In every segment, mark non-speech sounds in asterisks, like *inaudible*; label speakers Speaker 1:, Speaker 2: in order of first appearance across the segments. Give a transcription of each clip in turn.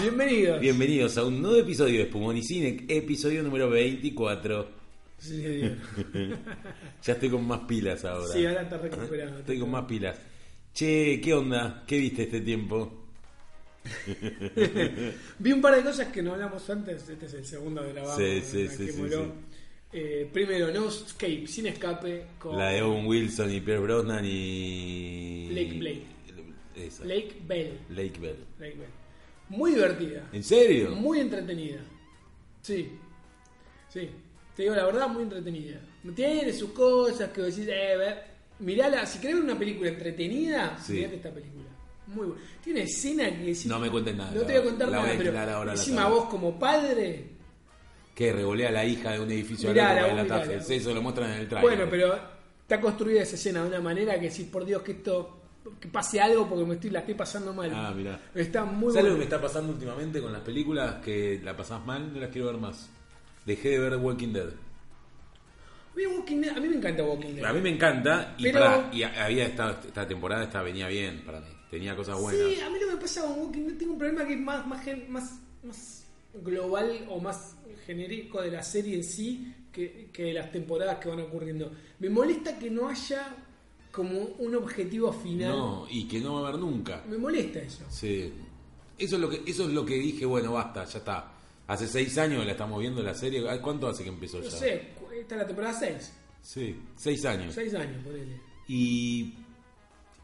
Speaker 1: Bienvenidos.
Speaker 2: Bienvenidos a un nuevo episodio de Spumón y Cine, episodio número 24.
Speaker 1: Sí, señor.
Speaker 2: Ya estoy con más pilas ahora.
Speaker 1: Sí, ahora estás recuperado.
Speaker 2: Estoy con más pilas. Che, ¿qué onda? ¿Qué viste este tiempo?
Speaker 1: Vi un par de cosas que no hablamos antes. Este es el segundo de la Eh,
Speaker 2: Sí, sí, sí, sí, sí.
Speaker 1: primero, No Escape, Sin Escape, con
Speaker 2: La E. de Owen Wilson y Pierce Brosnan y...
Speaker 1: Lake Blake.
Speaker 2: Esa. Lake.
Speaker 1: Lake Bell.
Speaker 2: Bell.
Speaker 1: Lake Bell. Muy divertida.
Speaker 2: ¿En serio?
Speaker 1: Muy entretenida. Sí. Sí. Te digo la verdad, muy entretenida. Tiene sus cosas que vos decís, eh, ve- mirala. Si querés ver una película entretenida,
Speaker 2: Sí.
Speaker 1: mirate esta película. Muy buena. Tiene escena que decís.
Speaker 2: No me cuentes nada,
Speaker 1: No te voy
Speaker 2: la-
Speaker 1: a contar
Speaker 2: la
Speaker 1: nada,
Speaker 2: voy a
Speaker 1: pero
Speaker 2: alquilar ahora a la
Speaker 1: encima
Speaker 2: tarde.
Speaker 1: vos como padre.
Speaker 2: Que revolea a la hija de un edificio al
Speaker 1: Mirá,
Speaker 2: otro
Speaker 1: la-
Speaker 2: para
Speaker 1: mirá,
Speaker 2: enlatarse.
Speaker 1: la-
Speaker 2: Sí, Eso lo muestran en el trailer.
Speaker 1: Bueno, pero está construida esa escena de una manera que decís, por Dios, que esto. que pase algo porque me estoy, la estoy pasando mal.
Speaker 2: Ah, mirá.
Speaker 1: Está muy
Speaker 2: ¿Sabes lo que me
Speaker 1: buena.
Speaker 2: está pasando últimamente con las películas que la pasás mal? No las quiero ver más. Dejé de ver The Walking Dead.
Speaker 1: Oye, Walking Dead- A mí me encanta Walking Dead.
Speaker 2: A mí me encanta y,
Speaker 1: Pero-
Speaker 2: pará, y a- había esta, esta temporada esta venía bien para mí. Tenía cosas buenas.
Speaker 1: Sí, a mí lo que me pasa con Walking Dead, tengo un problema que es más, más, gen- más, más global o más genérico de la serie en sí que, que de las temporadas que van ocurriendo. Me molesta que no haya como un objetivo final.
Speaker 2: no, y que no va a haber nunca.
Speaker 1: Me molesta eso.
Speaker 2: Sí. Eso es lo que eso es lo que dije, bueno, basta, ya está. Hace seis años la estamos viendo la serie. Ay, ¿Cuánto hace que empezó
Speaker 1: No
Speaker 2: ya?
Speaker 1: sé, cu- esta es la temporada 6.
Speaker 2: Sí, seis años.
Speaker 1: 6 años, ponele.
Speaker 2: Y,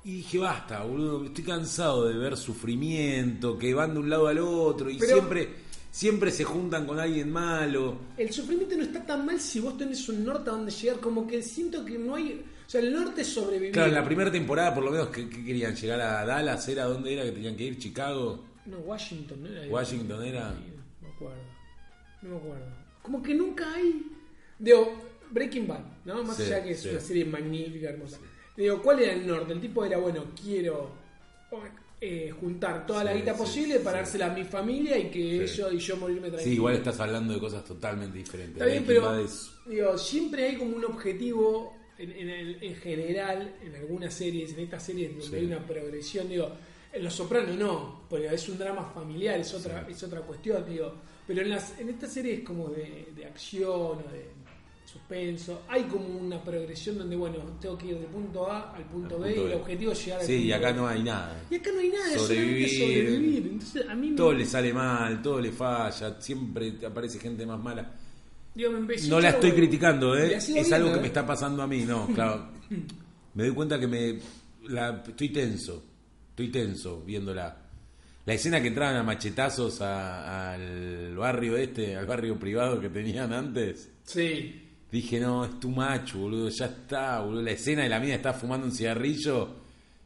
Speaker 2: y dije, basta, boludo, estoy cansado de ver sufrimiento, que van de un lado al otro y
Speaker 1: Pero-
Speaker 2: siempre siempre se juntan con alguien malo.
Speaker 1: El sufrimiento no está tan mal si vos tenés un norte a donde llegar. Como que siento que no hay. O sea, el norte es sobrevivir.
Speaker 2: Claro, en la primera temporada por lo menos que, que querían llegar a Dallas, era dónde era que tenían que ir, Chicago,
Speaker 1: No, Washington, ¿no era?
Speaker 2: Washington era.
Speaker 1: No me acuerdo. No me acuerdo. Como que nunca hay. Digo, Breaking Bad, ¿no? Más
Speaker 2: Sí,
Speaker 1: allá que es
Speaker 2: sí.
Speaker 1: una serie magnífica, hermosa. Digo, ¿cuál era el norte? El tipo era, bueno, quiero eh, juntar toda la
Speaker 2: Sí,
Speaker 1: guita
Speaker 2: sí,
Speaker 1: posible
Speaker 2: sí.
Speaker 1: para dársela a mi familia y que
Speaker 2: Sí.
Speaker 1: ellos y yo morirme tranquilo.
Speaker 2: Sí, igual estás hablando de cosas totalmente diferentes.
Speaker 1: Está bien,
Speaker 2: Breaking
Speaker 1: pero
Speaker 2: Bad es-
Speaker 1: digo, siempre hay como un objetivo en, en el- en general, en algunas series, en estas series donde
Speaker 2: Sí.
Speaker 1: hay una progresión, digo, en Los Sopranos no, porque es un drama familiar, es otra, es otra cuestión, digo, pero en, las, en estas series como de, de acción o de suspenso, hay como una progresión donde, bueno, tengo que ir del punto A al punto,
Speaker 2: Al
Speaker 1: B
Speaker 2: punto
Speaker 1: y el
Speaker 2: B.
Speaker 1: objetivo es llegar al
Speaker 2: Sí,
Speaker 1: punto
Speaker 2: y acá
Speaker 1: B.
Speaker 2: no hay nada.
Speaker 1: Y acá no hay nada, es solamente
Speaker 2: Sobrevivir.
Speaker 1: sobrevivir. Entonces, a mí me-
Speaker 2: Todo le sale mal, todo le falla, siempre te aparece gente más mala.
Speaker 1: digo, me empezó-
Speaker 2: No la estoy criticando,
Speaker 1: Me
Speaker 2: ¿eh?
Speaker 1: ha
Speaker 2: Es
Speaker 1: sido
Speaker 2: algo
Speaker 1: viendo,
Speaker 2: que
Speaker 1: ¿eh?
Speaker 2: me está pasando a mí,
Speaker 1: *laughs*
Speaker 2: no, claro. Me doy cuenta que me la- estoy tenso, estoy tenso viéndola. La escena que entraban a machetazos a- al barrio este, al barrio privado que tenían antes.
Speaker 1: Sí.
Speaker 2: Dije, no, es tu macho, boludo, ya está, boludo. La escena de la mina está fumando un cigarrillo,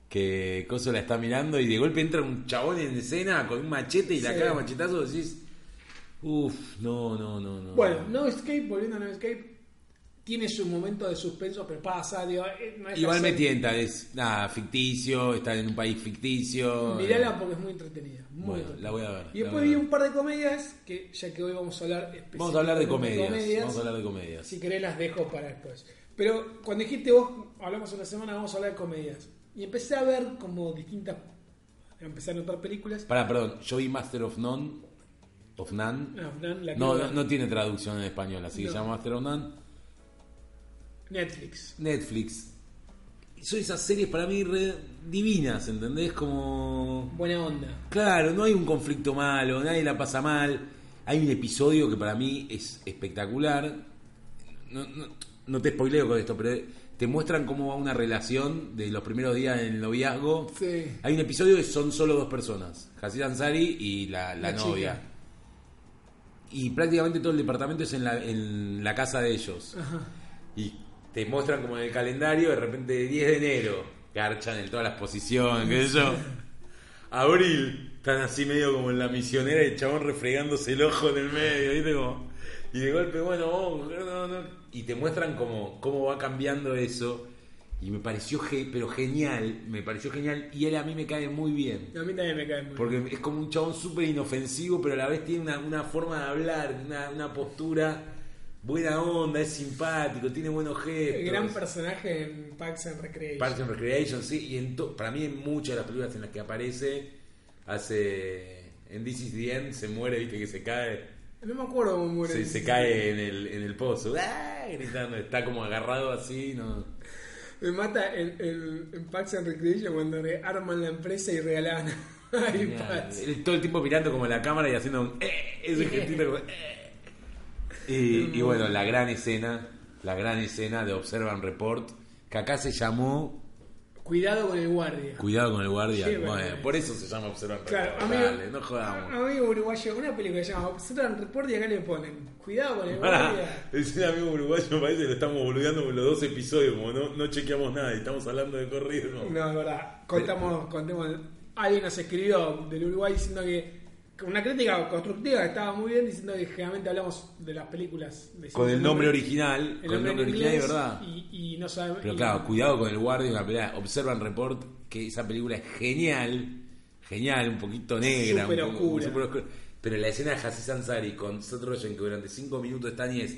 Speaker 2: que Coso la está mirando y de golpe entra un chabón en escena con un machete y la
Speaker 1: Sí.
Speaker 2: caga a machetazos decís, uff, no, no, no, no.
Speaker 1: Bueno, No Escape, volviendo a No Escape, tiene su momento de suspenso, pero pasa, digo, eh, no deja
Speaker 2: Igual
Speaker 1: de
Speaker 2: me
Speaker 1: ser-
Speaker 2: tienta, es nada, ficticio, está en un país ficticio.
Speaker 1: Mirala porque es muy entretenida. Muy
Speaker 2: eh. Bueno,
Speaker 1: entretenida.
Speaker 2: la voy a ver,
Speaker 1: Y
Speaker 2: la
Speaker 1: después
Speaker 2: voy a
Speaker 1: vi
Speaker 2: ver.
Speaker 1: un par de comedias, que ya que hoy vamos a hablar específicamente
Speaker 2: Vamos a hablar de comedias, vamos a hablar de comedias.
Speaker 1: Si querés las dejo para después. Pero cuando dijiste vos, hablamos una semana, vamos a hablar de comedias. Y empecé a ver como distintas... Empecé a notar películas.
Speaker 2: Pará, perdón, yo vi Master of None, of None.
Speaker 1: No, Fran, la quiero
Speaker 2: No, no,
Speaker 1: ver.
Speaker 2: no tiene traducción en español, así que
Speaker 1: No.
Speaker 2: se llama Master of None.
Speaker 1: Netflix.
Speaker 2: Netflix. Son esas series para mí re divinas, ¿entendés? Como...
Speaker 1: Buena onda.
Speaker 2: Claro, no hay un conflicto malo, nadie la pasa mal. Hay un episodio que para mí es espectacular. No, no- no te spoileo con esto, pero te muestran cómo va una relación de los primeros días en el noviazgo.
Speaker 1: Sí.
Speaker 2: Hay un episodio que son solo dos personas, Hasid Ansari y la, la
Speaker 1: La chica.
Speaker 2: novia. Y prácticamente todo el departamento es en la, en la casa de ellos. Y te muestran como en el calendario, de repente 10 de enero, garchan en todas las posiciones, qué sé yo. Abril, están así medio como en la misionera y el chabón refregándose el ojo en el medio, ¿viste? Como, y de golpe, bueno, vamos, no, no. Y te muestran como, cómo va cambiando eso. Y me pareció, ge- pero genial, me pareció genial. Y él a mí me cae muy bien.
Speaker 1: A mí también me cae muy
Speaker 2: Porque es como un chabón súper inofensivo, pero a la vez tiene una, una forma de hablar, una, una postura buena onda, es simpático, tiene buenos gestos.
Speaker 1: El gran personaje en Pax and Recreation.
Speaker 2: Parks and Recreation, sí. Y en to- para mí en muchas de las películas en las que aparece, hace... en This is the End se muere, viste que se cae.
Speaker 1: No me acuerdo cómo muere.
Speaker 2: Se, se cae en el, en el pozo. ¡Ah! Gritando, está como agarrado así, no.
Speaker 1: Me mata el, el, en Pax and Recreation cuando re- arman la empresa y regalan *laughs* iPads.
Speaker 2: Él todo el tiempo mirando como la cámara y haciendo un eh,
Speaker 1: *laughs*
Speaker 2: ese gestito como, eh. Y, y bueno, la gran escena, la gran escena de Observan Report, que acá se llamó
Speaker 1: Cuidado con el guardia.
Speaker 2: Cuidado con el guardia.
Speaker 1: Sí, bueno,
Speaker 2: Bueno, por eso se llama Observan
Speaker 1: Claro,
Speaker 2: Report.
Speaker 1: amigo,
Speaker 2: Dale, no jodamos.
Speaker 1: amigo uruguayo, una película que se llama Observan Report y acá le ponen Cuidado con el guardia.
Speaker 2: Pará, es un amigo uruguayo, parece que lo estamos boludeando con los dos episodios, como no, no chequeamos nada y estamos hablando de corrido.
Speaker 1: No, de verdad. Contamos, contemos. Alguien nos escribió del Uruguay diciendo que. con Una crítica constructiva que estaba muy bien diciendo que generalmente hablamos de las películas. de
Speaker 2: Con el
Speaker 1: cine
Speaker 2: nombre
Speaker 1: inglés,
Speaker 2: original,
Speaker 1: el
Speaker 2: con el
Speaker 1: nombre
Speaker 2: nombre
Speaker 1: en
Speaker 2: original de
Speaker 1: inglés
Speaker 2: verdad.
Speaker 1: Y, y no sabemos.
Speaker 2: Pero
Speaker 1: y-
Speaker 2: claro, cuidado con el guardia, es una película. Observan Report, que esa película es genial, genial, un poquito negra,
Speaker 1: Súper
Speaker 2: un poco-
Speaker 1: oscura.
Speaker 2: súper oscura. Pero la escena de Hassis Ansari con Seth Rogen, que durante 5 minutos están y es.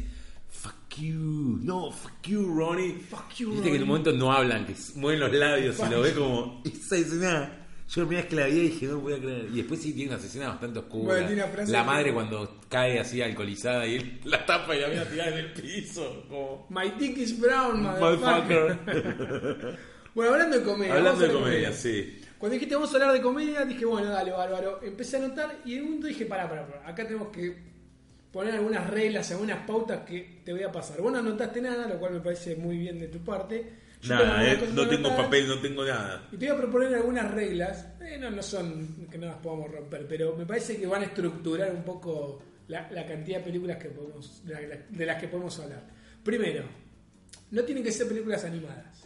Speaker 2: Fuck you, no, fuck you, Ronnie.
Speaker 1: Fuck you,
Speaker 2: Viste que
Speaker 1: Ronnie.
Speaker 2: en un momento no hablan, que se mueven los labios
Speaker 1: Fuck
Speaker 2: y lo ve como. Esa escena. Yo me esclavié y dije, no voy a creer. Y después sí tiene unas escenas bastante oscuras.
Speaker 1: Bueno, tiene una frase
Speaker 2: la
Speaker 1: que-
Speaker 2: madre cuando cae así alcoholizada y él la tapa y la mira tirada en el piso. Como.
Speaker 1: My dick is brown, motherfucker.
Speaker 2: Motherfucker.
Speaker 1: Bueno, hablando de comedia.
Speaker 2: Hablando
Speaker 1: vamos a
Speaker 2: de
Speaker 1: la
Speaker 2: comedia, sí.
Speaker 1: Cuando dijiste vamos a hablar de comedia, dije, bueno, dale, bárbaro. Empecé a anotar y en un momento dije, pará, pará, pará. Acá tenemos que poner algunas reglas, algunas pautas que te voy a pasar. Vos no anotaste nada, lo cual me parece muy bien de tu parte. Yo tengo
Speaker 2: Nada,
Speaker 1: algunas
Speaker 2: eh,
Speaker 1: cosas
Speaker 2: no tengo
Speaker 1: anotadas.
Speaker 2: papel, no tengo nada.
Speaker 1: Y te voy a proponer algunas reglas, eh, no, no son que no las podamos romper, pero me parece que van a estructurar un poco la, la cantidad de películas que podemos, de, la- de las que podemos hablar. Primero, no tienen que ser películas animadas,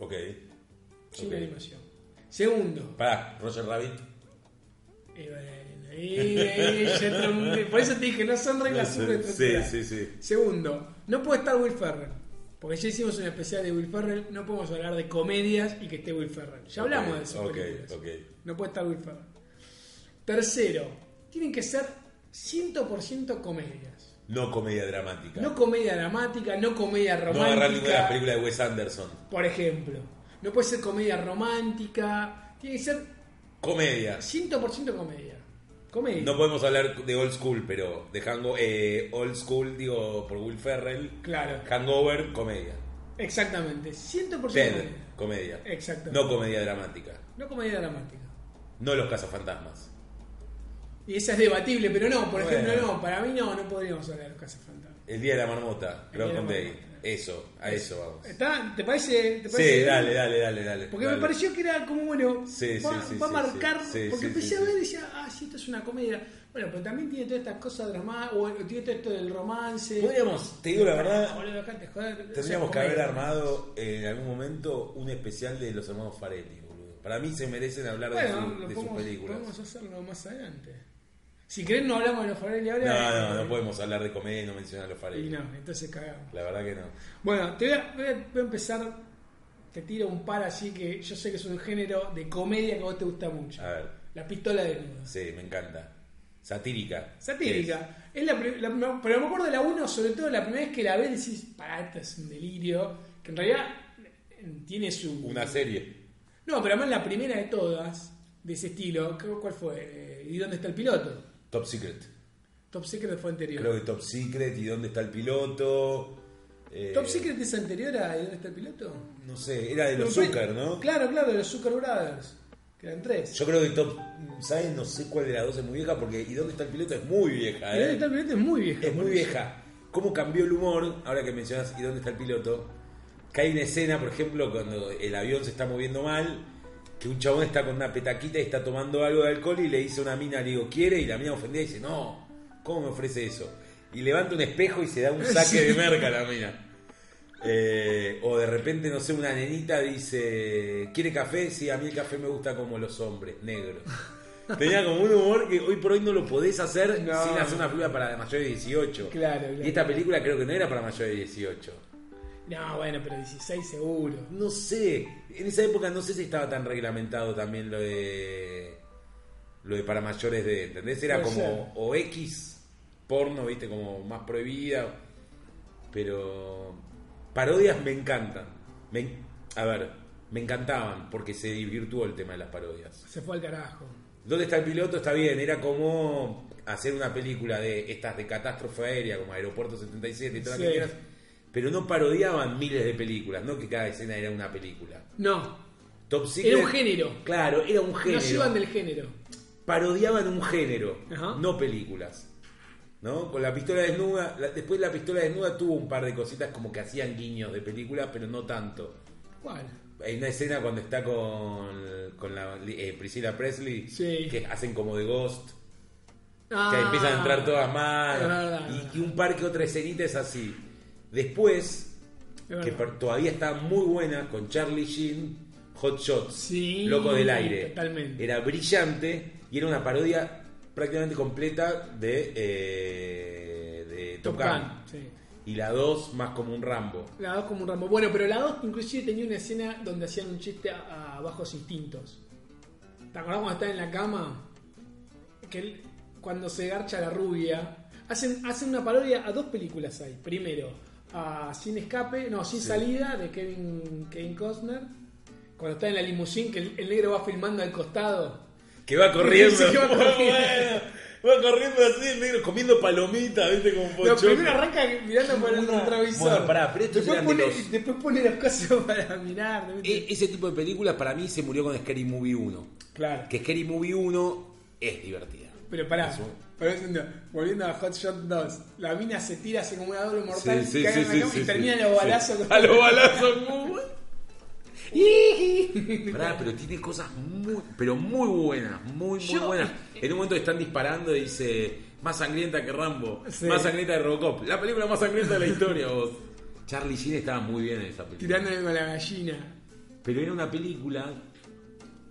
Speaker 2: Ok.
Speaker 1: sin
Speaker 2: Ok.
Speaker 1: animación. Segundo,
Speaker 2: Pará, Roger Rabbit.
Speaker 1: eh, bueno, ahí, ahí, ya trompé. por eso te dije, no son reglas
Speaker 2: No
Speaker 1: súper
Speaker 2: sé, sí,
Speaker 1: estructuradas.
Speaker 2: sí, sí.
Speaker 1: Segundo, no puede estar Will Ferrell. Porque ya hicimos una especial de Will Ferrell, no podemos hablar de comedias y que esté Will Ferrell. Ya hablamos
Speaker 2: Ok,
Speaker 1: de esas
Speaker 2: ok,
Speaker 1: películas.
Speaker 2: ok.
Speaker 1: No puede estar Will Ferrell. Tercero, tienen que ser 100% comedias.
Speaker 2: No comedia dramática.
Speaker 1: No comedia dramática, no comedia
Speaker 2: No agarrar ninguna de las
Speaker 1: romántica.
Speaker 2: películas de Wes Anderson.
Speaker 1: por ejemplo, no puede ser comedia romántica. Tiene que ser
Speaker 2: Comedia.
Speaker 1: 100% comedia. Comedia.
Speaker 2: No podemos hablar de Old School, pero de Hango- eh, Old School, digo, por Will Ferrell.
Speaker 1: Claro,
Speaker 2: Hangover, comedia.
Speaker 1: exactamente. 100%
Speaker 2: Ted,
Speaker 1: comedia.
Speaker 2: comedia.
Speaker 1: Exactamente.
Speaker 2: No comedia dramática.
Speaker 1: No comedia dramática.
Speaker 2: No los cazafantasmas.
Speaker 1: Y esa es debatible, pero no, por
Speaker 2: Bueno.
Speaker 1: ejemplo, no, para mí no, no podríamos hablar de los cazafantasmas.
Speaker 2: El día de la marmota,
Speaker 1: El Día de la
Speaker 2: Groundhog Day.
Speaker 1: Marmota.
Speaker 2: Eso, a eso vamos.
Speaker 1: ¿Está? ¿Te parece? ¿Te parece
Speaker 2: Sí,
Speaker 1: bien?
Speaker 2: dale, dale, dale, dale.
Speaker 1: Porque
Speaker 2: dale.
Speaker 1: me pareció que era como, bueno,
Speaker 2: Sí,
Speaker 1: va,
Speaker 2: sí, sí,
Speaker 1: va a
Speaker 2: sí,
Speaker 1: marcar,
Speaker 2: sí, sí,
Speaker 1: porque
Speaker 2: sí,
Speaker 1: empecé
Speaker 2: sí,
Speaker 1: a ver
Speaker 2: sí.
Speaker 1: y decía, ah, sí, esto es una comedia. Bueno, pero también tiene todas estas cosas dramáticas, o tiene todo esto del romance.
Speaker 2: Podríamos, te digo la
Speaker 1: Ah,
Speaker 2: verdad,
Speaker 1: boludo, acá te joder, eso es
Speaker 2: tendríamos que haber
Speaker 1: comedia.
Speaker 2: armado eh, en algún momento un especial de los hermanos Farelli, boludo. Para mí se merecen hablar de,
Speaker 1: Bueno,
Speaker 2: su-
Speaker 1: lo
Speaker 2: de sus
Speaker 1: podemos,
Speaker 2: películas.
Speaker 1: podemos hacerlo más adelante. Si querés, no hablamos de los Farelli ahora.
Speaker 2: No, no, no podemos hablar de comedia y no mencionar a
Speaker 1: ¿eh?
Speaker 2: los
Speaker 1: Y
Speaker 2: Farelli.
Speaker 1: no, entonces cagamos.
Speaker 2: La verdad que no.
Speaker 1: Bueno, te voy a, voy a- voy a empezar. Te tiro un par así que yo sé que es un género de comedia que a vos te gusta mucho.
Speaker 2: A ver,
Speaker 1: La pistola de nudos.
Speaker 2: sí, me encanta. Satírica.
Speaker 1: Satírica. Es la, pri- la- no, pero me acuerdo de la 1, sobre todo la primera vez que la ves, decís, pará, esto es un delirio. Que en realidad eh, tiene su.
Speaker 2: Es una serie.
Speaker 1: No, pero además la primera de todas, de ese estilo, creo- ¿cuál fue? Eh, ¿Y dónde está el piloto?
Speaker 2: Top Secret.
Speaker 1: Top Secret fue anterior.
Speaker 2: Creo que Top Secret y dónde está el piloto. Eh,
Speaker 1: ¿Top Secret es anterior a ¿Y dónde está el piloto?
Speaker 2: No sé, era de los
Speaker 1: Pero-
Speaker 2: Zucker, ¿no?
Speaker 1: Claro, claro, de los Zucker Brothers. Que eran tres.
Speaker 2: Yo creo que Top. ¿Sabes? No sé cuál de las dos es muy vieja, porque ¿Y dónde está el piloto? Es muy vieja,
Speaker 1: Y
Speaker 2: ¿eh?
Speaker 1: dónde está el piloto este es muy viejo.
Speaker 2: Es muy vieja. ¿Cómo cambió el humor? Ahora que mencionas ¿Y dónde está el piloto? Que hay una escena, por ejemplo, cuando el avión se está moviendo mal, que un chabón está con una petaquita y está tomando algo de alcohol y le dice a una mina, le digo, ¿quiere? Y la mina ofendida dice, no, ¿cómo me ofrece eso? Y levanta un espejo y se da un saque de merca a la mina. Eh, o de repente, no sé, una nenita dice, ¿quiere café? Sí, a mí el café me gusta como los hombres, negros. Tenía como un humor que hoy por hoy no lo podés hacer
Speaker 1: No.
Speaker 2: sin hacer una película para mayores de 18.
Speaker 1: Claro, claro.
Speaker 2: Y esta película creo que no era para mayores de 18.
Speaker 1: No, bueno, pero 16 seguro.
Speaker 2: No sé, en esa época no sé si estaba tan reglamentado también lo de lo de para mayores de, ¿entendés? Era
Speaker 1: Puede
Speaker 2: como o X porno, viste, como más prohibida. Pero parodias me encantan. Me en- a ver, me encantaban porque se divirtuó el tema de las parodias.
Speaker 1: Se fue al carajo.
Speaker 2: ¿Dónde está el piloto? Está bien, era como hacer una película de estas de catástrofe aérea, como Aeropuerto 77 y todas las
Speaker 1: Sí.
Speaker 2: que quieras, pero no parodiaban miles de películas, no que cada escena era una película.
Speaker 1: No,
Speaker 2: Top Secret-
Speaker 1: Era un género.
Speaker 2: Claro, era un género.
Speaker 1: nos llevan del género.
Speaker 2: Parodiaban un género,
Speaker 1: Ajá.
Speaker 2: no películas. ¿No? Con la pistola desnuda, la- después la pistola desnuda tuvo un par de cositas como que hacían guiños de películas, pero no tanto.
Speaker 1: ¿Cuál?
Speaker 2: Hay una escena cuando está con, con la, eh, Priscilla Presley
Speaker 1: Sí.
Speaker 2: que hacen como de Ghost,
Speaker 1: Ah,
Speaker 2: que empiezan a entrar todas mal
Speaker 1: es verdad, es
Speaker 2: y,
Speaker 1: verdad.
Speaker 2: que un par que otra escenita es así. Después,
Speaker 1: Es
Speaker 2: que
Speaker 1: verdad.
Speaker 2: per- todavía está muy buena con Charlie Sheen, Hot Shots,
Speaker 1: Sí,
Speaker 2: Loco del Aire.
Speaker 1: totalmente.
Speaker 2: Era brillante y era una parodia prácticamente completa de, eh, de Top,
Speaker 1: Top
Speaker 2: Gun.
Speaker 1: Gun, sí.
Speaker 2: Y la 2 más como un Rambo.
Speaker 1: La 2 como un ramo. Bueno, pero la 2 inclusive tenía una escena donde hacían un chiste a, a bajos instintos. ¿Te acordás cuando estaba en la cama? Que él, cuando se garcha la rubia. Hacen, hacen una parodia a dos películas ahí. Primero, a Sin Escape, no, Sin Salida de Kevin, Kevin Costner. Cuando está en la limusín, que el, el negro va filmando al costado.
Speaker 2: Que va
Speaker 1: *laughs*
Speaker 2: corriendo.
Speaker 1: Sí, sí,
Speaker 2: *laughs*
Speaker 1: va corriendo.
Speaker 2: Bueno, va corriendo así, el negro, comiendo palomitas, viste, como
Speaker 1: Lo
Speaker 2: pochoclo.
Speaker 1: primero arranca mirando por el
Speaker 2: Una-
Speaker 1: retrovisor.
Speaker 2: Bueno, pará, pero estos
Speaker 1: después,
Speaker 2: eran de
Speaker 1: pone,
Speaker 2: los-
Speaker 1: después pone las cosas *laughs* para mirar.
Speaker 2: E- ese tipo de películas para mí se murió con Scary Movie 1.
Speaker 1: Claro.
Speaker 2: Que Scary Movie 1 es divertida.
Speaker 1: Pero pará,
Speaker 2: Es un-
Speaker 1: pará un segundo. volviendo a Hot Shot 2, la mina se tira, hace como una doble mortal,
Speaker 2: Sí, sí,
Speaker 1: caga en la
Speaker 2: sí,
Speaker 1: cama
Speaker 2: sí,
Speaker 1: y
Speaker 2: sí,
Speaker 1: termina
Speaker 2: sí.
Speaker 1: en los balazos.
Speaker 2: *laughs*
Speaker 1: *laughs*
Speaker 2: A los balazos, muy bueno.
Speaker 1: Iji.
Speaker 2: Pará, pero tiene cosas muy, pero muy buenas, muy, muy
Speaker 1: Yo-
Speaker 2: buenas. En un momento están disparando y dice, más sangrienta que Rambo,
Speaker 1: Sí.
Speaker 2: más sangrienta que Robocop. La película más sangrienta de la historia, vos. Charlie Sheen estaba muy bien en esa película.
Speaker 1: Tirándole con la gallina.
Speaker 2: Pero era una película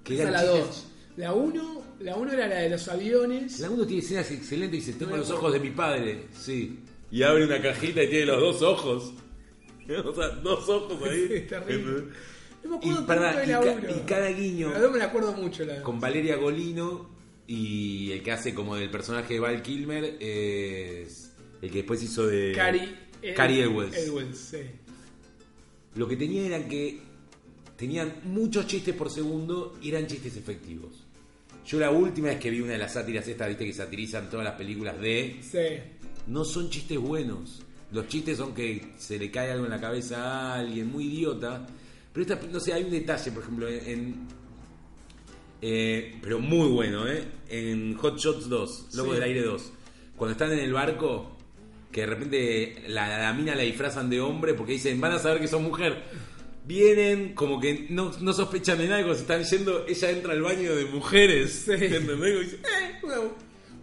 Speaker 2: que
Speaker 1: Esa
Speaker 2: era
Speaker 1: la 2. La 1, la 1 era la de los aviones.
Speaker 2: La 1 tiene escenas excelentes y dice, tengo los ojos de mi padre. Sí. Y abre una cajita y tiene los dos ojos. *laughs* O sea, dos ojos
Speaker 1: *laughs*
Speaker 2: ahí.
Speaker 1: Está terrible. No me acuerdo
Speaker 2: Y, perdón,
Speaker 1: tanto de
Speaker 2: y
Speaker 1: la
Speaker 2: ca-
Speaker 1: 1.
Speaker 2: y cada guiño-
Speaker 1: La 2 me la acuerdo mucho. La...
Speaker 2: Con Valeria Golino y el que hace como del personaje de Val Kilmer es el que después hizo de...
Speaker 1: Cari.
Speaker 2: Cary Elwes.
Speaker 1: Elwes, sí.
Speaker 2: Lo que tenía era que tenían muchos chistes por segundo y eran chistes efectivos. Yo la última vez que vi una de las sátiras estas, viste que satirizan todas las películas de...
Speaker 1: Sí. Eh,
Speaker 2: no son chistes buenos. Los chistes son que se le cae algo en la cabeza a alguien, muy idiota. Pero esta, no sé, hay un detalle, por ejemplo, en. en- eh, pero muy bueno, ¿eh? En Hot Shots 2, Loco
Speaker 1: Sí.
Speaker 2: del Aire 2. Cuando están en el barco, que de repente la, la mina la disfrazan de hombre porque dicen, van a saber que son mujer. Vienen, como que no, no sospechan de nada, cuando se están yendo, ella entra al baño de mujeres.
Speaker 1: Sí.
Speaker 2: ¿Entendés? Y dice,
Speaker 1: Eh, huevo.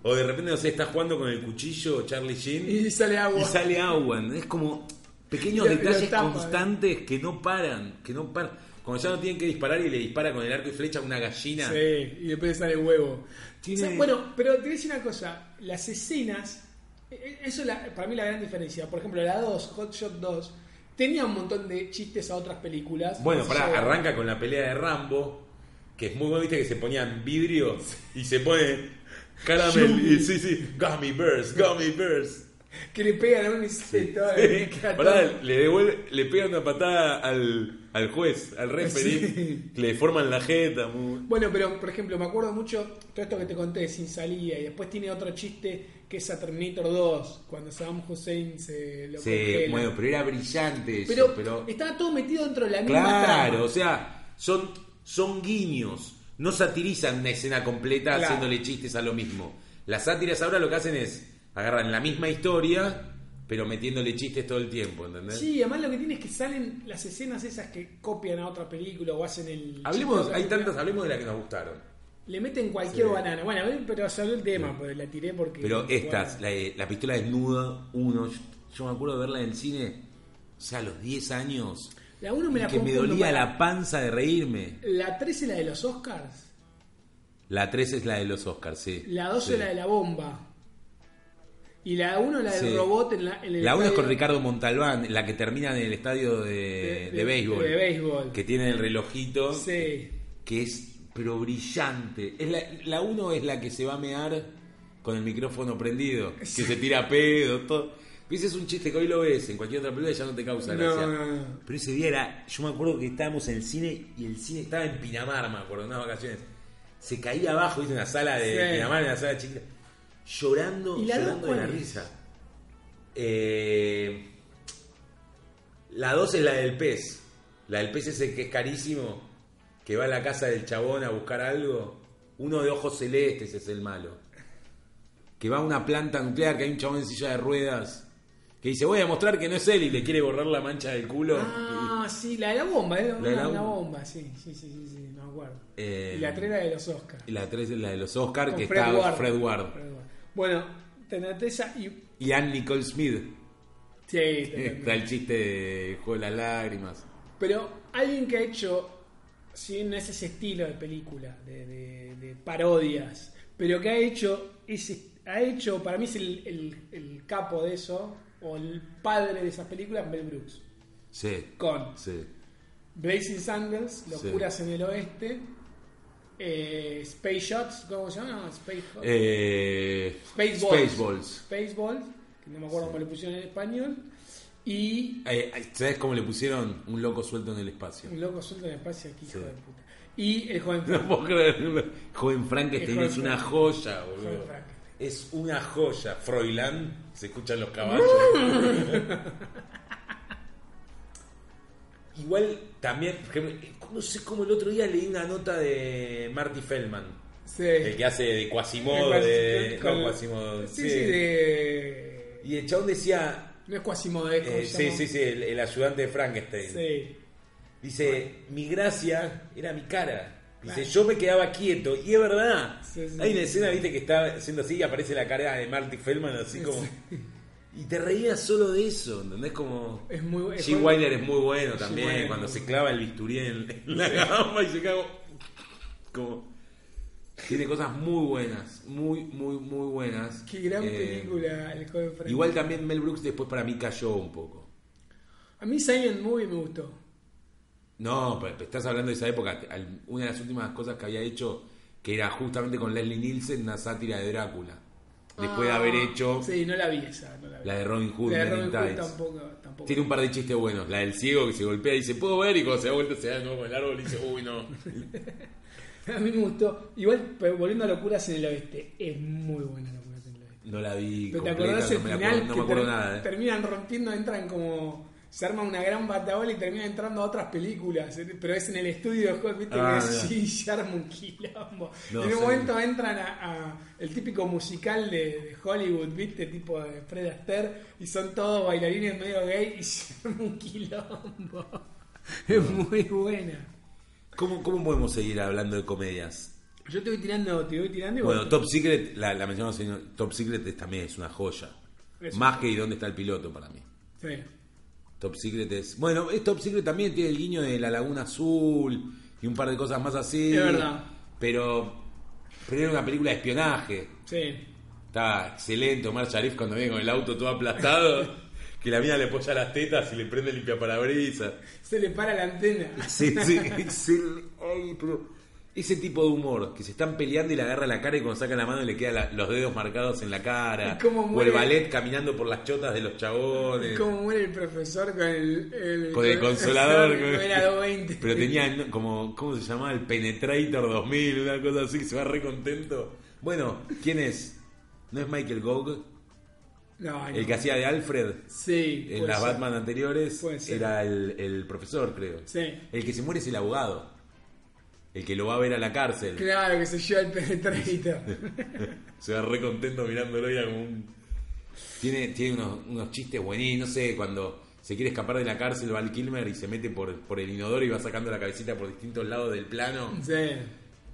Speaker 2: o de repente, no sé, está jugando con el cuchillo Charlie Sheen
Speaker 1: Y sale agua.
Speaker 2: y sale agua. ¿no? Es como pequeños
Speaker 1: Y lo-
Speaker 2: detalles
Speaker 1: lo tapa,
Speaker 2: constantes que no paran, que no paran. Cuando ya no tienen que disparar y le dispara con el arco y flecha a una gallina.
Speaker 1: Sí, y después sale huevo.
Speaker 2: Tiene-
Speaker 1: O sea, bueno, pero te voy a decir una cosa, las escenas, eh, eso es la- para mí la gran diferencia. Por ejemplo, la 2, Hot Shot 2, tenía un montón de chistes a otras películas.
Speaker 2: Bueno,
Speaker 1: Así
Speaker 2: pará,
Speaker 1: que-
Speaker 2: arranca con la pelea de Rambo, que es muy bueno, viste que se ponían vidrio y se pone caramel y sí, sí, gummy bears, gummy bears.
Speaker 1: Que le pegan a un insecto.
Speaker 2: *laughs*
Speaker 1: eh, que a
Speaker 2: Pará,
Speaker 1: todo-
Speaker 2: le devuelve, le pega una patada al, al juez, al referee,
Speaker 1: Sí.
Speaker 2: le deforman la jeta. muy-
Speaker 1: Bueno, pero por ejemplo, me acuerdo mucho todo esto que te conté de Sin Salida, y después tiene otro chiste que es a Terminator 2, cuando Saddam Hussein se lo
Speaker 2: Sí,
Speaker 1: congela.
Speaker 2: bueno, pero era brillante eso,
Speaker 1: pero,
Speaker 2: pero
Speaker 1: estaba todo metido dentro de la misma
Speaker 2: Claro,
Speaker 1: trama.
Speaker 2: o sea, son, son guiños. No satirizan una escena completa
Speaker 1: Claro.
Speaker 2: haciéndole chistes a lo mismo. Las sátiras ahora lo que hacen es agarran la misma historia, pero metiéndole chistes todo el tiempo, ¿entendés?
Speaker 1: Sí, además lo que tiene es que salen las escenas esas que copian a otra película o hacen el.
Speaker 2: Hablemos,
Speaker 1: chiste de otra
Speaker 2: hay
Speaker 1: película.
Speaker 2: tantas, hablemos de las que nos gustaron.
Speaker 1: Le meten cualquier banana. Bueno, a ver, pero salió el tema, pues la tiré porque.
Speaker 2: Pero
Speaker 1: bueno.
Speaker 2: estas, la, de- la pistola desnuda, uno, yo, yo me acuerdo de verla en el cine, o sea, a los 10 años,
Speaker 1: La 1 me
Speaker 2: y
Speaker 1: la
Speaker 2: que me
Speaker 1: confundo,
Speaker 2: dolía
Speaker 1: pará.
Speaker 2: la panza de reírme.
Speaker 1: La 3 es la de los Oscars.
Speaker 2: La 3 es la de los Oscars, sí.
Speaker 1: La 2
Speaker 2: Sí.
Speaker 1: es la de la bomba. Y la 1 la del
Speaker 2: Sí.
Speaker 1: robot en la. en el
Speaker 2: La 1 es
Speaker 1: estadio
Speaker 2: con Ricardo Montalbán, la que termina en el estadio de, de béisbol.
Speaker 1: De béisbol.
Speaker 2: Que tiene el relojito,
Speaker 1: Sí.
Speaker 2: que es pero brillante. Es la- la 1 es la que se va a mear con el micrófono prendido, que se tira pedo, todo. Pero Ese es un chiste que hoy lo ves, en cualquier otra película ya no te causa
Speaker 1: No,
Speaker 2: gracia.
Speaker 1: no, no.
Speaker 2: Pero ese día era, yo me acuerdo que estábamos en el cine y el cine estaba en Pinamar, me acuerdo, en unas vacaciones. se caía abajo, ¿viste? En la sala de
Speaker 1: Sí.
Speaker 2: Pinamar, en la sala chiquita. Llorando,
Speaker 1: ¿Y la dos
Speaker 2: llorando de
Speaker 1: cuál
Speaker 2: la
Speaker 1: es?
Speaker 2: risa. Eh, la dos es la del pez. La del pez ese que es carísimo, que va a la casa del chabón a buscar algo. Uno de ojos celestes es el malo. Que va a una planta nuclear, que hay un chabón en silla de ruedas. Que dice, voy a mostrar que no es él y le quiere borrar la mancha del culo.
Speaker 1: Ah, sí, la de la bomba, era
Speaker 2: La de
Speaker 1: una,
Speaker 2: la
Speaker 1: una
Speaker 2: bomba.
Speaker 1: bomba, sí, sí, sí, sí, sí, no me acuerdo.
Speaker 2: Eh,
Speaker 1: y la tres era de los Oscars.
Speaker 2: Y la tres es la de los Oscar,
Speaker 1: Con
Speaker 2: que
Speaker 1: Fred
Speaker 2: está
Speaker 1: Ward.
Speaker 2: Fred Ward.
Speaker 1: Fred Ward. Bueno, tenés esa y...
Speaker 2: Y Ann Nicole Smith.
Speaker 1: Sí, totalmente.
Speaker 2: Está el chiste de Juego de las Lágrimas.
Speaker 1: Pero alguien que ha hecho, sin ese es estilo de película, de, de- de parodias, pero que ha hecho, ese, ha hecho para mí es el, el- el capo de eso, o el padre de esas películas, Mel Brooks.
Speaker 2: Sí,
Speaker 1: Con
Speaker 2: sí.
Speaker 1: Blazing Sandals, Locuras
Speaker 2: Sí.
Speaker 1: en el Oeste, eh, Space Shots, ¿cómo se llama? Space,
Speaker 2: Eh,
Speaker 1: Spaceballs.
Speaker 2: Spaceballs.
Speaker 1: Spaceballs, que no me acuerdo cómo le pusieron en español, y
Speaker 2: Eh, eh, ¿Sabes cómo le pusieron? Un loco suelto en el espacio.
Speaker 1: Un loco suelto en el espacio aquí, hijo
Speaker 2: Sí.
Speaker 1: de puta. Y el joven
Speaker 2: *laughs* No puedo creerlo. Joven Frankenstein
Speaker 1: Joven
Speaker 2: es una
Speaker 1: Frankenstein.
Speaker 2: joya, boludo.
Speaker 1: Joven Frankenstein.
Speaker 2: Es una joya. Froilán, se escuchan los caballos. *laughs* Igual también, por ejemplo, eh, no sé cómo el otro día leí una nota de Marty Feldman.
Speaker 1: Sí.
Speaker 2: El que hace de Quasimodo,
Speaker 1: El
Speaker 2: de...
Speaker 1: con-
Speaker 2: no, Quasimodo,
Speaker 1: Sí, sí, de...
Speaker 2: Y el chabón decía...
Speaker 1: No es Quasimodo, es como
Speaker 2: eh,
Speaker 1: se
Speaker 2: sí,
Speaker 1: llama.
Speaker 2: sí, sí, el, el ayudante de Frankenstein.
Speaker 1: Sí.
Speaker 2: Dice, mi gracia era mi cara. Dice,
Speaker 1: Claro.
Speaker 2: yo me quedaba quieto. Y es verdad.
Speaker 1: Sí, sí,
Speaker 2: Hay
Speaker 1: sí.
Speaker 2: una escena, viste, que está haciendo así y aparece la cara de Marty Feldman, así como... Y te reías solo de eso, ¿entendés? Como...
Speaker 1: Es muy- es
Speaker 2: G.
Speaker 1: muy-
Speaker 2: Wilder es muy bueno
Speaker 1: G.
Speaker 2: también,
Speaker 1: Wilder es
Speaker 2: cuando
Speaker 1: muy
Speaker 2: se
Speaker 1: bueno.
Speaker 2: clava el bisturí en, en la gamba y se cago... Como... Tiene cosas muy buenas, muy, muy, muy buenas.
Speaker 1: Qué gran
Speaker 2: Eh,
Speaker 1: película, el joven Frank.
Speaker 2: Igual también Mel Brooks después para mí cayó un poco.
Speaker 1: A mí Silent Movie me gustó.
Speaker 2: No, pero estás hablando de esa época. Al- Una de las últimas cosas que había hecho, que era justamente con Leslie Nielsen, una sátira de Drácula. Después de
Speaker 1: Ah,
Speaker 2: haber hecho
Speaker 1: Sí, no la vi esa, no la vi.
Speaker 2: la de Robin Hood,
Speaker 1: La de
Speaker 2: Men in
Speaker 1: Robin Hood
Speaker 2: Tights.
Speaker 1: tampoco, tampoco.
Speaker 2: Tiene un par de chistes buenos. La del ciego que se golpea y dice, ¿puedo ver? Y cuando se da vuelta se da de nuevo con el árbol y dice, uy, no.
Speaker 1: *laughs* A mí me gustó. Igual, pero volviendo a Locuras en el Oeste, es muy buena Locuras en el Oeste.
Speaker 2: No la vi
Speaker 1: Pero te
Speaker 2: completa,
Speaker 1: acordás el
Speaker 2: no me, la
Speaker 1: final
Speaker 2: acuerdo, no
Speaker 1: que
Speaker 2: me acuerdo
Speaker 1: ter-
Speaker 2: nada. eh.
Speaker 1: terminan rompiendo, entran como se arma una gran batabola y termina entrando a otras películas, eh, pero es en el estudio *laughs* de Hollywood, viste
Speaker 2: Ah,
Speaker 1: que
Speaker 2: mira.
Speaker 1: sí, *laughs* se arma un quilombo.
Speaker 2: No,
Speaker 1: en un
Speaker 2: sí.
Speaker 1: momento entran a, a el típico musical de, de Hollywood, viste, tipo de Fred Astaire, y son todos bailarines medio gay y *laughs* se arma un quilombo. *laughs* Es muy buena.
Speaker 2: ¿Cómo, ¿Cómo podemos seguir hablando de comedias?
Speaker 1: Yo te voy tirando, te voy tirando y vos-
Speaker 2: Bueno, Top Secret, la, la mencionamos, señor, Top Secret es- también es una joya.
Speaker 1: Es
Speaker 2: Más que ¿Y dónde está el piloto para mí.
Speaker 1: Sí.
Speaker 2: Top Secret es. Bueno, es Top Secret también tiene el guiño de la Laguna Azul y un par de cosas más así.
Speaker 1: Es verdad.
Speaker 2: Pero, pero era una película de espionaje.
Speaker 1: Sí.
Speaker 2: Estaba excelente Omar Sharif cuando viene con el auto todo aplastado. *laughs* que la mina le apoya las tetas y le prende limpia parabrisas.
Speaker 1: Se le para la
Speaker 2: *laughs*
Speaker 1: antena.
Speaker 2: Sí, sí, excel- ay, pero Ese tipo de humor, que se están peleando y le agarra la cara y cuando saca la mano le quedan la- los dedos marcados en la cara.
Speaker 1: *laughs* Y cómo
Speaker 2: o
Speaker 1: muere.
Speaker 2: el ballet caminando por las chotas de los chabones.
Speaker 1: ¿Cómo muere el profesor con el, el-
Speaker 2: Con
Speaker 1: *laughs*
Speaker 2: el consolador.
Speaker 1: con el Aro 20?
Speaker 2: Pero tenía ¿no? como, ¿cómo se llamaba? El Penetrator 2000, una cosa así, que se va re contento. Bueno, ¿quién es? ¿No es Michael Gogg?
Speaker 1: No, no.
Speaker 2: El que hacía de Alfred
Speaker 1: Sí.
Speaker 2: en
Speaker 1: puede
Speaker 2: las
Speaker 1: ser.
Speaker 2: Batman anteriores
Speaker 1: Puede ser.
Speaker 2: era el, el profesor, creo.
Speaker 1: Sí.
Speaker 2: El que se muere es el abogado. El que lo va a ver a la cárcel.
Speaker 1: Claro, que se lleva el penetrator.
Speaker 2: *laughs* Se va re contento mirándolo y era como un... Tiene, tiene unos, unos chistes buenísimos, no sé, cuando se quiere escapar de la cárcel va al Kilmer y se mete por, por el inodoro y va sacando la cabecita por distintos lados del plano.
Speaker 1: sí.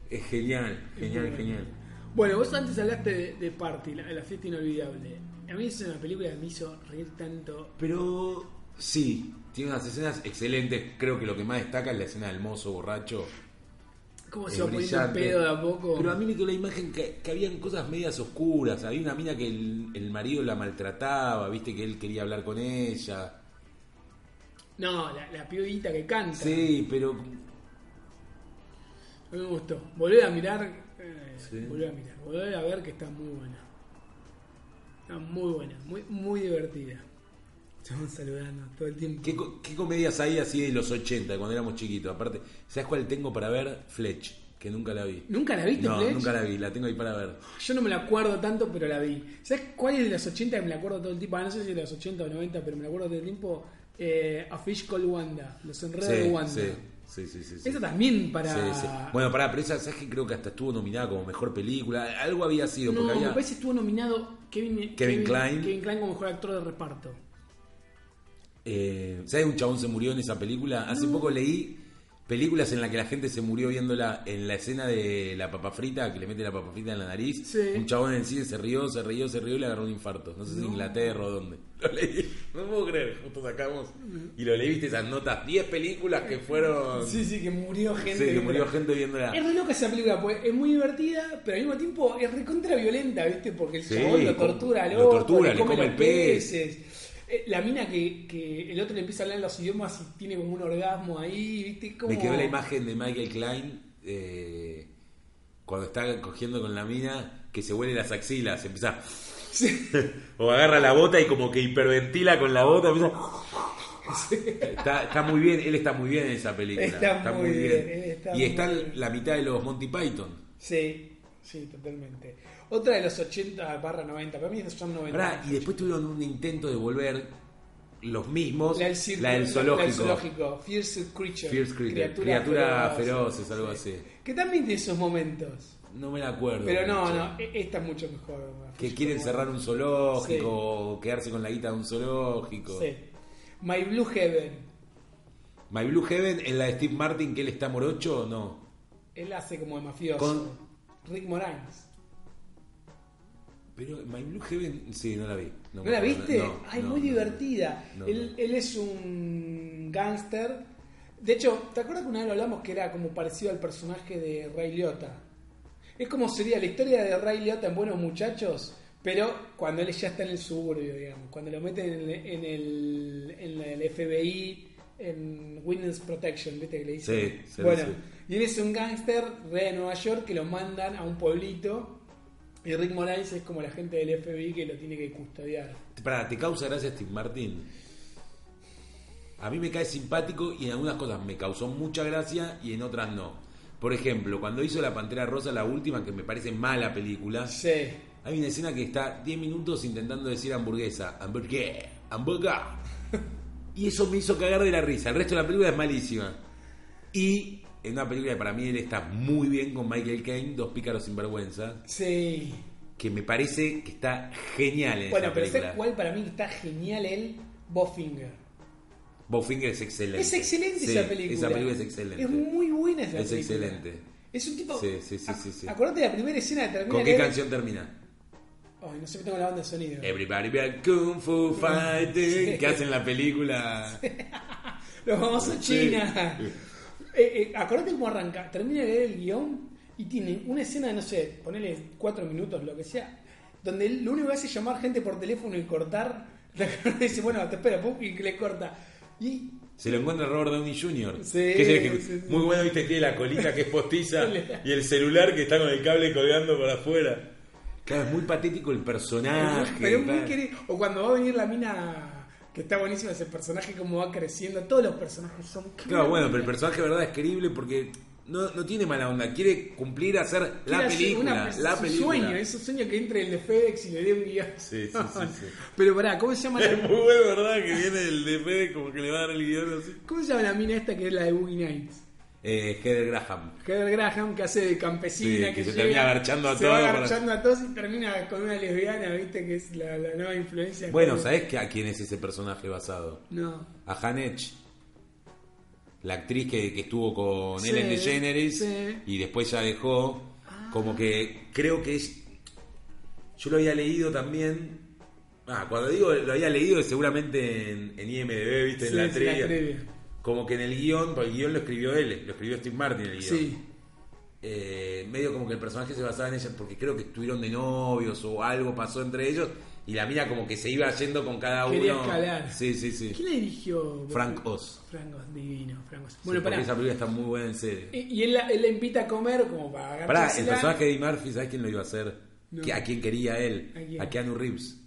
Speaker 2: Es genial, genial, genial.
Speaker 1: Bueno, vos antes hablaste de, de Party, la, la fiesta inolvidable. A mí es una película que me hizo reír tanto.
Speaker 2: Pero sí, tiene unas escenas excelentes. Creo que lo que más destaca es la escena del mozo borracho.
Speaker 1: Cómo
Speaker 2: Es
Speaker 1: se va poniendo un
Speaker 2: brillante.
Speaker 1: pedo de a poco.
Speaker 2: Pero a mí me quedó la imagen que, que habían cosas medias oscuras. Había una mina que el, el marido la maltrataba, viste que él quería hablar con ella.
Speaker 1: No, la, la pibita que canta.
Speaker 2: Sí, pero
Speaker 1: A mí me gustó. Volver a mirar. eh,
Speaker 2: Sí.
Speaker 1: Volver a mirar. Volver a ver que está muy buena. Está muy buena. Muy, muy divertida. Estamos saludando todo el tiempo.
Speaker 2: ¿qué, co- qué comedias hay así de los 80 cuando éramos chiquitos? Aparte, ¿sabes cuál tengo para ver? Fletch, que nunca la vi.
Speaker 1: ¿Nunca la viste,
Speaker 2: No,
Speaker 1: Pledge?
Speaker 2: nunca la vi, la tengo ahí para ver.
Speaker 1: Yo no me la acuerdo tanto, pero la vi. ¿Sabes cuál es de los 80 que me la acuerdo todo el tiempo? Ah, no sé si de los 80 o 90, pero me la acuerdo todo el tiempo. Eh, a Fish Called Wanda, Los Enredos de Wanda.
Speaker 2: sí, sí, sí, sí, sí.
Speaker 1: Esa también para.
Speaker 2: Sí, sí. Bueno, pará, pero esa ¿sabes que creo que hasta estuvo nominada como mejor película. Algo había sido,
Speaker 1: no,
Speaker 2: porque
Speaker 1: me
Speaker 2: había.
Speaker 1: parece que estuvo nominado Kevin,
Speaker 2: Kevin Kline.
Speaker 1: Kevin Kline como mejor actor de reparto.
Speaker 2: Eh, ¿Sabes? Un chabón se murió en esa película.
Speaker 1: Mm.
Speaker 2: Hace poco leí películas en las que la gente se murió viéndola en la escena de la papa frita, que le mete la papa frita en la nariz.
Speaker 1: Sí.
Speaker 2: Un chabón en el cine se rió, se rió, se rió y le agarró un infarto. No sé si en Inglaterra o dónde. *laughs* Lo leí. No puedo creer. Justo sacamos. Y lo leí, viste esas notas. 10 películas que fueron.
Speaker 1: Mm. Sí, sí, que murió gente.
Speaker 2: Um, Sí, que
Speaker 1: ¿viste?
Speaker 2: murió gente viéndola.
Speaker 1: Es re loca esa película, pues es muy divertida, pero al mismo tiempo es recontra violenta, ¿viste? Porque el
Speaker 2: Sí,
Speaker 1: chabón lo
Speaker 2: como-
Speaker 1: tortura al
Speaker 2: lo
Speaker 1: otro,
Speaker 2: tortura, le come
Speaker 1: los
Speaker 2: el pez.
Speaker 1: peces. Eh, La mina que, que el otro le empieza a hablar en los idiomas y tiene como un orgasmo ahí, ¿viste? Es Como...
Speaker 2: Me quedó la imagen de Michael Klein eh, cuando está cogiendo con la mina que se huele las axilas, *laughs* empieza
Speaker 1: Sí,
Speaker 2: o agarra la bota y como que hiperventila con la bota. empieza- *laughs* Está, está muy bien, él está muy bien en esa película.
Speaker 1: Está muy bien, él está
Speaker 2: y está
Speaker 1: muy bien.
Speaker 2: la mitad de los Monty Python.
Speaker 1: *laughs* sí, sí, totalmente. Otra de los 80 barra 90, para mí son 90.
Speaker 2: Pará, y después tuvieron un intento de volver los mismos,
Speaker 1: la del, circo,
Speaker 2: la del zoológico.
Speaker 1: La del zoológico, Fierce Creature.
Speaker 2: Fierce Creature, criatura feroces, algo así.
Speaker 1: Que también tiene esos momentos.
Speaker 2: No me la acuerdo.
Speaker 1: Pero no,
Speaker 2: mucho.
Speaker 1: no, e- esta es mucho mejor.
Speaker 2: Que
Speaker 1: Yo
Speaker 2: quieren
Speaker 1: como-
Speaker 2: cerrar un
Speaker 1: Sí.
Speaker 2: zoológico o quedarse con la guita de un zoológico.
Speaker 1: Sí. My Blue Heaven.
Speaker 2: My Blue Heaven en la de Steve Martin que él está morocho, no.
Speaker 1: Él hace como de mafioso. Rick Moranis.
Speaker 2: Pero My Blue Heaven, sí, no la vi.
Speaker 1: ¿No
Speaker 2: me
Speaker 1: la
Speaker 2: acuerdo.
Speaker 1: viste?
Speaker 2: No,
Speaker 1: Ay,
Speaker 2: no,
Speaker 1: muy
Speaker 2: no.
Speaker 1: divertida.
Speaker 2: No,
Speaker 1: él,
Speaker 2: no.
Speaker 1: él es un gángster. De hecho, ¿te acuerdas que una vez lo hablamos que era como parecido al personaje de Ray Liotta? Es como sería la historia de Ray Liotta en Buenos Muchachos, pero cuando él ya está en el suburbio, digamos. Cuando lo meten en el, en el, en la- el FBI, en Witness Protection, ¿viste que le dicen?
Speaker 2: Sí, sí,
Speaker 1: Bueno,
Speaker 2: sí.
Speaker 1: y él es un gángster re de Nueva York que lo mandan a un pueblito. Y Rick Morales es como la gente del FBI que lo tiene que custodiar.
Speaker 2: Pará, ¿te causa gracia Steve Martin? A mí me cae simpático y en algunas cosas me causó mucha gracia y en otras no. Por ejemplo, cuando hizo La Pantera Rosa, la última, que me parece mala película,
Speaker 1: Sí.
Speaker 2: Hay una escena que está 10 minutos intentando decir hamburguesa, hamburgué,
Speaker 1: *laughs*
Speaker 2: hamburga. Y eso me hizo cagar de la risa. El resto de la película es malísima. Y en una película que para mí él está muy bien con Michael Caine, Dos pícaros sinvergüenza,
Speaker 1: Sí.
Speaker 2: que me parece que está genial en
Speaker 1: Bueno,
Speaker 2: esa
Speaker 1: pero ¿sabes
Speaker 2: película.
Speaker 1: cuál para mí está genial él? Bowfinger.
Speaker 2: Bowfinger es excelente.
Speaker 1: Es excelente
Speaker 2: Sí,
Speaker 1: esa película.
Speaker 2: Esa película es excelente.
Speaker 1: Es muy buena esa
Speaker 2: Es
Speaker 1: película.
Speaker 2: excelente.
Speaker 1: Es un tipo.
Speaker 2: Sí, sí, sí, sí, sí.
Speaker 1: Acordate de la primera escena que termina.
Speaker 2: ¿Con
Speaker 1: que
Speaker 2: qué
Speaker 1: él-
Speaker 2: canción termina?
Speaker 1: Ay, no sé qué tengo la banda de sonido.
Speaker 2: Everybody be a Kung Fu Fighting. que hacen la película?
Speaker 1: Los vamos a *laughs* China.
Speaker 2: Sí.
Speaker 1: Eh, eh, acordate cómo arranca. Termina de leer el guión y tiene una escena, no sé, ponele cuatro minutos, lo que sea, donde él lo único que hace es llamar gente por teléfono y cortar. La *laughs* cara dice, bueno, te espera, pum, y le corta. Y
Speaker 2: Se lo encuentra Robert Downey Jr.
Speaker 1: Sí,
Speaker 2: que es el que-
Speaker 1: sí, sí.
Speaker 2: Muy bueno, viste, tiene la colita que es
Speaker 1: *laughs*
Speaker 2: postiza y el celular que está con el cable colgando para afuera. Claro, es muy patético el personaje.
Speaker 1: Pero es muy
Speaker 2: claro.
Speaker 1: querido. O cuando va a venir la mina, que está buenísima ese personaje, como va creciendo. Todos los personajes son.
Speaker 2: Claro, bueno, pero el personaje de verdad es querible porque no, no tiene mala onda. Quiere cumplir, hacer la
Speaker 1: Quiere hacer
Speaker 2: película.
Speaker 1: una- es
Speaker 2: la
Speaker 1: un
Speaker 2: película.
Speaker 1: sueño, es un sueño que entre el de FedEx y le dé un guión.
Speaker 2: Sí, sí, sí, sí.
Speaker 1: *laughs* Pero pará, ¿cómo se llama
Speaker 2: *laughs* Es
Speaker 1: la,
Speaker 2: muy bueno, ¿verdad? Que viene el de Fede como que le va a dar el guión así.
Speaker 1: ¿cómo se llama la mina esta que es la de Boogie Nights?
Speaker 2: Eh, Heather Graham.
Speaker 1: Heather Graham que hace de campesina.
Speaker 2: Sí, que se termina agarchando a
Speaker 1: se va
Speaker 2: todos para-
Speaker 1: agarchando a todos y termina con una lesbiana, viste, que es la, la nueva influencia.
Speaker 2: Bueno,
Speaker 1: Como-
Speaker 2: ¿sabés que a quién es ese personaje basado?
Speaker 1: No.
Speaker 2: a Hanech, la actriz que, que estuvo con
Speaker 1: Sí,
Speaker 2: Ellen DeGeneres
Speaker 1: sí.
Speaker 2: y después ya dejó, como que creo que es, yo lo había leído también, ah, cuando digo lo había leído es seguramente en, en IMDB, viste,
Speaker 1: Sí,
Speaker 2: en la
Speaker 1: sí,
Speaker 2: trivia,
Speaker 1: trivia.
Speaker 2: como que en el guión, porque el guión lo escribió él, lo escribió Steve Martin el guión.
Speaker 1: Sí.
Speaker 2: Eh, medio como que el personaje se basaba en ella porque creo que estuvieron de novios o algo pasó entre ellos y la mina como que se iba yendo con cada
Speaker 1: Quería
Speaker 2: uno.
Speaker 1: escalar.
Speaker 2: Sí, sí, sí.
Speaker 1: ¿Quién la dirigió?
Speaker 2: Frank Oz.
Speaker 1: Frank Oz, divino, Frank Oz.
Speaker 2: Bueno,
Speaker 1: Bueno, pará.
Speaker 2: esa película está muy buena en serio.
Speaker 1: Y, y él, la, él la invita a comer como para agarrar.
Speaker 2: Pará, el personaje de Eddie Murphy, ¿sabes quién lo iba a hacer?
Speaker 1: No.
Speaker 2: ¿Qué- ¿A quién quería él?
Speaker 1: ¿A quién?
Speaker 2: A Keanu Reeves.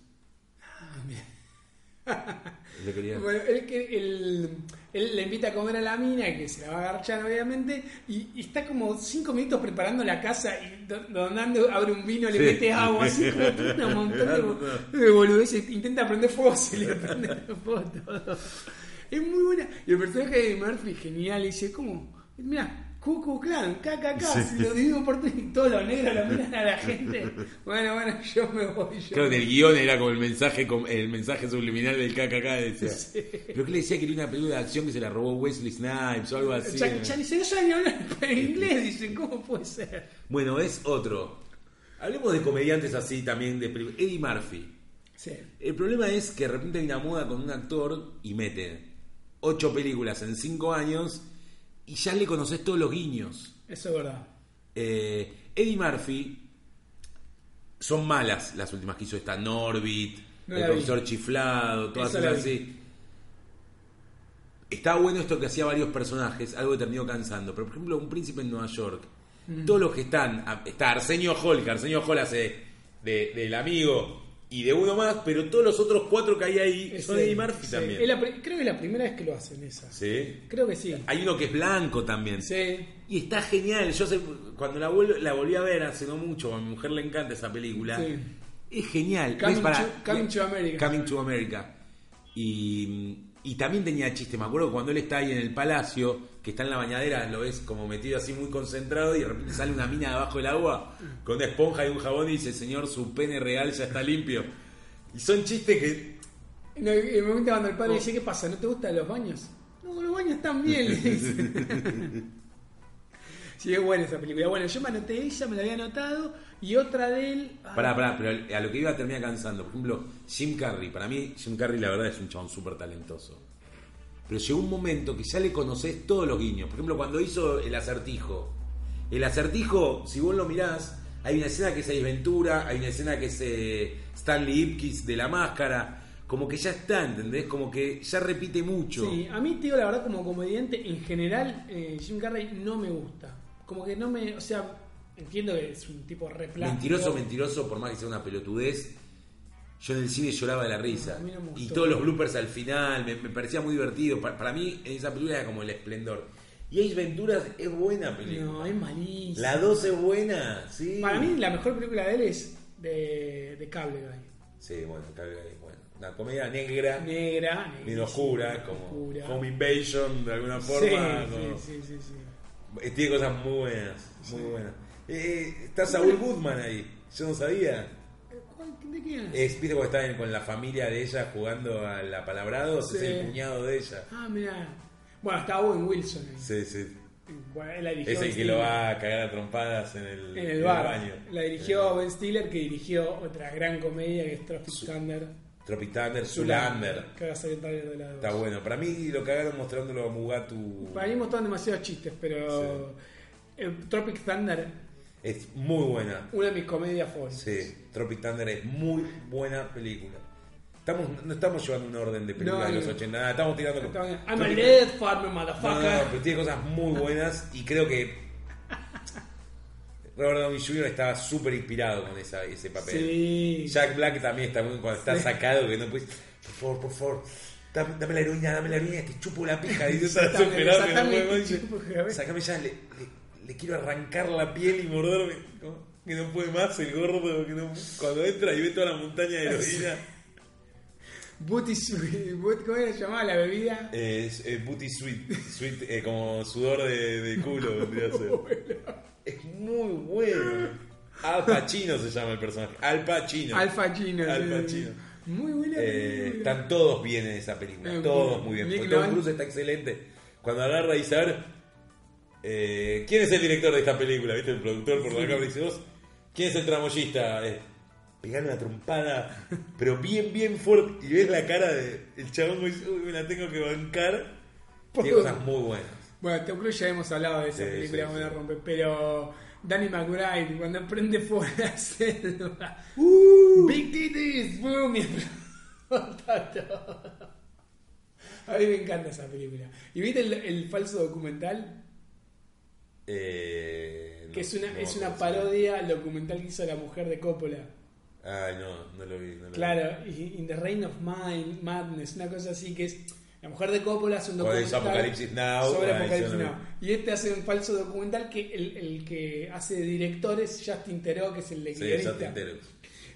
Speaker 2: *laughs* Le quería-
Speaker 1: Ah, Bueno, él, que- él- él le invita a comer a la mina, que se la va a agarchar obviamente, y, y está como cinco minutos preparando la casa y do- Don Nando abre un vino, le
Speaker 2: Sí.
Speaker 1: mete agua, así como tiene un montón de, bo- de boludeces, intenta prender fuego, *laughs* se le prende fuego todo. Es muy buena. Y el personaje de Murphy es genial, y dice, como, mira, Cucu Clan, KKK, si lo divido por tres y todos los negros lo miran a la gente. Bueno, bueno, yo me voy, yo
Speaker 2: Claro, en el guión era como el mensaje com- el mensaje subliminal del KKK.
Speaker 1: *laughs*
Speaker 2: Decía. Pero que le decía que era una película de acción que se la robó Wesley Snipes o algo así.
Speaker 1: Jackie Chan dice, no sabe ni hablar en *laughs* inglés, dicen, ¿cómo puede ser?
Speaker 2: Bueno, es otro. Hablemos de comediantes así también. De peli- Eddie Murphy.
Speaker 1: Sí.
Speaker 2: El problema es que de repente hay una moda con un actor y mete ocho películas en cinco años y ya le conoces todos los guiños.
Speaker 1: Eso es verdad.
Speaker 2: Eh, Eddie Murphy son malas las últimas que hizo esta Norbit,
Speaker 1: No
Speaker 2: el
Speaker 1: la vi.
Speaker 2: profesor chiflado, todas
Speaker 1: Esa la
Speaker 2: esas
Speaker 1: vi.
Speaker 2: así. Está bueno esto que hacía varios personajes, algo que terminó cansando. Pero por ejemplo, un príncipe en Nueva York.
Speaker 1: Mm.
Speaker 2: Todos los que están, a- está Arsenio Hall, que Arsenio Hall hace de- del amigo y de uno más, pero todos los otros cuatro que hay ahí son
Speaker 1: Es
Speaker 2: Eddie
Speaker 1: él,
Speaker 2: Murphy
Speaker 1: sí.
Speaker 2: también.
Speaker 1: Es la pri- creo que es la primera vez que lo hacen esa.
Speaker 2: Sí.
Speaker 1: Creo que sí.
Speaker 2: Hay uno que es blanco también.
Speaker 1: Sí.
Speaker 2: Y está genial. Yo sé, cuando la, vuelvo- la volví a ver hace no mucho, a mi mujer le encanta esa película.
Speaker 1: Sí.
Speaker 2: Es genial.
Speaker 1: Coming
Speaker 2: Es para-
Speaker 1: to- Coming to America.
Speaker 2: Coming to America. Y, y también tenía chiste. Me acuerdo cuando él está ahí en el palacio, que está en la bañadera, lo ves como metido así muy concentrado y de repente sale una mina debajo del agua con una esponja y un jabón y dice, señor, su pene real ya está limpio. Y son chistes que...
Speaker 1: En el, en el momento cuando
Speaker 2: Oh.
Speaker 1: el padre dice, ¿qué pasa? ¿No te gustan los baños? No, los baños están bien, le
Speaker 2: *laughs*
Speaker 1: dice. Sí, es buena esa película. Bueno, yo me anoté ella, me la había anotado, y otra de él... ah,
Speaker 2: Pará, pará, pero a lo que iba termina cansando. Por ejemplo, Jim Carrey. Para mí, Jim Carrey, la verdad, es un chabón súper talentoso. Pero llegó un momento que ya le conoces todos los guiños. Por ejemplo, cuando hizo El Acertijo. El Acertijo, si vos lo mirás, hay una escena que es Ace Ventura, hay una escena que es eh, Stanley Ipkiss de La Máscara. Como que ya está, ¿entendés? Como que ya repite mucho.
Speaker 1: Sí, a mí, tío, la verdad, como comediante, en general, eh, Jim Carrey no me gusta. Como que no me. O sea, entiendo que es un tipo re plástico.
Speaker 2: Mentiroso, mentiroso, por más que sea una pelotudez. Yo en el cine lloraba de la risa.
Speaker 1: a mí no me
Speaker 2: y
Speaker 1: gustó.
Speaker 2: todos los bloopers al final, me, me parecía muy divertido. Pa- Para, mí, esa película era como el esplendor. Y Ace Venturas es buena película.
Speaker 1: No, es malísimo.
Speaker 2: La 2 es buena, sí.
Speaker 1: Para mí, la mejor película de él es de, de Cable Guy.
Speaker 2: Sí, bueno, está bien, bueno. Una comedia negra,
Speaker 1: Negra,
Speaker 2: medio
Speaker 1: negra.
Speaker 2: oscura, como
Speaker 1: oscura.
Speaker 2: Home Invasion de alguna
Speaker 1: Sí,
Speaker 2: forma. como-
Speaker 1: sí, sí, sí, sí.
Speaker 2: Eh, Tiene cosas muy buenas, muy buenas. Eh, está Saúl Goodman ahí, yo no sabía.
Speaker 1: Eh, ¿Cuál- ¿De quién es?
Speaker 2: Es, ¿Viste cuando está en- con la familia de ella jugando al apalabrado?
Speaker 1: Sí.
Speaker 2: Es el cuñado de ella.
Speaker 1: Ah, mira. Bueno, estaba Owen Wilson ahí.
Speaker 2: Sí, sí.
Speaker 1: Bueno, él la dirigió
Speaker 2: Es el
Speaker 1: Ben
Speaker 2: que lo
Speaker 1: Stiller.
Speaker 2: va a cagar a trompadas en el,
Speaker 1: En el bar.
Speaker 2: baño. Eh.
Speaker 1: La dirigió Ben Stiller, que dirigió otra gran comedia que es Traffic Thunder.
Speaker 2: Tropic Thunder, Zulander.
Speaker 1: Que ahora salió el tráiler de la dos.
Speaker 2: Está bueno. Para mí lo cagaron mostrándolo a Mugatu.
Speaker 1: Para mí mostraron demasiados chistes, pero eh, Tropic Thunder,
Speaker 2: Es muy buena.
Speaker 1: una de mis comedias favoritas.
Speaker 2: Sí, Tropic Thunder es muy buena película. Estamos, no estamos llevando un orden de películas
Speaker 1: No,
Speaker 2: de los
Speaker 1: no.
Speaker 2: 80, nada, estamos tirando
Speaker 1: Está bien. I'm a
Speaker 2: Tropic-
Speaker 1: dead farmer,
Speaker 2: No, no,
Speaker 1: motherfucker.
Speaker 2: no, pero tiene cosas muy buenas y creo que Robert Downey Jr. estaba súper inspirado con esa- ese papel.
Speaker 1: sí.
Speaker 2: Jack Black también está muy cuando está sacado que no puedes. Por favor, por favor. Dame, dame la heroína, dame la heroína, te chupo la pija. Y yo estaba
Speaker 1: Sacame,
Speaker 2: desesperado, que no
Speaker 1: sacame,
Speaker 2: puedo,
Speaker 1: te
Speaker 2: dice,
Speaker 1: chupo, joder.
Speaker 2: Sacame ya, le, le- le quiero arrancar la piel y morderme. ¿Cómo? Que no puede más el gordo. Que no, cuando entra y ve toda la montaña de heroína.
Speaker 1: Booty Sweet, Boot- ¿cómo era llamada la bebida?
Speaker 2: Eh, es- eh, booty sweet, sweet eh, como sudor de, de *laughs* culo vendría a ser. Es muy bueno. Al Pacino se llama el personaje. Al Pacino.
Speaker 1: Alfa Chino.
Speaker 2: Al
Speaker 1: sí.
Speaker 2: Pacino.
Speaker 1: Muy buena.
Speaker 2: Eh,
Speaker 1: película.
Speaker 2: están todos bien en esa película,
Speaker 1: Eh,
Speaker 2: todos muy bien.
Speaker 1: Nick
Speaker 2: Porque Tom
Speaker 1: Nolte.
Speaker 2: Cruise está excelente. Cuando agarra y dice, a ver, eh, ¿quién es el director de esta película? ¿Viste? El productor por la cámara dice, vos, ¿quién es el tramoyista? Eh, pegarle una trompada, pero bien, bien fuerte. Y ves la cara del el chabón que dice, uy, me la tengo que bancar. Tiene cosas muy buenas.
Speaker 1: Bueno, Tom Cruise ya hemos hablado de esa
Speaker 2: Sí,
Speaker 1: película,
Speaker 2: sí,
Speaker 1: me la
Speaker 2: sí.
Speaker 1: rompe, pero Danny McBride, cuando prende fuego la *laughs* selva.
Speaker 2: Uh.
Speaker 1: Big Titties, boom, y *laughs* explota todo. A mí me encanta esa película. ¿Y viste el, el falso documental?
Speaker 2: Eh, no,
Speaker 1: Que es una,
Speaker 2: no me
Speaker 1: es una
Speaker 2: acuerdo.
Speaker 1: parodia al documental que hizo la mujer de Coppola.
Speaker 2: Ay, no, no lo vi. No lo
Speaker 1: Claro, y In the Reign of Mind, Madness, una cosa así que es. La mujer de Coppola hace un
Speaker 2: vi. Cuando hizo
Speaker 1: documental
Speaker 2: Apocalipsis Now.
Speaker 1: sobre
Speaker 2: ah, eso
Speaker 1: Apocalipsis
Speaker 2: no lo
Speaker 1: Now. Y este hace un falso documental que el, el que hace de director es Justin Theroux, que es el de
Speaker 2: vi. Sí,
Speaker 1: guionista.
Speaker 2: exacto, entero.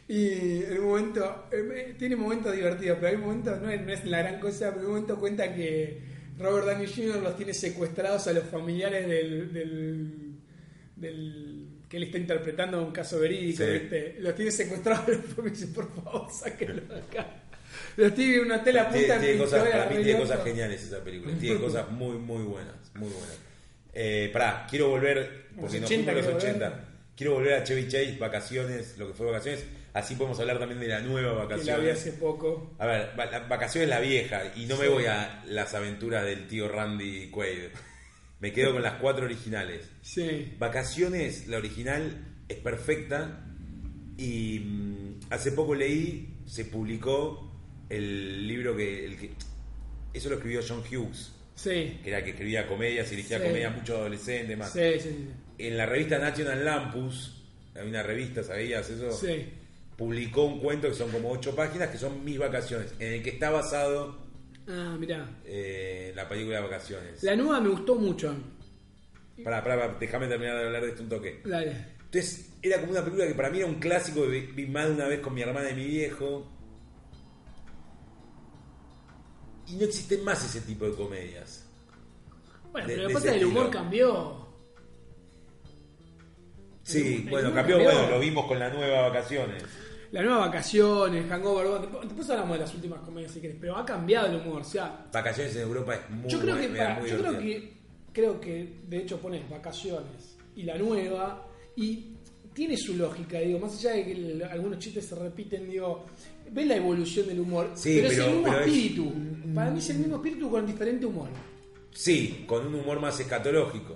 Speaker 1: Y en un momento, eh, me- tiene momentos divertidos, pero hay momentos, no es, no es la gran cosa, pero en un momento cuenta que Robert Downey Jr. los tiene secuestrados a los familiares del, del, del- que él está interpretando un caso verídico,
Speaker 2: Sí.
Speaker 1: ¿viste? Los tiene secuestrados *laughs* a los familiares, por favor, sáquenlos de acá. Los tiene en una tela
Speaker 2: Tiene,
Speaker 1: puta
Speaker 2: tiene cosas,
Speaker 1: pintura,
Speaker 2: para mí
Speaker 1: re
Speaker 2: tiene
Speaker 1: loco.
Speaker 2: cosas geniales esa película. Tiene
Speaker 1: *laughs*
Speaker 2: cosas muy, muy buenas. Muy buenas. Eh, pará, quiero volver. Porque
Speaker 1: Los
Speaker 2: nos
Speaker 1: 80,
Speaker 2: fuimos a los
Speaker 1: quiero volver.
Speaker 2: 80. Quiero volver a Chevy Chase, vacaciones, lo que fue vacaciones. Así podemos hablar también de la nueva
Speaker 1: Que la vi
Speaker 2: vacaciones.
Speaker 1: hace poco.
Speaker 2: A ver, va- la- vacaciones la vieja y no me
Speaker 1: Sí.
Speaker 2: voy a las aventuras del tío Randy Quaid. Me quedo con las cuatro originales.
Speaker 1: Sí.
Speaker 2: Vacaciones, la original, es perfecta. Y mm, hace poco leí, se publicó el libro que, el que- Eso lo escribió John Hughes,
Speaker 1: Sí.
Speaker 2: que era el que escribía comedias y dirigía
Speaker 1: Sí.
Speaker 2: comedias mucho adolescente, más.
Speaker 1: Sí, sí, sí.
Speaker 2: En la revista National Lampus, hay una revista, ¿sabías eso?
Speaker 1: Sí.
Speaker 2: Publicó un cuento que son como ocho páginas, que son mis vacaciones, en el que está basado
Speaker 1: Ah, mirá.
Speaker 2: eh, la película de vacaciones.
Speaker 1: La nueva me gustó mucho a mí.
Speaker 2: Pará, pará, pará, déjame terminar de hablar de esto un toque.
Speaker 1: Dale.
Speaker 2: Entonces era como una película que para mí era un clásico que vi- vi más de una vez con mi hermana y mi viejo. Y no existen más ese tipo de comedias.
Speaker 1: Bueno,
Speaker 2: de-
Speaker 1: pero
Speaker 2: de
Speaker 1: aparte
Speaker 2: ese
Speaker 1: el humor
Speaker 2: estilo.
Speaker 1: cambió.
Speaker 2: Sí,
Speaker 1: El-
Speaker 2: bueno,
Speaker 1: el-
Speaker 2: cambió,
Speaker 1: cambió.
Speaker 2: bueno, lo vimos con la nueva vacaciones.
Speaker 1: La nueva vacaciones, Hangover, bueno, después- después hablamos de las últimas comedias si querés, pero ha cambiado el humor. O sea,
Speaker 2: Vacaciones en Europa es muy
Speaker 1: yo creo
Speaker 2: buena,
Speaker 1: que
Speaker 2: me da
Speaker 1: para-
Speaker 2: muy
Speaker 1: yo creo
Speaker 2: divertida.
Speaker 1: que creo que de hecho pones vacaciones y la nueva y tiene su lógica, digo, más allá de que el- algunos chistes se repiten, digo, ves la evolución del humor,
Speaker 2: Sí,
Speaker 1: pero, es
Speaker 2: pero-
Speaker 1: el mismo
Speaker 2: pero es-
Speaker 1: espíritu. Para mí es el mismo espíritu con diferente humor.
Speaker 2: Sí, con un humor más escatológico.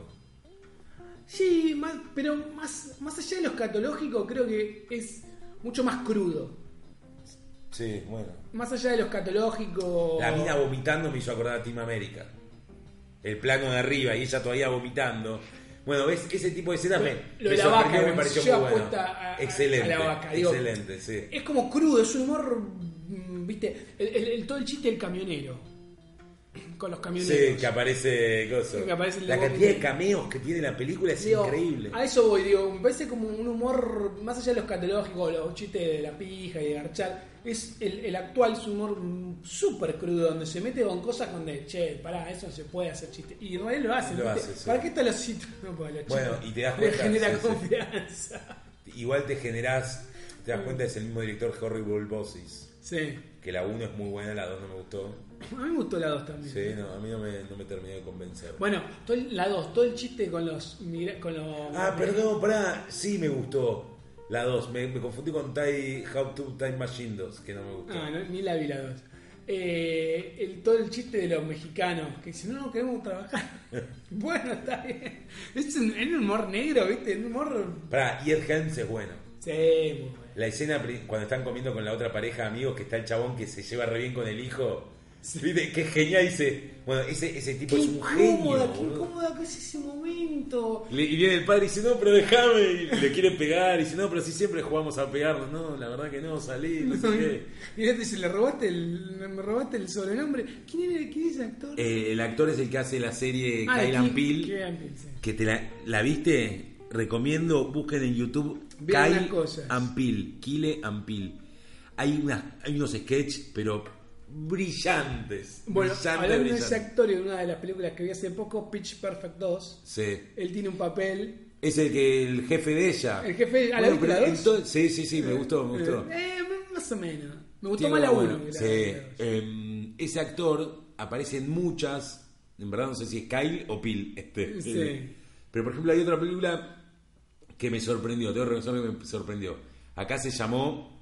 Speaker 1: Sí, más- pero más, más allá de lo escatológico, creo que es mucho más crudo.
Speaker 2: Sí, bueno.
Speaker 1: Más allá de lo escatológico.
Speaker 2: La mina vomitando me hizo acordar a Team América. El plano de arriba y ella todavía vomitando. Bueno, ¿ves? ese tipo de escenas
Speaker 1: Lo
Speaker 2: me, me
Speaker 1: de la
Speaker 2: sorprendió,
Speaker 1: vaca,
Speaker 2: me
Speaker 1: cuando se
Speaker 2: pareció
Speaker 1: lleva
Speaker 2: muy bueno.
Speaker 1: puesta a- a-
Speaker 2: excelente,
Speaker 1: a la vaca, digo.
Speaker 2: excelente, sí.
Speaker 1: Es como crudo, es un humor. mm, ¿Viste? El, el- el- todo el chiste del camionero. Con los
Speaker 2: Sí,
Speaker 1: camioneros.
Speaker 2: que aparece coso.
Speaker 1: Sí, que aparece el
Speaker 2: La
Speaker 1: de
Speaker 2: cantidad de
Speaker 1: vómito.
Speaker 2: cameos que tiene la película es
Speaker 1: Digo,
Speaker 2: increíble.
Speaker 1: A eso voy, digo. Me parece como un humor. Más allá de los escatológico, los chistes de la pija y de garchar. Es el, el actual es un humor mm, súper crudo, donde se mete con cosas donde, che, pará, eso no se puede hacer chiste. Y Israel lo hace.
Speaker 2: Lo
Speaker 1: ¿viste?
Speaker 2: hace, sí.
Speaker 1: ¿Para qué está los chistes? *laughs* No, para los
Speaker 2: Bueno,
Speaker 1: chistes.
Speaker 2: y te das
Speaker 1: Le
Speaker 2: cuenta,
Speaker 1: genera
Speaker 2: sí, sí.
Speaker 1: confianza. *laughs*
Speaker 2: Igual te generás, te das cuenta, es el mismo director Horrible Bosses.
Speaker 1: Sí.
Speaker 2: Que la 1 es muy buena, la 2 no me gustó.
Speaker 1: A mí me gustó la 2 también.
Speaker 2: Sí, no, a mí no me, no me terminó de convencer.
Speaker 1: Bueno, todo el- la 2, todo el chiste con los. migra- Con los
Speaker 2: Ah, perdón, pará, sí me gustó. La 2, me, me confundí con Tai, How to Time Machine 2, que no me gustó.
Speaker 1: Ah, no, ni la vi la 2. Eh, el, todo el chiste de los mexicanos que dicen, no, no queremos
Speaker 2: *laughs*
Speaker 1: trabajar. bueno, está bien. Es un, es un humor negro, ¿viste? Un humor.
Speaker 2: Pará, y Ed Helms es bueno.
Speaker 1: Sí, muy bueno.
Speaker 2: La escena pri- cuando están comiendo con la otra pareja de amigos, que está el chabón que se lleva re bien con el hijo. ¿Viste? Qué genial, dice. Bueno, ese, ese tipo
Speaker 1: Qué
Speaker 2: es un genio.
Speaker 1: incómoda, qué
Speaker 2: boludo.
Speaker 1: incómoda que es ese momento.
Speaker 2: Le- Y viene el padre y dice, no, pero déjame. Y le quiere pegar. Y dice, no, pero si siempre jugamos a pegarnos. No, la verdad que no, salí, no sé
Speaker 1: *laughs*
Speaker 2: qué.
Speaker 1: Mirá, te dice, este le robaste el, me robaste el sobrenombre. ¿Quién, era, quién es el actor?
Speaker 2: Eh, el actor es el que hace la serie
Speaker 1: Ah,
Speaker 2: Kyle and
Speaker 1: Key-
Speaker 2: Peele.
Speaker 1: Kieran Peele, sí.
Speaker 2: que te la, la viste, recomiendo, busquen en YouTube
Speaker 1: Vean
Speaker 2: Kyle
Speaker 1: las cosas.
Speaker 2: Ampil, Kyle Ampil. Hay, unas, hay unos sketches, pero brillantes.
Speaker 1: Bueno,
Speaker 2: brillantes,
Speaker 1: hablando de
Speaker 2: brillantes.
Speaker 1: ese actor y de una de las películas que vi hace poco, Pitch Perfect 2,
Speaker 2: Sí.
Speaker 1: él tiene un papel.
Speaker 2: Es el que el jefe de ella.
Speaker 1: ¿El jefe? ¿A la
Speaker 2: Bueno, pero
Speaker 1: viste la dos?
Speaker 2: entonces- Sí, sí, sí, me gustó, me gustó.
Speaker 1: Eh, más o menos. Me gustó
Speaker 2: Tiene
Speaker 1: más la
Speaker 2: una
Speaker 1: 1.
Speaker 2: buena- Sí. Eh, ese actor aparece en muchas. En verdad no sé si es Kyle o Pil. Este.
Speaker 1: Sí.
Speaker 2: Eh, Pero por ejemplo hay otra película que me sorprendió. Tengo que reconocer que me sorprendió. Acá se llamó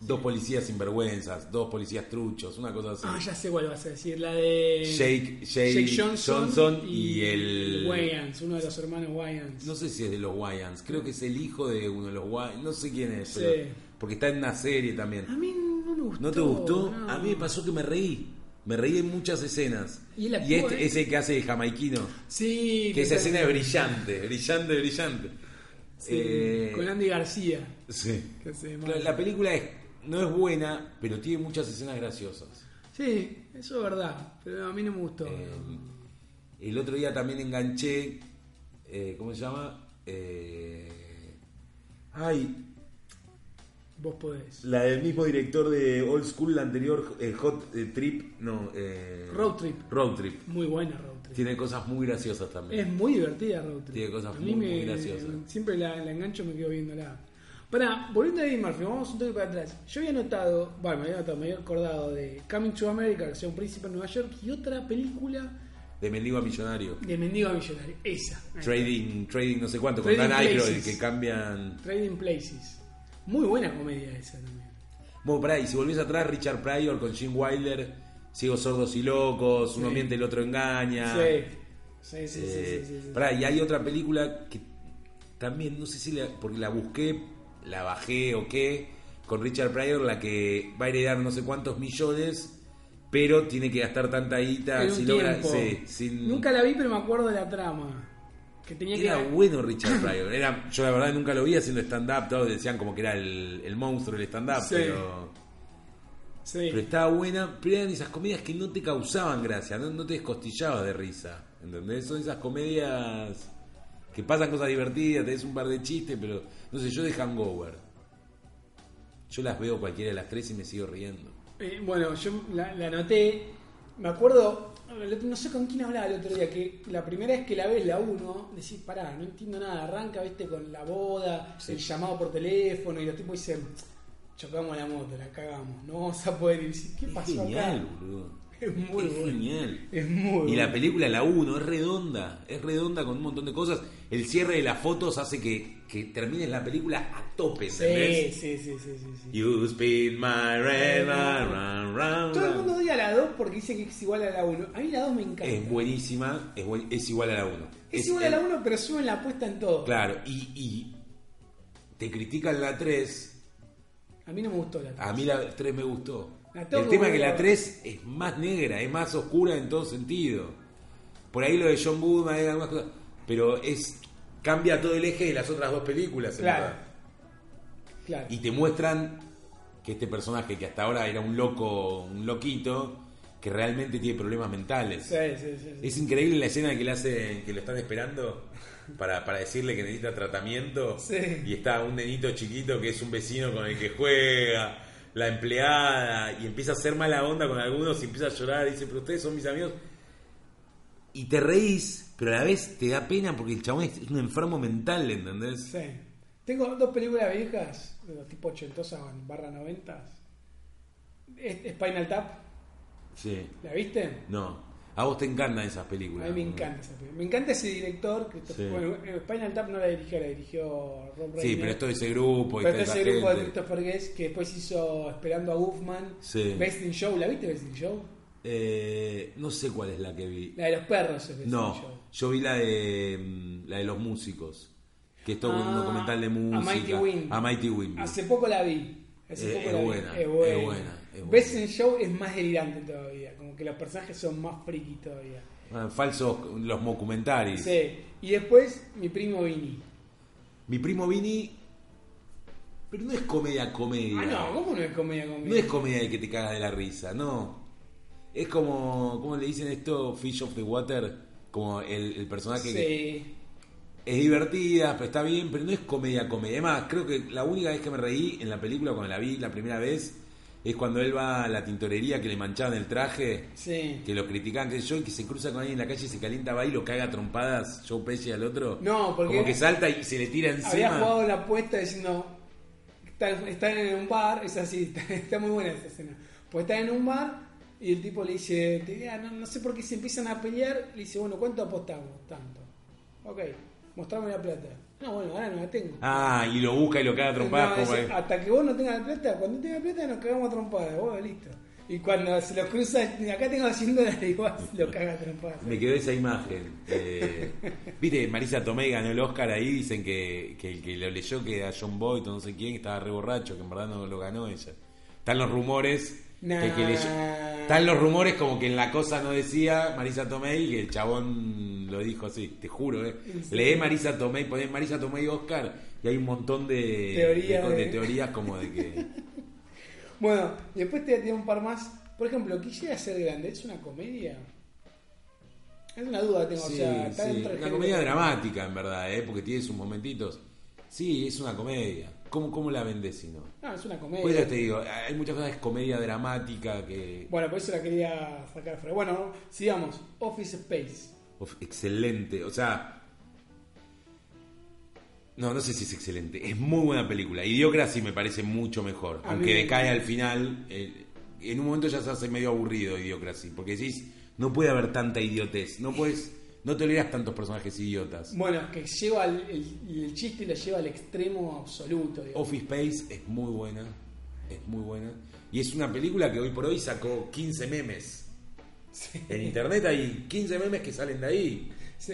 Speaker 2: Dos policías sinvergüenzas, dos policías truchos, una cosa así.
Speaker 1: Ah, ya eh, sé cuál vas a decir. La de.
Speaker 2: Jake, Jake Johnson, y el...
Speaker 1: Wayans, uno de los hermanos Wayans.
Speaker 2: No sé si es de los Wyans, creo que es el hijo de uno de los Wyans, no sé quién es,
Speaker 1: Sí.
Speaker 2: pero- porque está en una serie también.
Speaker 1: A mí no me gustó.
Speaker 2: ¿No te gustó?
Speaker 1: no.
Speaker 2: A mí me pasó que me reí. Me reí en muchas escenas.
Speaker 1: Y
Speaker 2: Y,
Speaker 1: él actúa,
Speaker 2: este
Speaker 1: ¿eh?
Speaker 2: es el que hace el jamaiquino.
Speaker 1: Sí.
Speaker 2: Que
Speaker 1: totalmente.
Speaker 2: esa escena es brillante, brillante, brillante.
Speaker 1: Sí,
Speaker 2: Eh,
Speaker 1: Con Andy García.
Speaker 2: sí.
Speaker 1: que hace
Speaker 2: La,
Speaker 1: mal.
Speaker 2: la película es- no es buena, pero tiene muchas escenas graciosas.
Speaker 1: Sí, eso es verdad. Pero a mí no me gustó.
Speaker 2: Eh, el otro día también enganché, eh, ¿cómo se llama? Eh, ay,
Speaker 1: Vos podés.
Speaker 2: la del mismo director de Old School, la anterior, eh, Hot eh, Trip, no. eh,
Speaker 1: Road Trip.
Speaker 2: Road Trip.
Speaker 1: Muy buena Road Trip.
Speaker 2: Tiene cosas muy graciosas también.
Speaker 1: Es muy divertida Road Trip.
Speaker 2: Tiene cosas
Speaker 1: A mí
Speaker 2: muy,
Speaker 1: me-
Speaker 2: muy graciosas.
Speaker 1: Siempre la, la engancho me quedo viéndola. Pará, volviendo a Eddie Murphy, vamos un toque para atrás. Yo había notado, bueno, me había notado, me había acordado de Coming to America, que sea un príncipe en Nueva York, y otra película
Speaker 2: De mendigo a millonario.
Speaker 1: de Mendigo a Millonario. Esa. Ahí.
Speaker 2: Trading, trading no sé cuánto, con
Speaker 1: Trading
Speaker 2: Dan Aykroyd,
Speaker 1: Places.
Speaker 2: que cambian...
Speaker 1: Trading Places. Muy buena comedia esa también.
Speaker 2: Bueno, pará, y si volvés atrás, Richard Pryor con Jim Wilder, Ciegos, Sordos y Locos, uno
Speaker 1: Sí.
Speaker 2: miente, el otro engaña.
Speaker 1: Sí, sí, sí, sí,
Speaker 2: Ah. Eh,
Speaker 1: sí, sí, sí.
Speaker 2: pará, y hay otra película que también, no sé si la, porque la busqué, la bajé o qué, con Richard Pryor, la que va a heredar no sé cuántos millones, pero tiene que gastar tanta guita.
Speaker 1: Era un
Speaker 2: si logra,
Speaker 1: tiempo.
Speaker 2: sí, sin-
Speaker 1: Nunca la vi, pero me acuerdo de la trama. Que tenía
Speaker 2: Era
Speaker 1: que.
Speaker 2: bueno Richard Pryor. Era, yo la verdad nunca lo vi haciendo stand-up, todos decían como que era el, el monstruo del stand-up,
Speaker 1: Sí.
Speaker 2: pero,
Speaker 1: Sí.
Speaker 2: pero estaba buena. Pero eran esas comedias que no te causaban gracia, no, no te descostillabas de risa. ¿Entendés? Son esas comedias que pasan cosas divertidas, tenés un par de chistes, pero no sé, yo de Hangover. Yo las veo cualquiera de las tres y me sigo riendo.
Speaker 1: Eh, bueno, yo la, la anoté. Me acuerdo, el otro- no sé con quién hablaba el otro día, que la primera vez que la ves, la uno, decís, pará, no entiendo nada. Arranca, viste, con la boda,
Speaker 2: Sí.
Speaker 1: el llamado por teléfono, y los tipos dicen, chocamos la moto, la cagamos, no vamos a poder ir. Y decís, ¿Qué
Speaker 2: Es
Speaker 1: pasó
Speaker 2: genial,
Speaker 1: acá?
Speaker 2: boludo.
Speaker 1: *laughs* Es muy
Speaker 2: es
Speaker 1: bueno.
Speaker 2: genial.
Speaker 1: Es muy
Speaker 2: Y la
Speaker 1: bueno.
Speaker 2: película, la 1, es redonda, es redonda con un montón de cosas. El cierre de las fotos hace que, que termines la película a tope,
Speaker 1: Sí,
Speaker 2: ¿entendés?
Speaker 1: sí, sí, sí, sí, sí.
Speaker 2: You spin my red round, round, round.
Speaker 1: Todo el mundo odia la 2 porque dice que es igual a la 1. A mí la 2 me encanta.
Speaker 2: Es buenísima, es, buen- es igual a la 1.
Speaker 1: Es igual a la 1, pero suben la apuesta en todo.
Speaker 2: Claro, y, y te critican la 3.
Speaker 1: A mí no me gustó la 3.
Speaker 2: A mí la 3 me gustó.
Speaker 1: La tengo
Speaker 2: El tema es
Speaker 1: que
Speaker 2: que la
Speaker 1: ver.
Speaker 2: 3 es más negra, es más oscura en todo sentido. Por ahí lo de John Goodman era algunas cosas. Pero es. cambia todo el eje de las otras dos películas. en
Speaker 1: Claro.
Speaker 2: verdad.
Speaker 1: Claro.
Speaker 2: Y te muestran que este personaje que hasta ahora era un loco, un loquito, que realmente tiene problemas mentales.
Speaker 1: Sí, sí, sí, sí.
Speaker 2: Es increíble la escena que le hacen, que lo están esperando para, para decirle que necesita tratamiento.
Speaker 1: Sí.
Speaker 2: Y está un nenito chiquito que es un vecino con el que juega, la empleada, y empieza a hacer mala onda con algunos y empieza a llorar. Y dice, pero ustedes son mis amigos. Y te reís, pero a la vez te da pena porque el chabón es es un enfermo mental, ¿entendés?
Speaker 1: Sí. Tengo dos películas viejas, de los tipo ochentosas o en barra noventas. Es- Spinal Tap,
Speaker 2: Sí.
Speaker 1: ¿la viste?
Speaker 2: No. A vos te encantan esas
Speaker 1: A
Speaker 2: películas.
Speaker 1: mí me
Speaker 2: ¿no?
Speaker 1: encanta esa película. Me encanta ese director. Christopher-
Speaker 2: Sí.
Speaker 1: Bueno, eh, Spinal Tap no la dirigió, la dirigió Rob Reiner.
Speaker 2: Sí, pero esto de ese grupo y
Speaker 1: Pero está
Speaker 2: toda esa
Speaker 1: ese grupo de
Speaker 2: gente.
Speaker 1: Christopher Guest que después hizo Esperando a Guzmán.
Speaker 2: Sí.
Speaker 1: Best in Show, ¿la viste Best in Show?
Speaker 2: Eh, no sé cuál es la que vi.
Speaker 1: La de los perros es Best in Show.
Speaker 2: No, yo vi la de mm, la de los músicos, que es todo
Speaker 1: Ah,
Speaker 2: un documental de música.
Speaker 1: A Mighty Wind. Ah,
Speaker 2: A Mighty Wind.
Speaker 1: Hace poco la vi. Hace
Speaker 2: Eh,
Speaker 1: poco
Speaker 2: es
Speaker 1: la vi.
Speaker 2: buena,
Speaker 1: Es
Speaker 2: es
Speaker 1: buena.
Speaker 2: buena, es buena.
Speaker 1: Best in Show es más delirante todavía. Como que los personajes son más frikis todavía.
Speaker 2: Ah, Falsos los mocumentaris.
Speaker 1: Sí. Y después, mi primo Vini.
Speaker 2: Mi primo Vini, pero no es comedia comedia.
Speaker 1: Ah, no, ¿cómo no es comedia comedia?
Speaker 2: No es comedia de que te cagas de la risa, no. Es como, ¿cómo le dicen esto? Fish of the water, como el, el personaje que
Speaker 1: Sí.
Speaker 2: es divertida, pero está bien, pero no es comedia comedia. Además, creo que la única vez que me reí en la película cuando la vi la primera vez es cuando él va a la tintorería que le manchaban el traje,
Speaker 1: Sí.
Speaker 2: que lo criticaban, que yo, y que se cruza con alguien en la calle y se calienta, va y lo caga a trompadas, Joe Pesci al otro.
Speaker 1: No, porque-
Speaker 2: como que salta y se le tira encima.
Speaker 1: Había jugado la apuesta diciendo. Están, están en un bar, es así, *laughs* está, está muy buena esa escena. Pues están en un bar y el tipo le dice, te diga, no, no sé por qué se empiezan a pelear. Le dice, bueno, ¿cuánto apostamos? Tanto. Ok, mostrame la plata. No, bueno, ahora no la tengo.
Speaker 2: Ah, y lo busca y lo caga a trompadas
Speaker 1: No,
Speaker 2: como
Speaker 1: dice, hasta que vos no tengas la plata, cuando tengas plata nos cagamos a trompadas, vos listo. Y cuando se los cruza, acá tengo 100 dólares, *laughs* igual se lo caga a trompadas.
Speaker 2: Me quedó esa imagen. Eh, Viste, Marisa Tomei ganó el Oscar ahí, dicen que, que el que lo leyó que era John Boyd o no sé quién, que estaba re borracho, que en verdad no lo ganó ella. Están los rumores. que el que leyó-
Speaker 1: Nah.
Speaker 2: Están los rumores como que en la cosa no decía Marisa Tomei que el chabón lo dijo así, te juro, eh. Leé Marisa Tomei, poné Marisa Tomei Oscar y hay un montón de,
Speaker 1: Teoría
Speaker 2: de- de
Speaker 1: de-
Speaker 2: teorías como de que...
Speaker 1: Bueno, después te tiene un par más. Por ejemplo, quisiera ser grande, ¿es una comedia? Es una duda tengo,
Speaker 2: Sí,
Speaker 1: o sea, está
Speaker 2: sí.
Speaker 1: dentro del
Speaker 2: Una
Speaker 1: género.
Speaker 2: comedia dramática, en verdad, ¿eh? porque tiene sus momentitos. Sí, es una comedia. ¿Cómo, cómo la vendés si no?
Speaker 1: No, es una comedia.
Speaker 2: Por eso te digo, hay muchas cosas de comedia dramática que...
Speaker 1: Bueno, por eso la quería sacar fuera. Bueno, sigamos. Office Space.
Speaker 2: Uf, excelente, o sea... No, no sé si es excelente. Es muy buena película. Idiocracy me parece mucho mejor.
Speaker 1: A
Speaker 2: aunque
Speaker 1: mí-
Speaker 2: decae al final. eh, en un momento ya se hace medio aburrido Idiocracy. Porque decís, no puede haber tanta idiotez. No puedes... No toleras tantos personajes idiotas.
Speaker 1: Bueno, que lleva el, el- el chiste lo lleva al extremo absoluto. digamos.
Speaker 2: Office Space es muy buena, es muy buena. Y es una película que hoy por hoy sacó 15 memes. En internet hay 15 memes que salen de ahí.
Speaker 1: *laughs* Sí.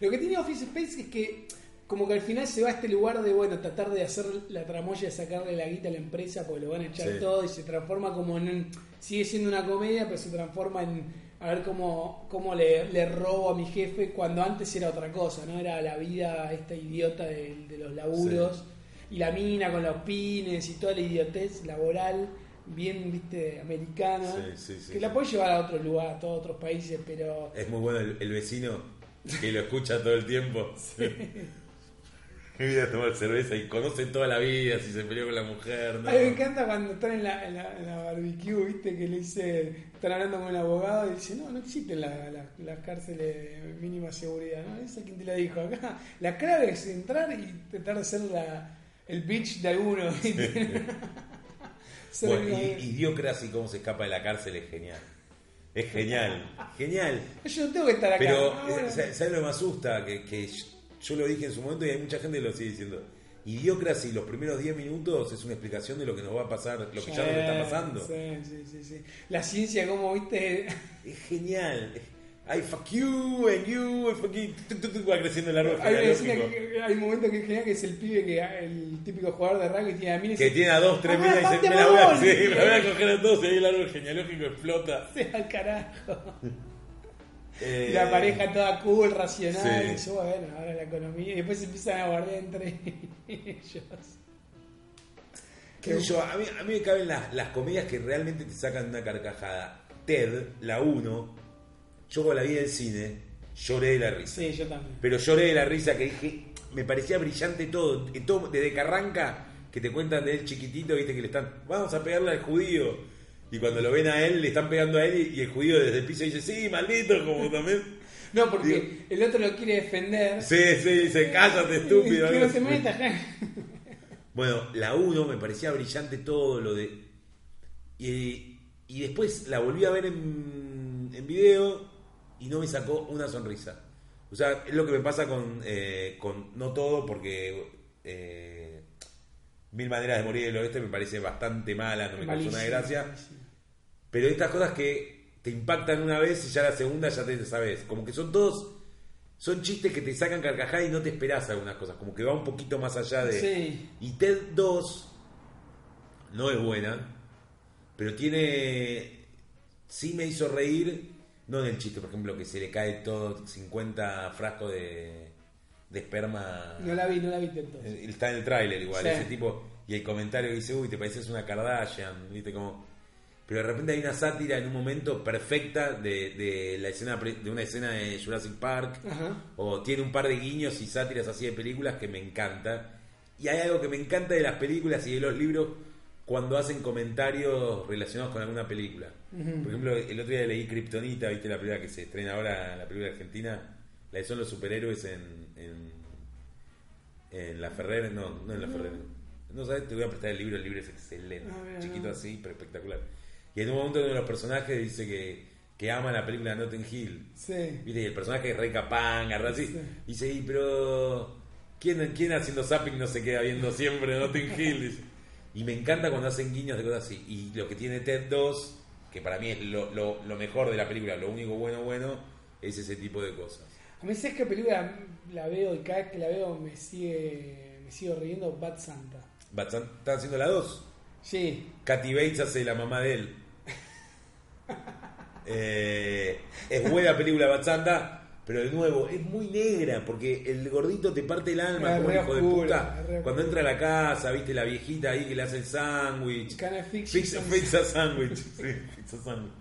Speaker 1: Lo que tiene Office Space es que como que al final se va a este lugar de bueno tratar de hacer la tramoya de sacarle la guita a la empresa porque lo van a echar
Speaker 2: Sí.
Speaker 1: todo y se transforma como en un- sigue siendo una comedia pero se transforma en a ver cómo, cómo le, le robo a mi jefe cuando antes era otra cosa, ¿no? Era la vida esta idiota de, de los laburos y la mina con los pines y toda la idiotez laboral bien, viste, americana.
Speaker 2: Sí, sí, sí,
Speaker 1: que la
Speaker 2: sí.
Speaker 1: puedes llevar a otro lugar, a todos otros países, pero
Speaker 2: Es muy bueno el, el vecino que lo escucha todo el tiempo. Viene a tomar cerveza y conoce toda la vida, si se peleó con la mujer. ¿no?
Speaker 1: A mí me encanta cuando están en la, en la- en la barbecue, viste, que le dice, están hablando con el abogado y dice, no, no existen la- la- las cárceles de mínima seguridad, ¿no? Esa quien te la dijo acá. La clave es entrar y tratar de ser la, el bitch de alguno, ¿viste? *laughs* Ser
Speaker 2: Bueno,
Speaker 1: una-
Speaker 2: y Idiocracy, cómo se escapa de la cárcel, es genial. Es genial, genial.
Speaker 1: Yo no tengo que estar acá.
Speaker 2: Pero, eh,
Speaker 1: Ah, bueno.
Speaker 2: ¿sabes lo que me asusta? Que, que yo- yo lo dije en su momento y hay mucha gente que lo sigue diciendo. Idiocracy, los primeros 10 minutos es una explicación de lo que nos va a pasar, lo que ya nos está pasando.
Speaker 1: Sí, sí, sí, sí. La ciencia, como viste,
Speaker 2: Es genial. I fuck you and you and fuck you. Tu, tu, tu, Va creciendo el árbol
Speaker 1: *laughs* hay, una escena
Speaker 2: genealógico.
Speaker 1: que- hay un momento que es genial que es el pibe que el típico jugador de rugby tiene a miles
Speaker 2: Que tiene a dos, tres
Speaker 1: Ah,
Speaker 2: minas y
Speaker 1: aparte
Speaker 2: dice, me la voy a,
Speaker 1: Maradona".
Speaker 2: sí, *laughs* me la voy a coger a todos y ahí el árbol genealógico explota.
Speaker 1: *laughs* Se va al carajo.
Speaker 2: Eh,
Speaker 1: La pareja toda cool, racional.
Speaker 2: Sí.
Speaker 1: Y yo, bueno, ahora la economía. Y después se empiezan a guardar entre *laughs* ellos.
Speaker 2: qué sé yo, a mí, a mí me caben las, las comedias que realmente te sacan una carcajada. Ted, la 1, yo con la vida del cine, lloré de la risa.
Speaker 1: Sí, yo también.
Speaker 2: Pero lloré de la risa que dije, me parecía brillante todo. En todo- desde que arranca, que te cuentan de él chiquitito, viste que le están, vamos a pegarle al judío. Y cuando lo ven a él, le están pegando a él y, y el judío desde el piso dice, sí, maldito, como también. *laughs*
Speaker 1: No, porque
Speaker 2: Digo-
Speaker 1: el otro lo quiere defender.
Speaker 2: Sí, sí, dice, cállate, estúpido.
Speaker 1: Y Que no se meta, ja.
Speaker 2: Bueno, la 1 me parecía brillante todo lo de. Y, y después la volví a ver en, en video y no me sacó una sonrisa. O sea, es lo que me pasa con. eh, con no todo, porque. eh, Mil maneras de morir del oeste me parece bastante mala, no me causó
Speaker 1: Malísimo.
Speaker 2: una gracia. Pero estas cosas que te impactan una vez y ya la segunda ya te sabes. Como que son todos. Son chistes que te sacan carcajada y no te esperás algunas cosas. Como que va un poquito más allá de.
Speaker 1: Sí.
Speaker 2: Y TED 2 no es buena, pero tiene. Sí me hizo reír. No en el chiste, por ejemplo, que se le cae todo 50 frascos de, de esperma.
Speaker 1: No la vi, no la vi entonces.
Speaker 2: Eh, Está en el tráiler igual,
Speaker 1: Sí.
Speaker 2: ese tipo. Y el comentario que dice, uy, te pareces una Kardashian, viste como. Pero de repente hay una sátira en un momento perfecta de, de la escena pre- de una escena de Jurassic Park.
Speaker 1: Ajá.
Speaker 2: O tiene un par de guiños y sátiras así de películas que me encanta. Y hay algo que me encanta de las películas y de los libros cuando hacen comentarios relacionados con alguna película. Por ejemplo, el otro día leí Kryptonita, viste la película que se estrena ahora, la película argentina, la de son los superhéroes en, en, en la Ferrer, no, no en la Ferrer. No sabes, te voy a prestar el libro, el libro es excelente,
Speaker 1: Ah, mira,
Speaker 2: chiquito
Speaker 1: no.
Speaker 2: así, pero espectacular. Y en un momento uno de los personajes dice que, que ama la película de Notting Hill.
Speaker 1: Sí.
Speaker 2: Viste, y el personaje es re capanga, re así.
Speaker 1: Sí.
Speaker 2: Y dice, "Y, pero. ¿quién, ¿Quién haciendo zapping no se queda viendo siempre Notting Hill? Dice. Y me encanta cuando hacen guiños de cosas así. Y lo que tiene TED 2, que para mí es lo, lo- lo mejor de la película, lo único bueno, bueno, es ese tipo de cosas.
Speaker 1: A mí, ¿sabes qué película la veo y cada vez que la veo me sigue me sigo riendo? Bad Santa.
Speaker 2: Bat- Están haciendo la 2.
Speaker 1: Sí.
Speaker 2: Katy Bates hace la mamá de él. Eh, es buena película Bad Santa, Pero de nuevo, es muy negra, porque el gordito te parte el alma
Speaker 1: Es
Speaker 2: como
Speaker 1: re
Speaker 2: hijo de
Speaker 1: oscura,
Speaker 2: puta.
Speaker 1: es re
Speaker 2: Cuando entra a la casa, viste la viejita ahí que le hace el sándwich.
Speaker 1: Can I fix you
Speaker 2: Pizza,
Speaker 1: something?
Speaker 2: pizza sándwich. Sí, pizza sándwich.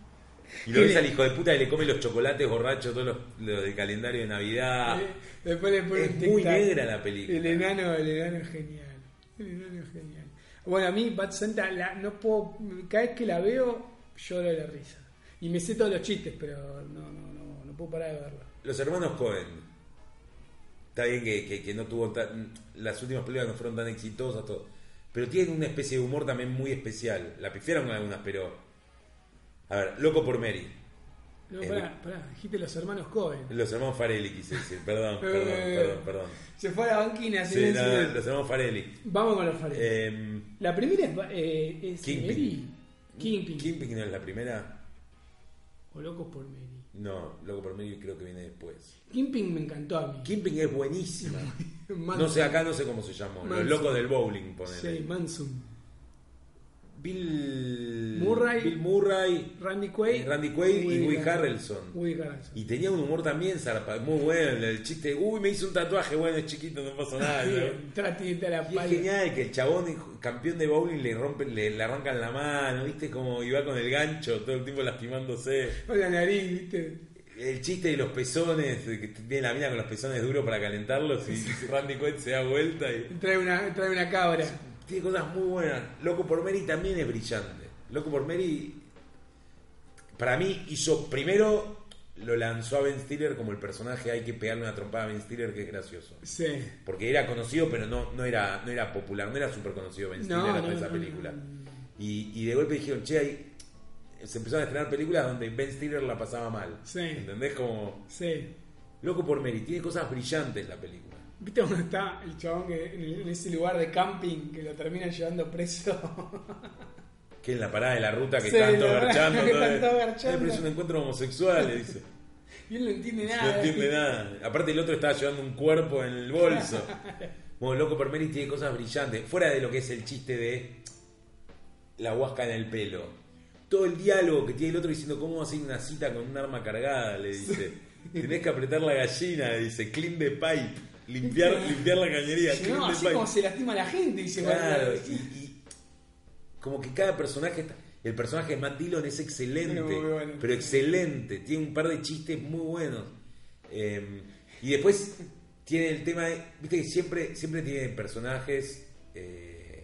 Speaker 2: Y lo ves al hijo de puta que le come los chocolates borrachos, todos los, los del calendario de Navidad.
Speaker 1: Eh, *laughs* Después le pone
Speaker 2: Es
Speaker 1: un
Speaker 2: muy
Speaker 1: tic-tac.
Speaker 2: negra la película.
Speaker 1: El enano, el enano es genial. El enano es genial. Bueno, a mí Bad Santa la- no puedo. Cada vez que la veo, lloro de la risa. Y me sé todos los chistes, pero no, no, no, no puedo parar de verla.
Speaker 2: Los hermanos Cohen. Está bien que, que- que no tuvo tan- las últimas películas no fueron tan exitosas, todo. Pero tienen una especie de humor también muy especial. La pifiaron con algunas, pero. A ver, Loco por Mary.
Speaker 1: No,
Speaker 2: Es
Speaker 1: pará, pará, dijiste los hermanos Cohen.
Speaker 2: Los hermanos Farelli quise decir.
Speaker 1: *laughs*
Speaker 2: Perdón, perdón, perdón, perdón.
Speaker 1: Se fue a la banquina,
Speaker 2: Sí,
Speaker 1: silencio.
Speaker 2: no, los hermanos Farelli.
Speaker 1: Vamos con los Farelli.
Speaker 2: Eh,
Speaker 1: la primera es. eh, es
Speaker 2: Kingpin.
Speaker 1: Mary. Kingpin.
Speaker 2: ¿Kingpin no es la primera?
Speaker 1: O Locos por Mary.
Speaker 2: No, Loco por Mary creo que viene después.
Speaker 1: Kingpin me encantó a mí.
Speaker 2: Kingpin
Speaker 1: *laughs*
Speaker 2: es buenísima.
Speaker 1: Manson.
Speaker 2: No sé, acá no sé cómo se llamó. Los
Speaker 1: Manson.
Speaker 2: locos del bowling, ponele.
Speaker 1: Sí, Manson.
Speaker 2: Bill
Speaker 1: Murray.
Speaker 2: Bill Murray.
Speaker 1: Randy Quaid.
Speaker 2: Eh, Randy Quaid y Woody
Speaker 1: Har-
Speaker 2: Harrelson.
Speaker 1: Woody Harrelson.
Speaker 2: Y tenía un humor también zarpa- muy bueno, el- el chiste, uy, me hice un tatuaje, bueno, es chiquito, no pasa nada.
Speaker 1: Sí,
Speaker 2: Ah, ¿no?
Speaker 1: tratita la
Speaker 2: Y
Speaker 1: pala.
Speaker 2: es genial que el chabón, campeón de bowling, le rompen, le, le arrancan la mano, viste, como iba con el gancho, todo el tiempo lastimándose.
Speaker 1: Con la nariz, ¿viste?
Speaker 2: El chiste de los pezones, de que tiene la mina con los pezones duros para calentarlos y *laughs* Randy Quaid se da vuelta y...
Speaker 1: Trae una, trae una cabra.
Speaker 2: Tiene cosas muy buenas. Loco por Mary también es brillante. Loco por Mary, para mí, hizo primero, lo lanzó a Ben Stiller como el personaje, hay que pegarle una trompada a Ben Stiller, que es gracioso.
Speaker 1: Sí.
Speaker 2: Porque era conocido, pero no, no, era, no era popular, no era súper conocido Ben Stiller
Speaker 1: No,
Speaker 2: hasta
Speaker 1: no,
Speaker 2: esa
Speaker 1: no,
Speaker 2: película.
Speaker 1: no, no.
Speaker 2: Y, y de golpe dijeron, che, hay- se empezaron a estrenar películas donde Ben Stiller la pasaba mal.
Speaker 1: Sí.
Speaker 2: ¿Entendés? Como,
Speaker 1: Sí.
Speaker 2: Loco por Mary, tiene cosas brillantes la película.
Speaker 1: ¿Viste dónde está el chabón que, en, el- en ese lugar de camping que lo termina llevando preso? *laughs*
Speaker 2: Que en la parada de la ruta que
Speaker 1: Sí,
Speaker 2: están
Speaker 1: la
Speaker 2: todos
Speaker 1: parada
Speaker 2: garchando.
Speaker 1: que
Speaker 2: todo
Speaker 1: están
Speaker 2: el-
Speaker 1: todos garchando.
Speaker 2: Ay, pero es un encuentro homosexual,
Speaker 1: *laughs*
Speaker 2: le dice.
Speaker 1: y él no entiende nada.
Speaker 2: No entiende nada. Aparte el otro estaba llevando un cuerpo en el bolso.
Speaker 1: *laughs*
Speaker 2: Bueno, Loco por Mary tiene cosas brillantes. Fuera de lo que es el chiste de la huasca en el pelo. Todo el diálogo que tiene el otro diciendo cómo hacer una cita con un arma cargada, le dice. Tenés que apretar la gallina, le dice. Clean the pipe. Limpiar, limpiar la cañería.
Speaker 1: Sí,
Speaker 2: Clean
Speaker 1: no,
Speaker 2: the
Speaker 1: así
Speaker 2: pipe.
Speaker 1: como se lastima a la gente. Y se
Speaker 2: Claro, y, y como que cada personaje está- El personaje de Matt Dillon es excelente,
Speaker 1: Muy bueno.
Speaker 2: pero excelente. Tiene un par de chistes muy buenos. Eh, y después tiene el tema de. Viste que siempre, siempre tiene personajes eh,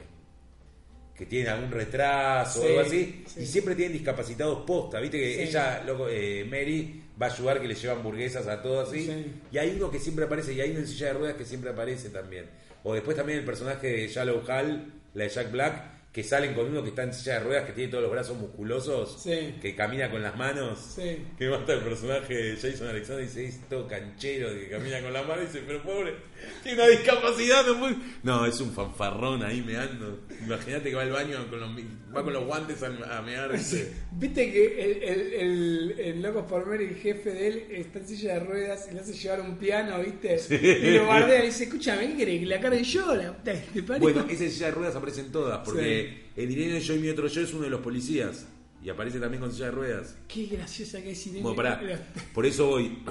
Speaker 2: que tienen algún retraso o
Speaker 1: Sí,
Speaker 2: algo así.
Speaker 1: sí.
Speaker 2: Y siempre tienen discapacitados posta. Viste que
Speaker 1: Sí.
Speaker 2: ella, loco, eh, Mary, va a ayudar que le lleva hamburguesas a todas así.
Speaker 1: Sí.
Speaker 2: Y hay uno que siempre aparece, y hay uno en silla de ruedas que siempre aparece también. O después también el personaje de Shallow Hall, la de Jack Black, que salen con uno que está en silla de ruedas, que tiene todos los brazos musculosos,
Speaker 1: Sí.
Speaker 2: que camina con las manos.
Speaker 1: Sí.
Speaker 2: Que mata el personaje de Jason Alexander y dice, es todo canchero, que camina con la mano y dice, pero pobre, tiene una discapacidad. No, puede-". No, es un fanfarrón ahí meando. Imagínate que va al baño con los, mi- va con los guantes al- a mear. dice.
Speaker 1: Viste que el, el, el, el Locos por Mary, el jefe de él, está en silla de ruedas y le hace llevar un piano, ¿viste? Y lo bardea y le dice, escúchame, ¿qué querés? Que La cara de yo, la puta que te parió".
Speaker 2: Bueno, esa silla de ruedas aparecen todas, porque el dinero de yo y mi otro yo es uno de los policías. Y aparece también con silla de ruedas.
Speaker 1: Qué graciosa que es Irene.
Speaker 2: Bueno, pará.
Speaker 1: Ahí
Speaker 2: Por eso voy. *clears throat*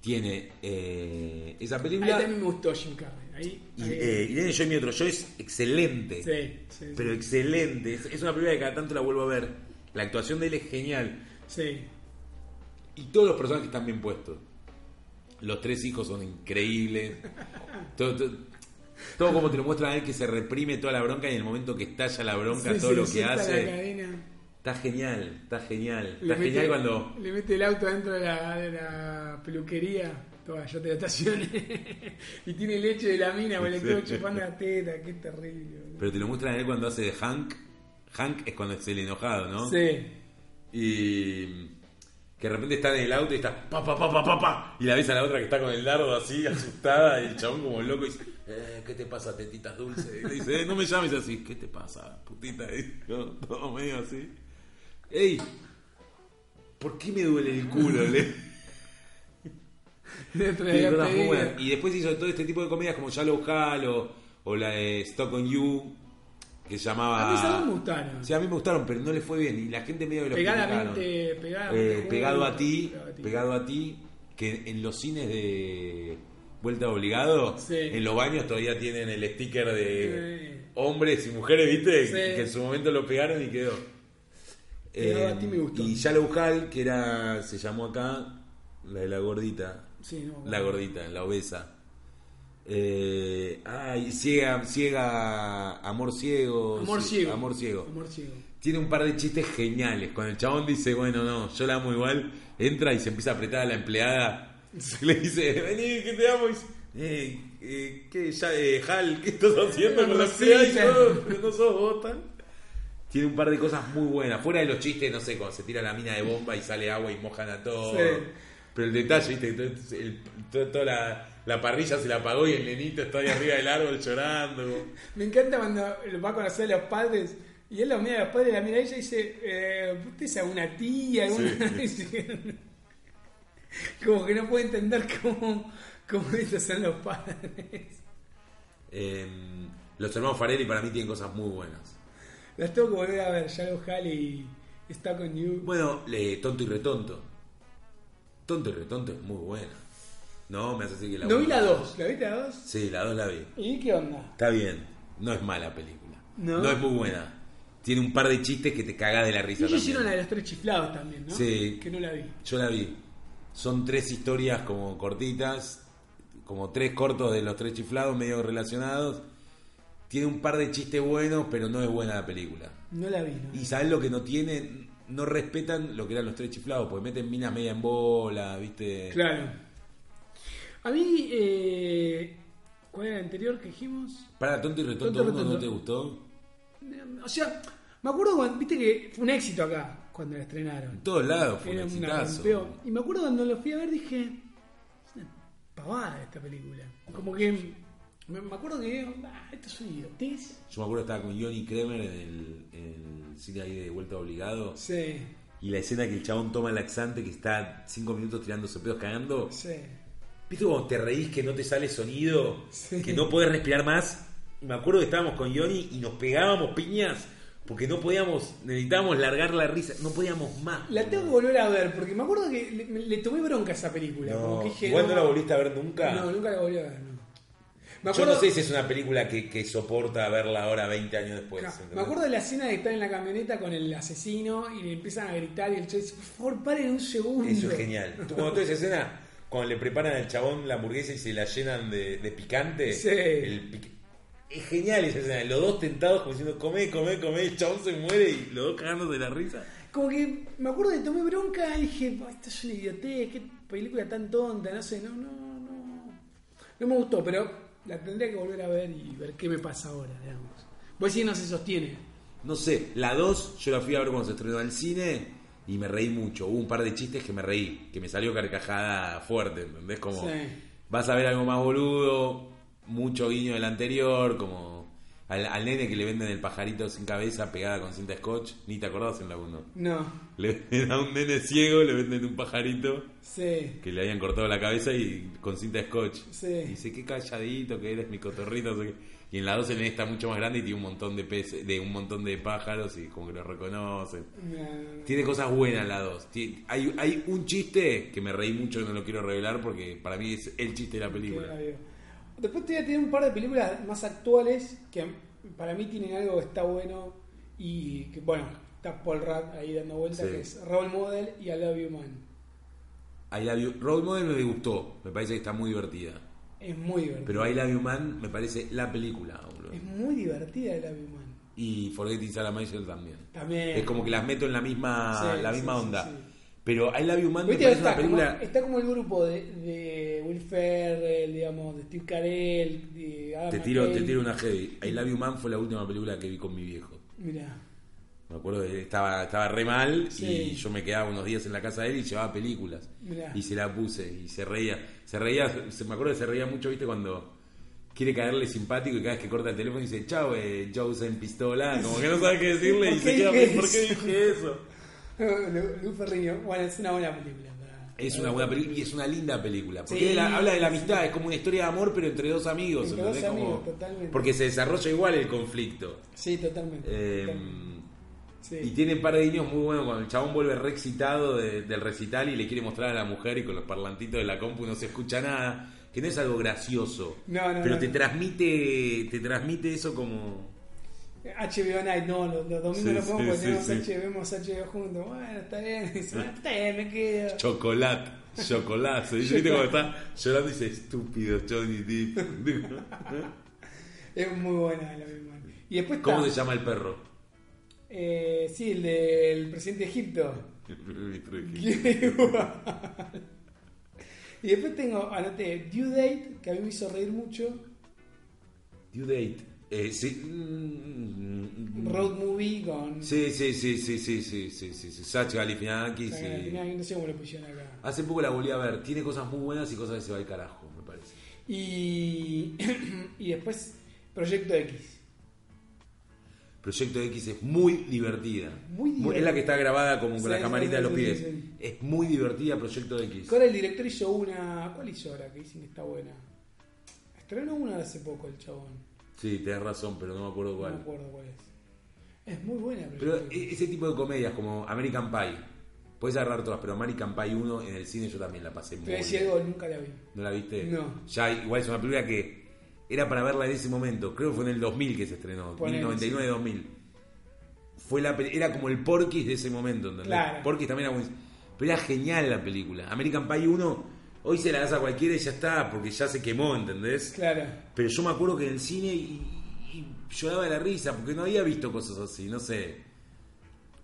Speaker 2: Tiene eh, esa película.
Speaker 1: también me gustó Jim Carrey. Ahí,
Speaker 2: Y,
Speaker 1: ahí.
Speaker 2: eh, Irene, yo y mi otro yo es excelente.
Speaker 1: sí, sí, sí.
Speaker 2: Pero excelente. Es, es una película que cada tanto la vuelvo a ver. La actuación de él es genial.
Speaker 1: sí.
Speaker 2: Y todos los personajes están bien puestos. Los tres hijos son increíbles.
Speaker 1: *laughs*
Speaker 2: Todo, todo- todo como te lo muestran a él que se reprime toda la bronca y en el momento que estalla la bronca,
Speaker 1: Sí,
Speaker 2: todo
Speaker 1: sí,
Speaker 2: lo
Speaker 1: le
Speaker 2: que
Speaker 1: suelta la
Speaker 2: hace.
Speaker 1: cadena.
Speaker 2: Está genial, está genial.
Speaker 1: Le
Speaker 2: Está genial cuando.
Speaker 1: le mete el auto dentro de la, de la peluquería. Toma, yo te lo estacioné. *laughs* y tiene leche de la mina, porque le estuvo chupando la teta. Qué terrible. boludo.
Speaker 2: Pero te lo muestran a él cuando hace de Hank. Hank es cuando es el enojado, ¿no?
Speaker 1: Sí.
Speaker 2: Y que de repente está en el auto y está pa pa pa pa pa pa y la ves a la otra que está con el dardo así *laughs* asustada y el chabón como loco y dice eh, ¿qué te pasa tetitas dulces? Y le dice eh, no me llames así ¿qué te pasa putita? Y yo, todo medio así ¡Ey! ¿por qué me duele el culo? Le-
Speaker 1: *laughs*
Speaker 2: *laughs*
Speaker 1: Dentro de la
Speaker 2: Tiene cosas muy
Speaker 1: peluquería.
Speaker 2: buenas. Y después hizo todo este tipo de comedias como Shallow Hal o, o la de Stock on You que se llamaba
Speaker 1: A mí esas dos me gustaron.
Speaker 2: Ah, Sí, a mí me gustaron pero no le fue bien y la gente medio que lo
Speaker 1: Pegadamente,
Speaker 2: criticaron.
Speaker 1: pegadamente
Speaker 2: Eh,
Speaker 1: juntos,
Speaker 2: pegado a ti,
Speaker 1: pegado a ti.
Speaker 2: pegado a ti, que en los cines de Vuelta Obligado,
Speaker 1: Sí.
Speaker 2: en los baños todavía tienen el sticker de
Speaker 1: Sí.
Speaker 2: hombres y mujeres, ¿viste?
Speaker 1: Sí.
Speaker 2: Que en su momento lo pegaron y quedó. Eh,
Speaker 1: Quedó, a ti me gustó.
Speaker 2: Y Yala Ujal, que era, se llamó acá, la de la gordita,
Speaker 1: Sí, no,
Speaker 2: la gordita, la obesa. Eh, ay, ciega, ciega, amor ciego.
Speaker 1: Amor
Speaker 2: sí,
Speaker 1: ciego.
Speaker 2: Amor ciego.
Speaker 1: Amor ciego.
Speaker 2: Tiene un par de chistes geniales. Cuando el chabón dice, bueno, no, yo la amo igual, entra y se empieza a apretar a la empleada. *laughs* Le dice, vení, que te amo. Y dice, eh, eh, ¿qué, ya, eh, Hal, ¿qué estás haciendo con la
Speaker 1: Sí,
Speaker 2: empleada? Y
Speaker 1: sí.
Speaker 2: yo, pero no sos vos, tal. Tiene un par de cosas muy buenas. Fuera de los chistes, no sé, cuando se tira la mina de bomba y sale agua y mojan a todos.
Speaker 1: Sí.
Speaker 2: Pero el detalle, viste, todo- el- todo- toda la, la parrilla se la apagó y el nenito está ahí arriba del árbol llorando.
Speaker 1: Me encanta cuando va a conocer a los padres y él la mira a los padres y la mira a ella y dice, eh, ¿usted es alguna tía? alguna-" *laughs* como que no puede entender cómo, cómo estos son los padres.
Speaker 2: Eh, los hermanos Farelli para mí tienen cosas muy buenas.
Speaker 1: Las tengo que volver a ver, ya lo jale y está con you.
Speaker 2: Bueno, eh, tonto y retonto. Tonto y retonto es muy buena. No, me hace decir que la
Speaker 1: no
Speaker 2: uno-
Speaker 1: vi la 2, ¿la viste la 2?
Speaker 2: Sí, la 2 la vi.
Speaker 1: ¿Y qué onda?
Speaker 2: Está bien. No es mala película.
Speaker 1: No.
Speaker 2: es muy buena. Tiene un par de chistes que te cagás de la
Speaker 1: Y
Speaker 2: risa.
Speaker 1: ellos
Speaker 2: también.
Speaker 1: hicieron la de los tres chiflados también, ¿no?
Speaker 2: Sí.
Speaker 1: Que no la vi.
Speaker 2: Yo la vi. Son tres historias como cortitas, como tres cortos de los tres chiflados, medio relacionados. Tiene un par de chistes buenos, pero no es buena la película.
Speaker 1: No la vi, ¿no?
Speaker 2: Y sabes lo que no tienen, no respetan lo que eran los tres chiflados, porque meten minas media en bola, ¿viste?
Speaker 1: Claro. A mí, eh, ¿cuál era el anterior que dijimos?
Speaker 2: Para tonto y retonto,
Speaker 1: Tonto y
Speaker 2: uno,
Speaker 1: Retonto.
Speaker 2: ¿no te gustó?
Speaker 1: Eh, O sea, me acuerdo cuando, viste que fue un éxito acá cuando la estrenaron.
Speaker 2: En todos lados fue un
Speaker 1: Era una
Speaker 2: exitazo.
Speaker 1: rompeó. Y me acuerdo cuando lo fui a ver dije, es una pavada esta película. Como que me me acuerdo que ah, esto es una idiotez.
Speaker 2: Yo me acuerdo que estaba con Johnny Kremer en el, en el cine ahí de Vuelta Obligado.
Speaker 1: Sí,
Speaker 2: Y la escena que el chabón toma laxante, que está cinco minutos tirándose pedos cagando.
Speaker 1: sí.
Speaker 2: ¿Viste cómo te reís que no te sale sonido?
Speaker 1: Sí.
Speaker 2: Que no podés respirar más. Y me acuerdo que estábamos con Johnny y nos pegábamos piñas porque no podíamos, necesitábamos largar la risa, no podíamos más.
Speaker 1: La tengo que volver a ver porque me acuerdo que le, me- le tomé bronca a esa película. como
Speaker 2: No,
Speaker 1: que dije,
Speaker 2: ¿Igual no la volviste a ver nunca?
Speaker 1: No, nunca la volví a ver. no. Me
Speaker 2: Yo no sé si es una película que, que soporta verla ahora 20 años después.
Speaker 1: Claro,
Speaker 2: ¿entendés?
Speaker 1: me acuerdo de la escena de estar en la camioneta con el asesino y le empiezan a gritar y el chico dice, por favor, paren un segundo.
Speaker 2: Eso es genial.
Speaker 1: *laughs*
Speaker 2: Tú, Cuando toda esa escena, cuando le preparan al chabón la hamburguesa y se la llenan de, de picante,
Speaker 1: Sí.
Speaker 2: el pic- es genial esa escena. Los dos tentados como diciendo, comé, comé, comé, el chabón se muere y los dos cagando de la risa.
Speaker 1: Como que me acuerdo de tomé bronca y dije, "Buah, esto es una idiotez, qué película tan tonta, no sé, no, no, no. No me gustó, pero la tendría que volver a ver y ver qué me pasa ahora, digamos. Voy a decir no se sostiene.
Speaker 2: No sé, la 2 yo la fui a ver cuando se estrenó al cine y me reí mucho. Hubo un par de chistes que me reí, que me salió carcajada fuerte, ¿entendés? Como
Speaker 1: Sí.
Speaker 2: vas a ver algo más boludo, mucho guiño del anterior, como al, al nene que le venden el pajarito sin cabeza pegada con cinta scotch, ni te acordás en la 1.
Speaker 1: No,
Speaker 2: Le *laughs* venden a un nene ciego, le venden un pajarito
Speaker 1: sí,
Speaker 2: que le habían cortado la cabeza y con cinta scotch.
Speaker 1: Sí.
Speaker 2: Y dice, qué calladito que eres, mi cotorrito. no sé qué. Y en la 12 el nene está mucho más grande y tiene un montón de peces, de un montón de pájaros y como que lo reconocen.
Speaker 1: no,
Speaker 2: Tiene cosas buenas la 2. Tiene- Hay, hay un chiste que me reí mucho, no lo quiero revelar porque para mí es el chiste de la
Speaker 1: que no
Speaker 2: película.
Speaker 1: la veo. Después te voy a tener un par de películas más actuales que para mí tienen algo que está bueno y que, bueno, está Paul Rudd ahí dando vueltas,
Speaker 2: Sí.
Speaker 1: que es Role Model y I Love You Man.
Speaker 2: I Love You- Role Model me gustó, me parece que está muy divertida.
Speaker 1: Es muy divertida.
Speaker 2: Pero I Love You Man me parece la película, boludo.
Speaker 1: Es muy divertida I Love You Man.
Speaker 2: Y Forgetting Sarah Michelle también.
Speaker 1: También.
Speaker 2: Es como que las meto en la misma,
Speaker 1: Sí,
Speaker 2: la
Speaker 1: sí,
Speaker 2: misma
Speaker 1: sí,
Speaker 2: onda.
Speaker 1: sí.
Speaker 2: Pero I Love You Man me
Speaker 1: Viste,
Speaker 2: parece
Speaker 1: está,
Speaker 2: una película...
Speaker 1: como, está como el grupo de, de Will Ferrell, digamos, de Steve Carell, de Adam
Speaker 2: Te tiro,
Speaker 1: McKay.
Speaker 2: te tiro una heavy. I Love You Man fue la última película que vi con mi viejo.
Speaker 1: Mirá. *laughs*
Speaker 2: Me acuerdo que él estaba, estaba re mal
Speaker 1: Sí.
Speaker 2: y yo me quedaba unos días en la casa de él y llevaba películas.
Speaker 1: Mirá.
Speaker 2: Y se la puse y se reía. Se reía, se, me acuerdo que se reía mucho, viste, cuando quiere caerle simpático y cada vez que corta el teléfono dice, chao, eh, Joe's en pistola. Como que no sabe qué decirle y
Speaker 1: ¿Por qué
Speaker 2: se queda,
Speaker 1: dije
Speaker 2: ¿por qué
Speaker 1: eso?"
Speaker 2: dije eso?
Speaker 1: Lu- Lu Ferrigno. Bueno, es una buena película. para-
Speaker 2: Es una buena película y es una linda película. Porque
Speaker 1: Sí.
Speaker 2: de la- habla de la amistad, es como una historia de amor, pero entre dos amigos.
Speaker 1: Entre dos
Speaker 2: ¿entendés? Como-
Speaker 1: amigos, totalmente.
Speaker 2: Porque se desarrolla igual el conflicto.
Speaker 1: Sí, totalmente.
Speaker 2: Eh,
Speaker 1: totalmente. Sí.
Speaker 2: Y tiene un par de guiños muy buenos cuando el chabón vuelve re excitado de- del recital y le quiere mostrar a la mujer y con los parlantitos de la compu no se escucha nada, que no es algo gracioso.
Speaker 1: No, no,
Speaker 2: pero
Speaker 1: no.
Speaker 2: te transmite te transmite eso como
Speaker 1: HBO Night, no, los, los domingos
Speaker 2: Sí,
Speaker 1: no podemos
Speaker 2: sí,
Speaker 1: porque
Speaker 2: sí,
Speaker 1: tenemos
Speaker 2: sí.
Speaker 1: HBO, vemos HBO juntos. Bueno, está bien, *laughs* dice, "Ah, está bien, me quedo.
Speaker 2: chocolate, chocolate. ¿Viste ¿Viste cómo está llorando y dice estúpido Johnny Depp? *laughs*
Speaker 1: Es muy buena la misma. Y después
Speaker 2: ¿Cómo se
Speaker 1: está,
Speaker 2: llama el perro? *laughs*
Speaker 1: eh, sí, el del presidente de Egipto. *laughs*
Speaker 2: Mi truqui.
Speaker 1: Igual. y después tengo, anoté, Due Date, que a mí me hizo reír mucho.
Speaker 2: Due date. Eh, sí. Mm, mm,
Speaker 1: Road Movie con...
Speaker 2: Sí, sí, sí, sí, sí, sí, sí, sí, sí. Sacha Galifianakis.
Speaker 1: con
Speaker 2: sí.
Speaker 1: Argentina, No sé cómo lo pusieron acá.
Speaker 2: Hace poco la volví a ver. Tiene cosas muy buenas y cosas que se va al carajo, me parece.
Speaker 1: Y, *clears throat* y después Proyecto X.
Speaker 2: Proyecto X es muy divertida.
Speaker 1: Muy
Speaker 2: Es la que está grabada como con
Speaker 1: Sí,
Speaker 2: la
Speaker 1: sí,
Speaker 2: camarita
Speaker 1: sí,
Speaker 2: de los
Speaker 1: sí,
Speaker 2: pibes.
Speaker 1: sí.
Speaker 2: Es muy divertida Proyecto X.
Speaker 1: Que ahora el director hizo una... ¿Cuál hizo ahora que dicen que está buena? Estrenó una hace poco el chabón.
Speaker 2: Sí, tenés razón, pero no me acuerdo
Speaker 1: No me
Speaker 2: cuál.
Speaker 1: acuerdo cuál es. Es muy buena.
Speaker 2: Pero
Speaker 1: Proyecto X.
Speaker 2: e- ese tipo de comedias como American Pie, puedes agarrar todas, pero American Pie 1 en el cine yo también la pasé muy
Speaker 1: Te voy a
Speaker 2: bien.
Speaker 1: decir algo, nunca la vi.
Speaker 2: ¿No la viste?
Speaker 1: No.
Speaker 2: Ya, igual es una película que era para verla en ese momento. Creo que fue en el 2000 que se estrenó.
Speaker 1: Ponele,
Speaker 2: 1999-2000. Fue la peli- era como el Porky's de ese momento, ¿entendés?
Speaker 1: Claro.
Speaker 2: Porky's también era buenísimo. Pero era genial la película. American Pie 1, hoy se la das a cualquiera y ya está, porque ya se quemó, ¿entendés?
Speaker 1: Claro.
Speaker 2: Pero yo me acuerdo que en el cine y, y lloraba de la risa, porque no había visto cosas así, no sé.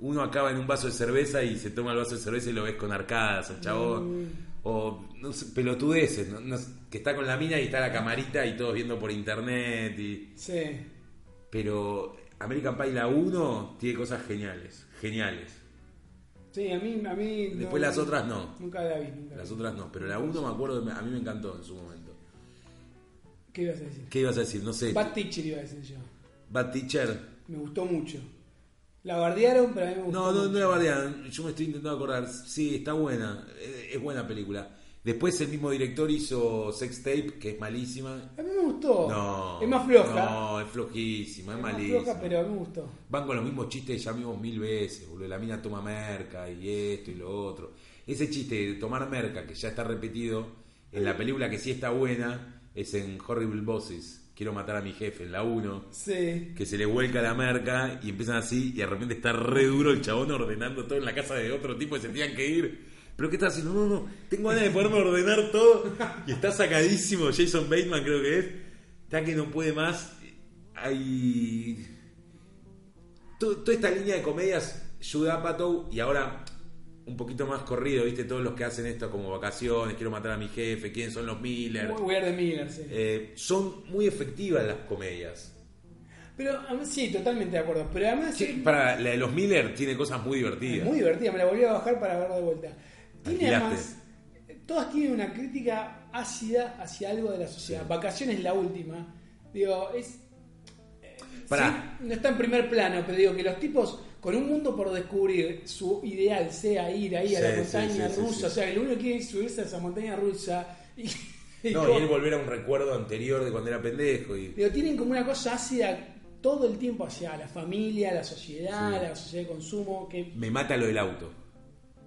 Speaker 2: Uno acaba en un vaso de cerveza y se toma el vaso de cerveza y lo ves con arcadas, el chabón. O no sé, pelotudeces, no- no sé, que está con la mina y está la camarita y todos viendo por internet. Y...
Speaker 1: Sí.
Speaker 2: Pero American Pie la 1 tiene cosas geniales, geniales.
Speaker 1: Sí, a mí... A mí no-
Speaker 2: Después las otras no.
Speaker 1: Nunca la vi, nunca la
Speaker 2: Las
Speaker 1: vi.
Speaker 2: otras no, pero la 1 me acuerdo, que me- a mí me encantó en su momento.
Speaker 1: ¿Qué ibas a decir?
Speaker 2: ¿Qué ibas a decir? No sé.
Speaker 1: Bad Teacher iba a decir yo.
Speaker 2: Bad Teacher.
Speaker 1: Me gustó mucho. La bardearon, pero a mí me gustó
Speaker 2: No, no, no
Speaker 1: mucho.
Speaker 2: la bardean. Yo me estoy intentando acordar. Sí, está buena. Eh, Es buena película. Después el mismo director hizo Sex Tape, que es malísima.
Speaker 1: A mí me gustó.
Speaker 2: No.
Speaker 1: Oh, es más floja.
Speaker 2: No, es flojísima, es,
Speaker 1: es más
Speaker 2: malísima.
Speaker 1: floja, pero a mí me gustó.
Speaker 2: Van con los mismos chistes que ya vimos mil veces, boludo. La mina toma merca y esto y lo otro. Ese chiste de tomar merca, que ya está repetido, en la película que sí está buena, es en Horrible Bosses. Quiero matar a mi jefe, en la 1
Speaker 1: Sí.
Speaker 2: que se le vuelca la marca y empiezan así y de repente está re duro el chabón ordenando todo en la casa de otro tipo y se tenían que ir. Pero ¿qué estás haciendo? No, no, tengo ganas de poderme ordenar todo y está sacadísimo Jason Bateman creo que es. Está que no puede más. Hay... to- toda esta línea de comedias, Judah Apatow y ahora un poquito más corrido, ¿viste? Todos los que hacen esto como vacaciones, quiero matar a mi jefe, quién son los Miller.
Speaker 1: Muy Weird de Miller, sí.
Speaker 2: Eh, son muy efectivas las comedias.
Speaker 1: Pero a mí sí, totalmente de acuerdo. Pero además
Speaker 2: Sí, para la de los Miller tiene cosas muy divertidas.
Speaker 1: es muy divertida. Me la volví a bajar para verla de vuelta. Tiene
Speaker 2: Alquilaste.
Speaker 1: además. Todas tienen una crítica ácida hacia algo de la sociedad.
Speaker 2: Sí.
Speaker 1: Vacaciones es la última. Digo, es. eh,
Speaker 2: Pará.
Speaker 1: sí, no está en primer plano, pero digo que los tipos con un mundo por descubrir, su ideal sea ir ahí a
Speaker 2: Sí,
Speaker 1: la
Speaker 2: sí,
Speaker 1: montaña
Speaker 2: sí, sí,
Speaker 1: rusa.
Speaker 2: sí.
Speaker 1: O sea, el uno quiere subirse a esa montaña rusa. Y, *laughs* y
Speaker 2: no,
Speaker 1: como-
Speaker 2: y él volver a un recuerdo anterior de cuando era pendejo. Y...
Speaker 1: Pero tienen como una cosa ácida todo el tiempo hacia la familia, la sociedad,
Speaker 2: Sí.
Speaker 1: la sociedad de consumo. Que...
Speaker 2: Me mata lo del auto.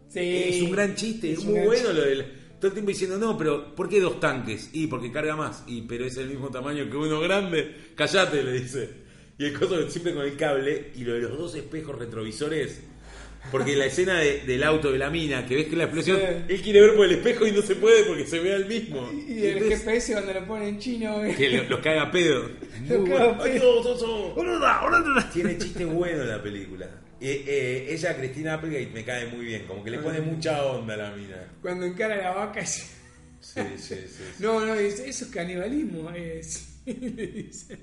Speaker 1: Sí,
Speaker 2: es un gran chiste, es
Speaker 1: un
Speaker 2: muy
Speaker 1: gran
Speaker 2: bueno
Speaker 1: chiste.
Speaker 2: lo del. Todo el tiempo diciendo, no, pero ¿por qué dos tanques? Y porque carga más. Y pero es el mismo tamaño que uno grande. Callate, le dice. Y el coso de- siempre con el cable y lo de los dos espejos retrovisores. Porque la escena de- del auto de la mina, que ves que la explosión,
Speaker 1: Sí.
Speaker 2: él quiere ver por el espejo y no se puede porque se ve al mismo.
Speaker 1: Y el
Speaker 2: Entonces-
Speaker 1: GPS cuando lo ponen en chino. eh.
Speaker 2: Que lo- los caga a pedo.
Speaker 1: Los
Speaker 2: Muy
Speaker 1: caga a
Speaker 2: bueno. Ay,
Speaker 1: pedo.
Speaker 2: no, Soso. Hola, hola, hola. Tiene chiste bueno la película. Eh, eh, ella, Cristina Applegate, me cae muy bien. Como que le pone mucha onda a la mina.
Speaker 1: Cuando encara la vaca. dice,
Speaker 2: Sí, sí, sí. sí.
Speaker 1: No, no, dice, eso es canibalismo. Es. le dice.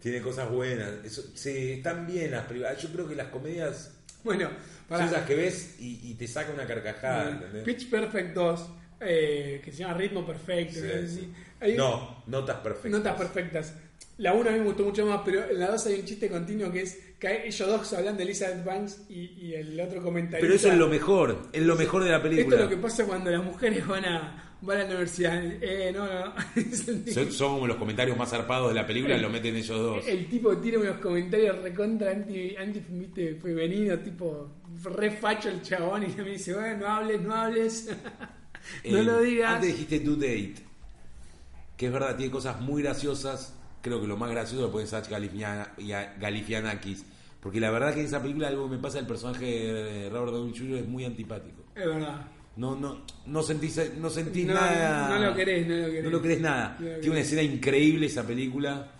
Speaker 2: Tiene cosas buenas. Eso, sí, están bien las privadas. Yo creo que las comedias
Speaker 1: Bueno, para. eh,
Speaker 2: son las que ves y, y te saca una carcajada. ¿entendés?
Speaker 1: Pitch Perfect 2, eh, que se llama Ritmo Perfecto.
Speaker 2: Sí,
Speaker 1: no sé
Speaker 2: sí.
Speaker 1: si- hay-
Speaker 2: No, notas perfectas.
Speaker 1: Notas perfectas. La 1 a mí me gustó mucho más, pero en la 2 hay un chiste continuo que es que ellos dos hablan de Elizabeth Banks y, y el otro comentarista.
Speaker 2: Pero eso es lo mejor. Es lo mejor de la
Speaker 1: Esto
Speaker 2: película.
Speaker 1: es lo que pasa cuando las mujeres van a, va a la universidad. Eh, no, no, *laughs* no.
Speaker 2: Son, son como los comentarios más zarpados de la película, lo meten ellos dos.
Speaker 1: El tipo tiene unos comentarios recontra anti, anti viste, femeninos, tipo re facho el chabón y me dice, bueno, no hables, no hables, *laughs* no
Speaker 2: Eh,
Speaker 1: lo digas.
Speaker 2: Antes dijiste Due Date, que es verdad, tiene cosas muy graciosas. Creo que lo más gracioso lo puede ser Galifiana- y a- Galifianakis. Porque la verdad que en esa película algo que me pasa, el personaje de Robert Downey Jr. es muy antipático.
Speaker 1: Es verdad.
Speaker 2: No, no, no sentís, no sentís
Speaker 1: No,
Speaker 2: nada.
Speaker 1: no lo querés, no lo querés.
Speaker 2: No lo querés nada.
Speaker 1: No lo
Speaker 2: Tiene una
Speaker 1: querés.
Speaker 2: escena increíble esa película.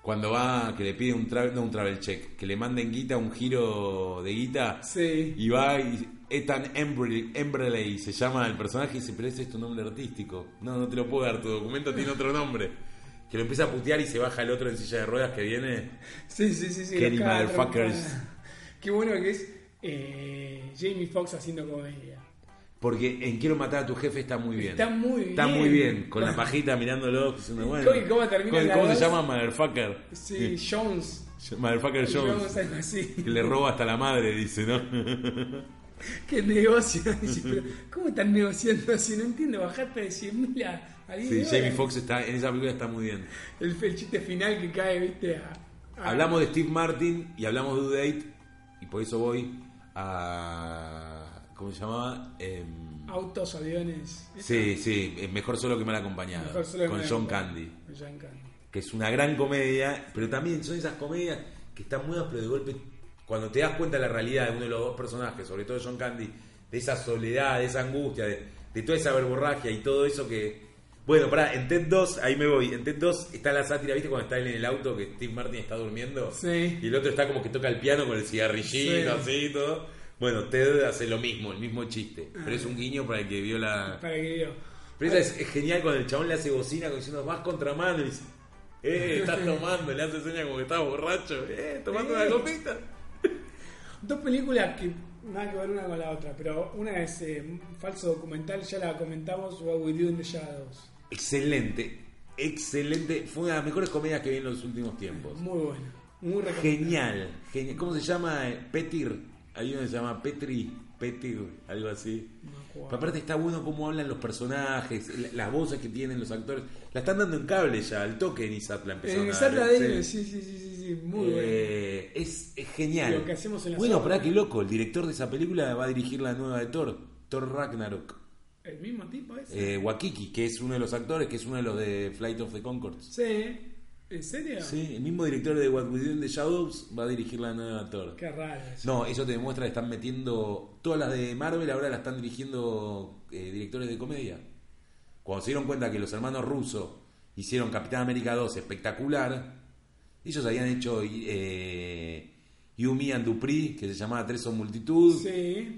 Speaker 2: Cuando va, que le pide un, tra- no, un travel check, que le manden guita, un giro de guita.
Speaker 1: Sí.
Speaker 2: Y va y Ethan Embry- Emberley se llama el personaje y dice, pero ese es tu nombre artístico. No, no te lo puedo dar, tu documento tiene otro nombre. Que lo empieza a putear y se baja el otro en silla de ruedas que viene.
Speaker 1: Sí, sí, sí, sí.
Speaker 2: Kenny
Speaker 1: los caga
Speaker 2: motherfuckers.
Speaker 1: trompada. Qué bueno que es eh, Jamie Foxx haciendo comedia.
Speaker 2: Porque en Quiero matar a tu jefe está muy bien.
Speaker 1: Está muy
Speaker 2: Está
Speaker 1: bien.
Speaker 2: muy bien.
Speaker 1: *laughs*
Speaker 2: Con la pajita mirándolo, diciendo, bueno.
Speaker 1: ¿Cómo- cómo termina
Speaker 2: ¿Cómo-
Speaker 1: la
Speaker 2: cómo se
Speaker 1: voz?
Speaker 2: llama? Motherfucker.
Speaker 1: Sí, Jones.
Speaker 2: *laughs* Motherfucker
Speaker 1: Jones,
Speaker 2: Jones.
Speaker 1: algo así. *laughs*
Speaker 2: Que le roba hasta la madre, dice, ¿no?
Speaker 1: Que negocio. *laughs* Dice, pero ¿Cómo están negociando así? No entiendo, bajaste de 100 mil a, a 10
Speaker 2: Sí,
Speaker 1: dólares.
Speaker 2: Jamie Foxx está, en esa película está muy bien.
Speaker 1: El, el chiste final que cae, viste, a... a-
Speaker 2: Hablamos de Steve Martin y hablamos de Due Date, y por eso voy a. ¿Cómo se llamaba? Em,
Speaker 1: Autos, aviones.
Speaker 2: sí, sí, eh, Mejor Solo que Mal Acompañado.
Speaker 1: Mejor solo que
Speaker 2: con
Speaker 1: mal
Speaker 2: John
Speaker 1: acompañado.
Speaker 2: Candy.
Speaker 1: Con John Candy.
Speaker 2: Que es una gran comedia, pero también son esas comedias que están mudas, pero de golpe, cuando te das cuenta de la realidad de uno de los dos personajes, sobre todo de John Candy, de esa soledad, de esa angustia, de, de toda esa verborragia y todo eso que. Bueno, pará, en TED 2, ahí me voy. En TED 2 está la sátira, ¿viste? Cuando está él en el auto, que Steve Martin está durmiendo.
Speaker 1: Sí.
Speaker 2: Y el otro está como que toca el piano con el cigarrillito,
Speaker 1: Sí.
Speaker 2: así y todo. Bueno, Ted hace lo mismo, el mismo chiste. Pero es un guiño para el que vio la.
Speaker 1: Para que digo.
Speaker 2: Pero esa es, es genial cuando el chabón le hace bocina como diciendo vas contramano y dice,
Speaker 1: *laughs*
Speaker 2: eh, estás tomando, le hace señas como que estás borracho, eh, tomando una
Speaker 1: Eh.
Speaker 2: copita.
Speaker 1: Dos películas que nada que ver una con la otra, pero una es eh, un falso documental, ya la comentamos, What We Do in the Shadows.
Speaker 2: Excelente, excelente, fue una de las mejores comedias que vi en los últimos tiempos.
Speaker 1: Muy buena, muy recomendable.
Speaker 2: Genial, genial. ¿Cómo se llama? eh? Petir. Hay uno que se llama Petri, Petir, algo así.
Speaker 1: No me acuerdo.
Speaker 2: Pero aparte está bueno cómo hablan los personajes, la- las voces que tienen los actores. La están dando en cable ya, al toque en ISAT la empezaron
Speaker 1: En
Speaker 2: a
Speaker 1: Sarta
Speaker 2: dar, ¿eh?
Speaker 1: Davis, sí, sí, sí, sí, sí, muy buena.
Speaker 2: Eh, es, es genial.
Speaker 1: Lo que hacemos en la
Speaker 2: bueno,
Speaker 1: sombra.
Speaker 2: pará, qué loco. El director de esa película va a dirigir la nueva de Thor, Thor Ragnarok.
Speaker 1: El mismo tipo ese.
Speaker 2: Eh, Wakiki, que es uno de los actores, que es uno de los de Flight of the Concords.
Speaker 1: Sí, ¿en serio?
Speaker 2: Sí, el mismo director de What We Do in the Shadows va a dirigir la nueva de Thor.
Speaker 1: Qué raro eso.
Speaker 2: No, eso te demuestra que están metiendo. Todas las de Marvel ahora las están dirigiendo eh, directores de comedia. Cuando se dieron cuenta que los hermanos rusos hicieron Capitán América 2 espectacular, ellos habían hecho eh, Yumi and Dupree, que se llamaba Tres son Multitud,
Speaker 1: Sí,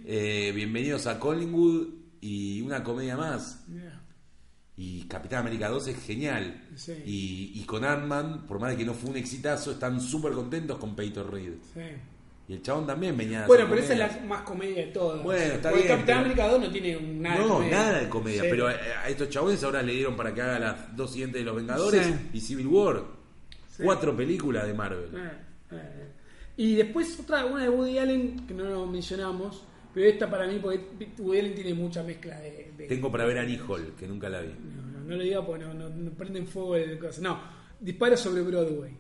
Speaker 2: eh, Bienvenidos a Collingwood y una comedia más.
Speaker 1: mira.
Speaker 2: Y Capitán América 2 es genial.
Speaker 1: Sí.
Speaker 2: Y, y con Ant-Man, por más de que no fue un exitazo, están súper contentos con Peyton Reed.
Speaker 1: Sí.
Speaker 2: Y el chabón también venía de
Speaker 1: Bueno,
Speaker 2: hacer
Speaker 1: pero esa es
Speaker 2: comedia.
Speaker 1: la más comedia de todas.
Speaker 2: Bueno, está
Speaker 1: Porque
Speaker 2: bien,
Speaker 1: Capitán
Speaker 2: pero-
Speaker 1: América 2 no tiene nada de
Speaker 2: no,
Speaker 1: comedia.
Speaker 2: nada de comedia.
Speaker 1: Sí. Eh,
Speaker 2: Pero a, a estos chabones ahora le dieron para que haga las dos siguientes de Los Vengadores
Speaker 1: Sí.
Speaker 2: y Civil War.
Speaker 1: Sí.
Speaker 2: Cuatro películas de Marvel.
Speaker 1: Eh, eh. Y después otra, una de Woody Allen, que no lo mencionamos, pero esta para mí, porque Woody Allen tiene mucha mezcla de... de-
Speaker 2: Tengo para ver a Hall, que nunca la vi.
Speaker 1: No, no, no lo diga porque no, no- no prenden fuego el cosa. No, Disparo sobre Broadway.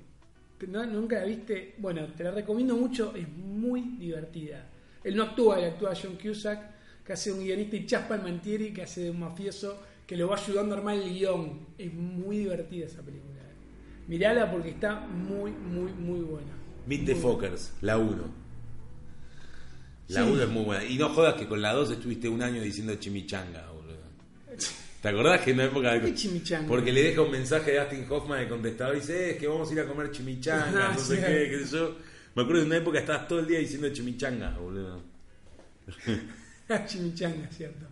Speaker 1: No, ¿Nunca la viste? Bueno, te la recomiendo mucho, es muy divertida. Él no actúa, él actúa John Cusack, que hace un guionista, y Chas Palmantieri, que hace de un mafioso, que lo va ayudando a armar el guión. Es muy divertida esa película. Mirala porque está muy, muy, muy buena.
Speaker 2: Meet the Fockers, la 1. La
Speaker 1: Sí.
Speaker 2: 1 es muy buena. Y no jodas que con la 2 estuviste un año diciendo chimichanga, boludo. ¿Te acordás que en la época
Speaker 1: ¿Qué chimichanga?
Speaker 2: Porque le deja un mensaje de Dustin Hoffman al contestador y dice, "Eh, es que vamos a ir a comer chimichanga,
Speaker 1: Ah,
Speaker 2: no sé
Speaker 1: sí.
Speaker 2: qué, qué sé yo. Me acuerdo de una época estabas todo el día diciendo chimichanga, boludo.
Speaker 1: *laughs* La chimichanga, cierto.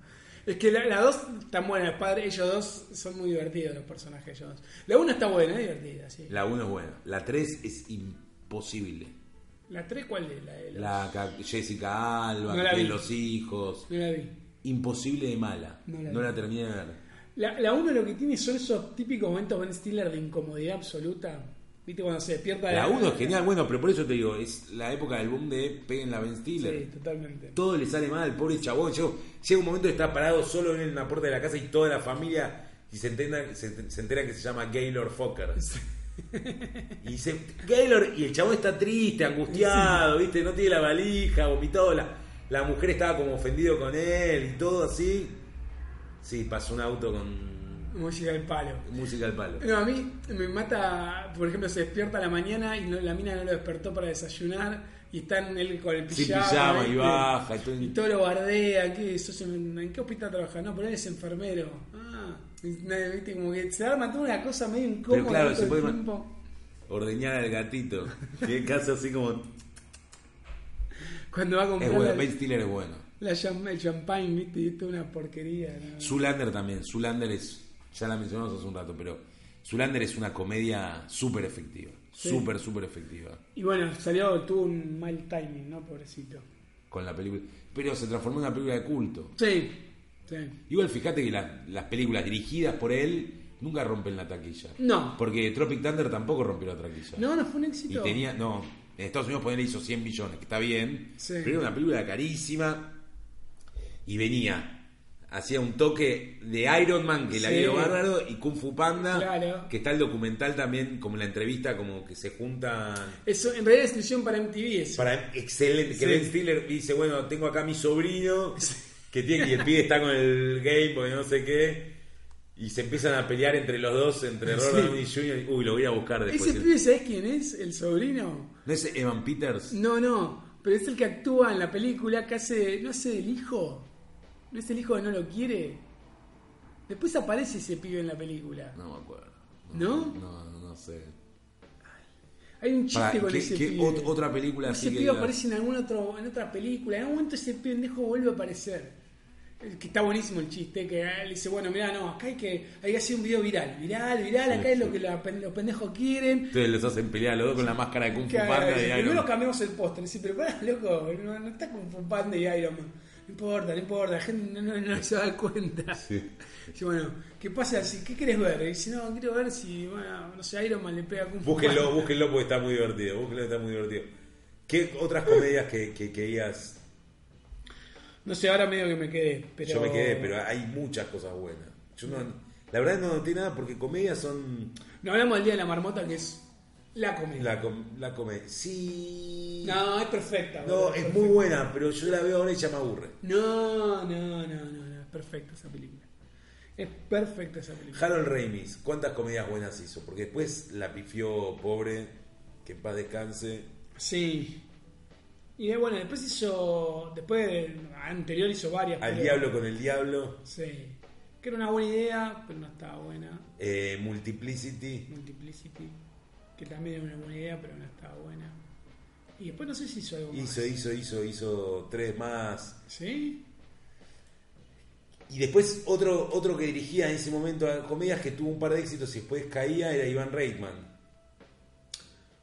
Speaker 1: Es que la, la dos está buena, padre, ellos dos son muy divertidos los personajes, ellos dos. La una está buena, es divertida, sí.
Speaker 2: La 1 es buena. La 3 es imposible.
Speaker 1: ¿La tres cuál es? La de los-
Speaker 2: La ca- Jessica Alba,
Speaker 1: No
Speaker 2: que
Speaker 1: la
Speaker 2: tiene
Speaker 1: vi.
Speaker 2: los hijos.
Speaker 1: No la vi.
Speaker 2: Imposible de mala.
Speaker 1: No
Speaker 2: No
Speaker 1: la
Speaker 2: la,
Speaker 1: vi.
Speaker 2: terminé de ver.
Speaker 1: La, la uno lo que tiene son esos típicos momentos Ben Stiller de incomodidad absoluta. ¿Viste cuando se despierta?
Speaker 2: La 1 es genial, bueno, pero por eso te digo, es la época del boom de peguen la Ben Stiller.
Speaker 1: Sí, totalmente.
Speaker 2: Todo le sale mal, pobre chabón. Llega, llega un momento que está parado solo en la puerta de la casa y toda la familia y se entera, se, se entera que se llama Gaylord Fokker. Y dice, Gaylord, y el chabón está triste, angustiado, ¿viste? No tiene la valija, vomitado. La, la mujer estaba como ofendido con él y todo así. Sí, pasó un auto con
Speaker 1: Música del palo.
Speaker 2: música al palo.
Speaker 1: No, a mí me mata, por ejemplo, se despierta a la mañana y no- la mina no lo despertó para desayunar y están él con el
Speaker 2: Sin
Speaker 1: pijama.
Speaker 2: pijama y
Speaker 1: ¿viste?
Speaker 2: baja. y todo.
Speaker 1: Y todo lo bardea, ¿qué? ¿Sos en, ¿en qué hospital trabajas? No, pero él es enfermero. Ah, y nada, viste, como que se arma toda una cosa medio incómoda.
Speaker 2: claro,
Speaker 1: todo
Speaker 2: se
Speaker 1: el
Speaker 2: puede ma-
Speaker 1: tiempo.
Speaker 2: Ordeñar al gatito. Y en casa así como.
Speaker 1: Cuando va a
Speaker 2: Es
Speaker 1: comprar
Speaker 2: bueno,
Speaker 1: la-
Speaker 2: Ben Stiller es bueno.
Speaker 1: la cham- el champagne, viste, y esto es una porquería. ¿no?
Speaker 2: Zulander también. Zulander es. Ya la mencionamos hace un rato, pero. Zulander es una comedia súper efectiva.
Speaker 1: Sí.
Speaker 2: Súper, súper efectiva.
Speaker 1: Y bueno, salió, tuvo un mal timing, ¿no? Pobrecito.
Speaker 2: Con la película. Pero se transformó en una película de culto.
Speaker 1: Sí, sí.
Speaker 2: Igual fíjate que la- las películas dirigidas por él nunca rompen la taquilla.
Speaker 1: No.
Speaker 2: Porque Tropic Thunder tampoco rompió la taquilla.
Speaker 1: No, no fue un
Speaker 2: Y
Speaker 1: éxito.
Speaker 2: tenía, no, en Estados Unidos ponerle hizo 100 millones, que está bien,
Speaker 1: Sí.
Speaker 2: pero era una película carísima y venía, hacía un toque de Iron Man que la
Speaker 1: Sí.
Speaker 2: vio bárbaro y Kung Fu Panda,
Speaker 1: Claro.
Speaker 2: que está el documental también, como la entrevista, como que se juntan
Speaker 1: Eso, en realidad es exclusión para MTV eso.
Speaker 2: para excelente, que
Speaker 1: Sí.
Speaker 2: Ben Stiller dice, bueno, tengo acá a mi sobrino, que tiene, y el pibe está con el Game Boy, no sé qué. Y se empiezan a pelear entre los dos, entre Robert Downey Jr. y- Uy, lo voy a buscar después.
Speaker 1: ¿Ese pibe sabés quién es? ¿El sobrino?
Speaker 2: ¿No es Evan Peters?
Speaker 1: No, no, pero es el que actúa en la película que hace, no sé, el hijo. ¿No es el hijo que no lo quiere? Después aparece ese pibe en la película.
Speaker 2: No me acuerdo.
Speaker 1: ¿No?
Speaker 2: No, no, no sé.
Speaker 1: Hay un chiste
Speaker 2: Pará,
Speaker 1: con
Speaker 2: ¿qué-
Speaker 1: ese
Speaker 2: qué
Speaker 1: pibe.
Speaker 2: ot- otra película así
Speaker 1: ese
Speaker 2: que
Speaker 1: pibe
Speaker 2: digas?
Speaker 1: aparece en algún otro, en otra película. En algún momento ese pendejo vuelve a aparecer. El Que está buenísimo el chiste, que él dice, bueno, mira, no, acá hay que, hay que hacer un video viral, viral, viral, acá es lo que la pen- los pendejos quieren,
Speaker 2: Ustedes los hacen pelear a los dos con la máscara de Kung Fu
Speaker 1: Claro,
Speaker 2: Panda
Speaker 1: dice,
Speaker 2: de Iron
Speaker 1: primero
Speaker 2: Man.
Speaker 1: cambiamos el póster. Dice, pero pará, loco, no, no está con Fu Panda y Iron Man. No importa, no importa, la gente no, no- no se va a dar cuenta.
Speaker 2: Sí.
Speaker 1: Dice, bueno, ¿qué pasa? Si, ¿Qué querés ver? Y dice, no, quiero ver si, bueno, no sé, Iron Man le pega a Kung Fu
Speaker 2: Búsquenlo,
Speaker 1: Panda.
Speaker 2: búsquenlo porque está muy divertido. Búsquenlo, está muy divertido. ¿Qué otras comedias que, que, que digas?
Speaker 1: No sé, ahora medio que me quedé. Pero...
Speaker 2: Yo me quedé, pero hay muchas cosas buenas. Yo no, la verdad no noté nada porque comedias son.
Speaker 1: No hablamos del Día de la Marmota, que es la comedia.
Speaker 2: La, com- la comedia. Sí.
Speaker 1: No, es perfecta.
Speaker 2: No,
Speaker 1: boludo,
Speaker 2: es
Speaker 1: perfecta.
Speaker 2: muy buena, pero yo la veo ahora y ya me aburre.
Speaker 1: No, no, no, no, no, es perfecta esa película. Es perfecta esa película.
Speaker 2: Harold Ramis, ¿cuántas comedias buenas hizo? Porque después la pifió pobre, que en paz descanse.
Speaker 1: Sí. Y eh, bueno, después hizo. Después del anterior hizo varias.
Speaker 2: Al
Speaker 1: pero-
Speaker 2: diablo con el diablo,
Speaker 1: Sí. Que era una buena idea, pero no estaba buena.
Speaker 2: eh, Multiplicity.
Speaker 1: Multiplicity. Que también era una buena idea, pero no estaba buena. Y después no sé si hizo algo
Speaker 2: Hizo,
Speaker 1: más.
Speaker 2: hizo, hizo, hizo tres más.
Speaker 1: ¿Sí?
Speaker 2: Y después otro, otro que dirigía en ese momento a comedias que tuvo un par de éxitos y después caía era Iván Reitman.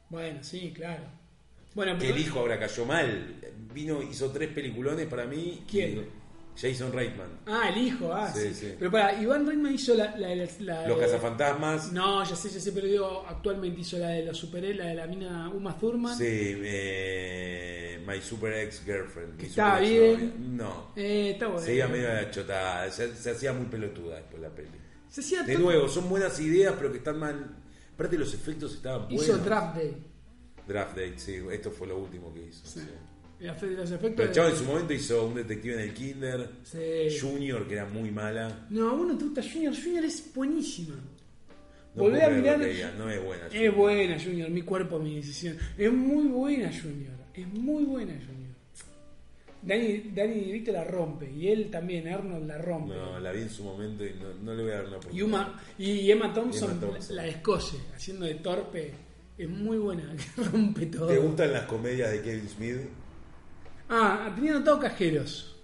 Speaker 1: Bueno, sí, claro. Bueno,
Speaker 2: Que
Speaker 1: pero.
Speaker 2: el hijo ahora cayó mal. Vino, hizo tres peliculones para mí.
Speaker 1: ¿Quién?
Speaker 2: Jason Reitman.
Speaker 1: Ah, el hijo, ah,
Speaker 2: Sí,
Speaker 1: sí.
Speaker 2: sí.
Speaker 1: Pero para, Iván Reitman hizo la. la, la, la-
Speaker 2: Los cazafantasmas.
Speaker 1: No, ya sé, ya sé, pero digo, actualmente hizo la de los superhéroes, la de la mina Uma Thurman.
Speaker 2: Sí, eh, My Super Ex Girlfriend. mi
Speaker 1: Está
Speaker 2: super ex
Speaker 1: bien.
Speaker 2: novia. No.
Speaker 1: Eh, está bueno.
Speaker 2: Se iba medio a la chotada, se, se hacía muy pelotuda después la peli.
Speaker 1: Se hacía
Speaker 2: De
Speaker 1: todo-
Speaker 2: nuevo, son buenas ideas, pero que están mal. Aparte, los efectos estaban buenos.
Speaker 1: Hizo Draft Day.
Speaker 2: Draft Day, sí, esto fue lo último que hizo. sí.
Speaker 1: El afe- Los efectos.
Speaker 2: Pero el
Speaker 1: de-
Speaker 2: chavo en su momento hizo un detective en el Kinder,
Speaker 1: Sí.
Speaker 2: Junior, que era muy mala.
Speaker 1: No, a vos no te gusta Junior. Junior es buenísima.
Speaker 2: No
Speaker 1: Volvé
Speaker 2: puedo
Speaker 1: a
Speaker 2: creer
Speaker 1: mirar. Eh,
Speaker 2: lo que diga, No es buena.
Speaker 1: Es
Speaker 2: Junior.
Speaker 1: buena Junior, mi cuerpo, mi decisión. Es muy buena Junior. Es muy buena Junior. Dani, Dani DeVito la rompe. Y él también, Arnold la rompe.
Speaker 2: No, la vi en su momento y no, no le voy a dar una
Speaker 1: y,
Speaker 2: oportunidad.
Speaker 1: Uma- y Emma Thompson,
Speaker 2: Emma Thompson.
Speaker 1: la descolle, haciendo de torpe. Es muy buena, *laughs* rompe todo.
Speaker 2: ¿Te gustan las comedias de Kevin Smith?
Speaker 1: Ah, teniendo todo cajeros.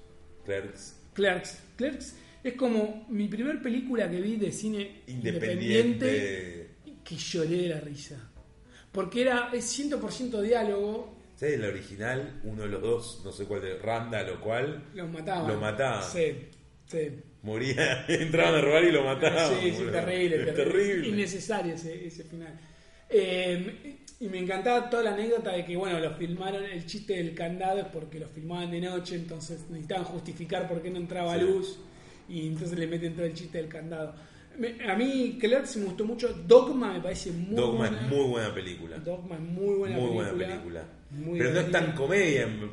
Speaker 2: Clerks.
Speaker 1: Clerks. Clerks es como mi primer película que vi de cine
Speaker 2: Independiente.
Speaker 1: que lloré de la risa. Porque era es 100% diálogo,
Speaker 2: ¿Sabes la original? Uno de los dos, no sé cuál de Randall o cuál,
Speaker 1: los mataban.
Speaker 2: Los mataban.
Speaker 1: Sí, sí.
Speaker 2: moría, *laughs* entraban a robar y lo mataban.
Speaker 1: sí, sí,
Speaker 2: boludo.
Speaker 1: terrible,
Speaker 2: Es
Speaker 1: terrible.
Speaker 2: terrible.
Speaker 1: Innecesario ese, ese final. Eh, y me encantaba toda la anécdota de que, bueno, los filmaron, el chiste del candado es porque los filmaban de noche, entonces necesitaban justificar por qué no entraba
Speaker 2: Sí.
Speaker 1: luz, y entonces le meten todo el chiste del candado. Me- a mí, Clerks se me gustó mucho. Dogma me parece muy
Speaker 2: Dogma
Speaker 1: buena.
Speaker 2: es muy buena película.
Speaker 1: Dogma es muy buena
Speaker 2: muy
Speaker 1: película.
Speaker 2: buena película.
Speaker 1: Muy
Speaker 2: Pero no es
Speaker 1: divertida.
Speaker 2: tan comedia. eh,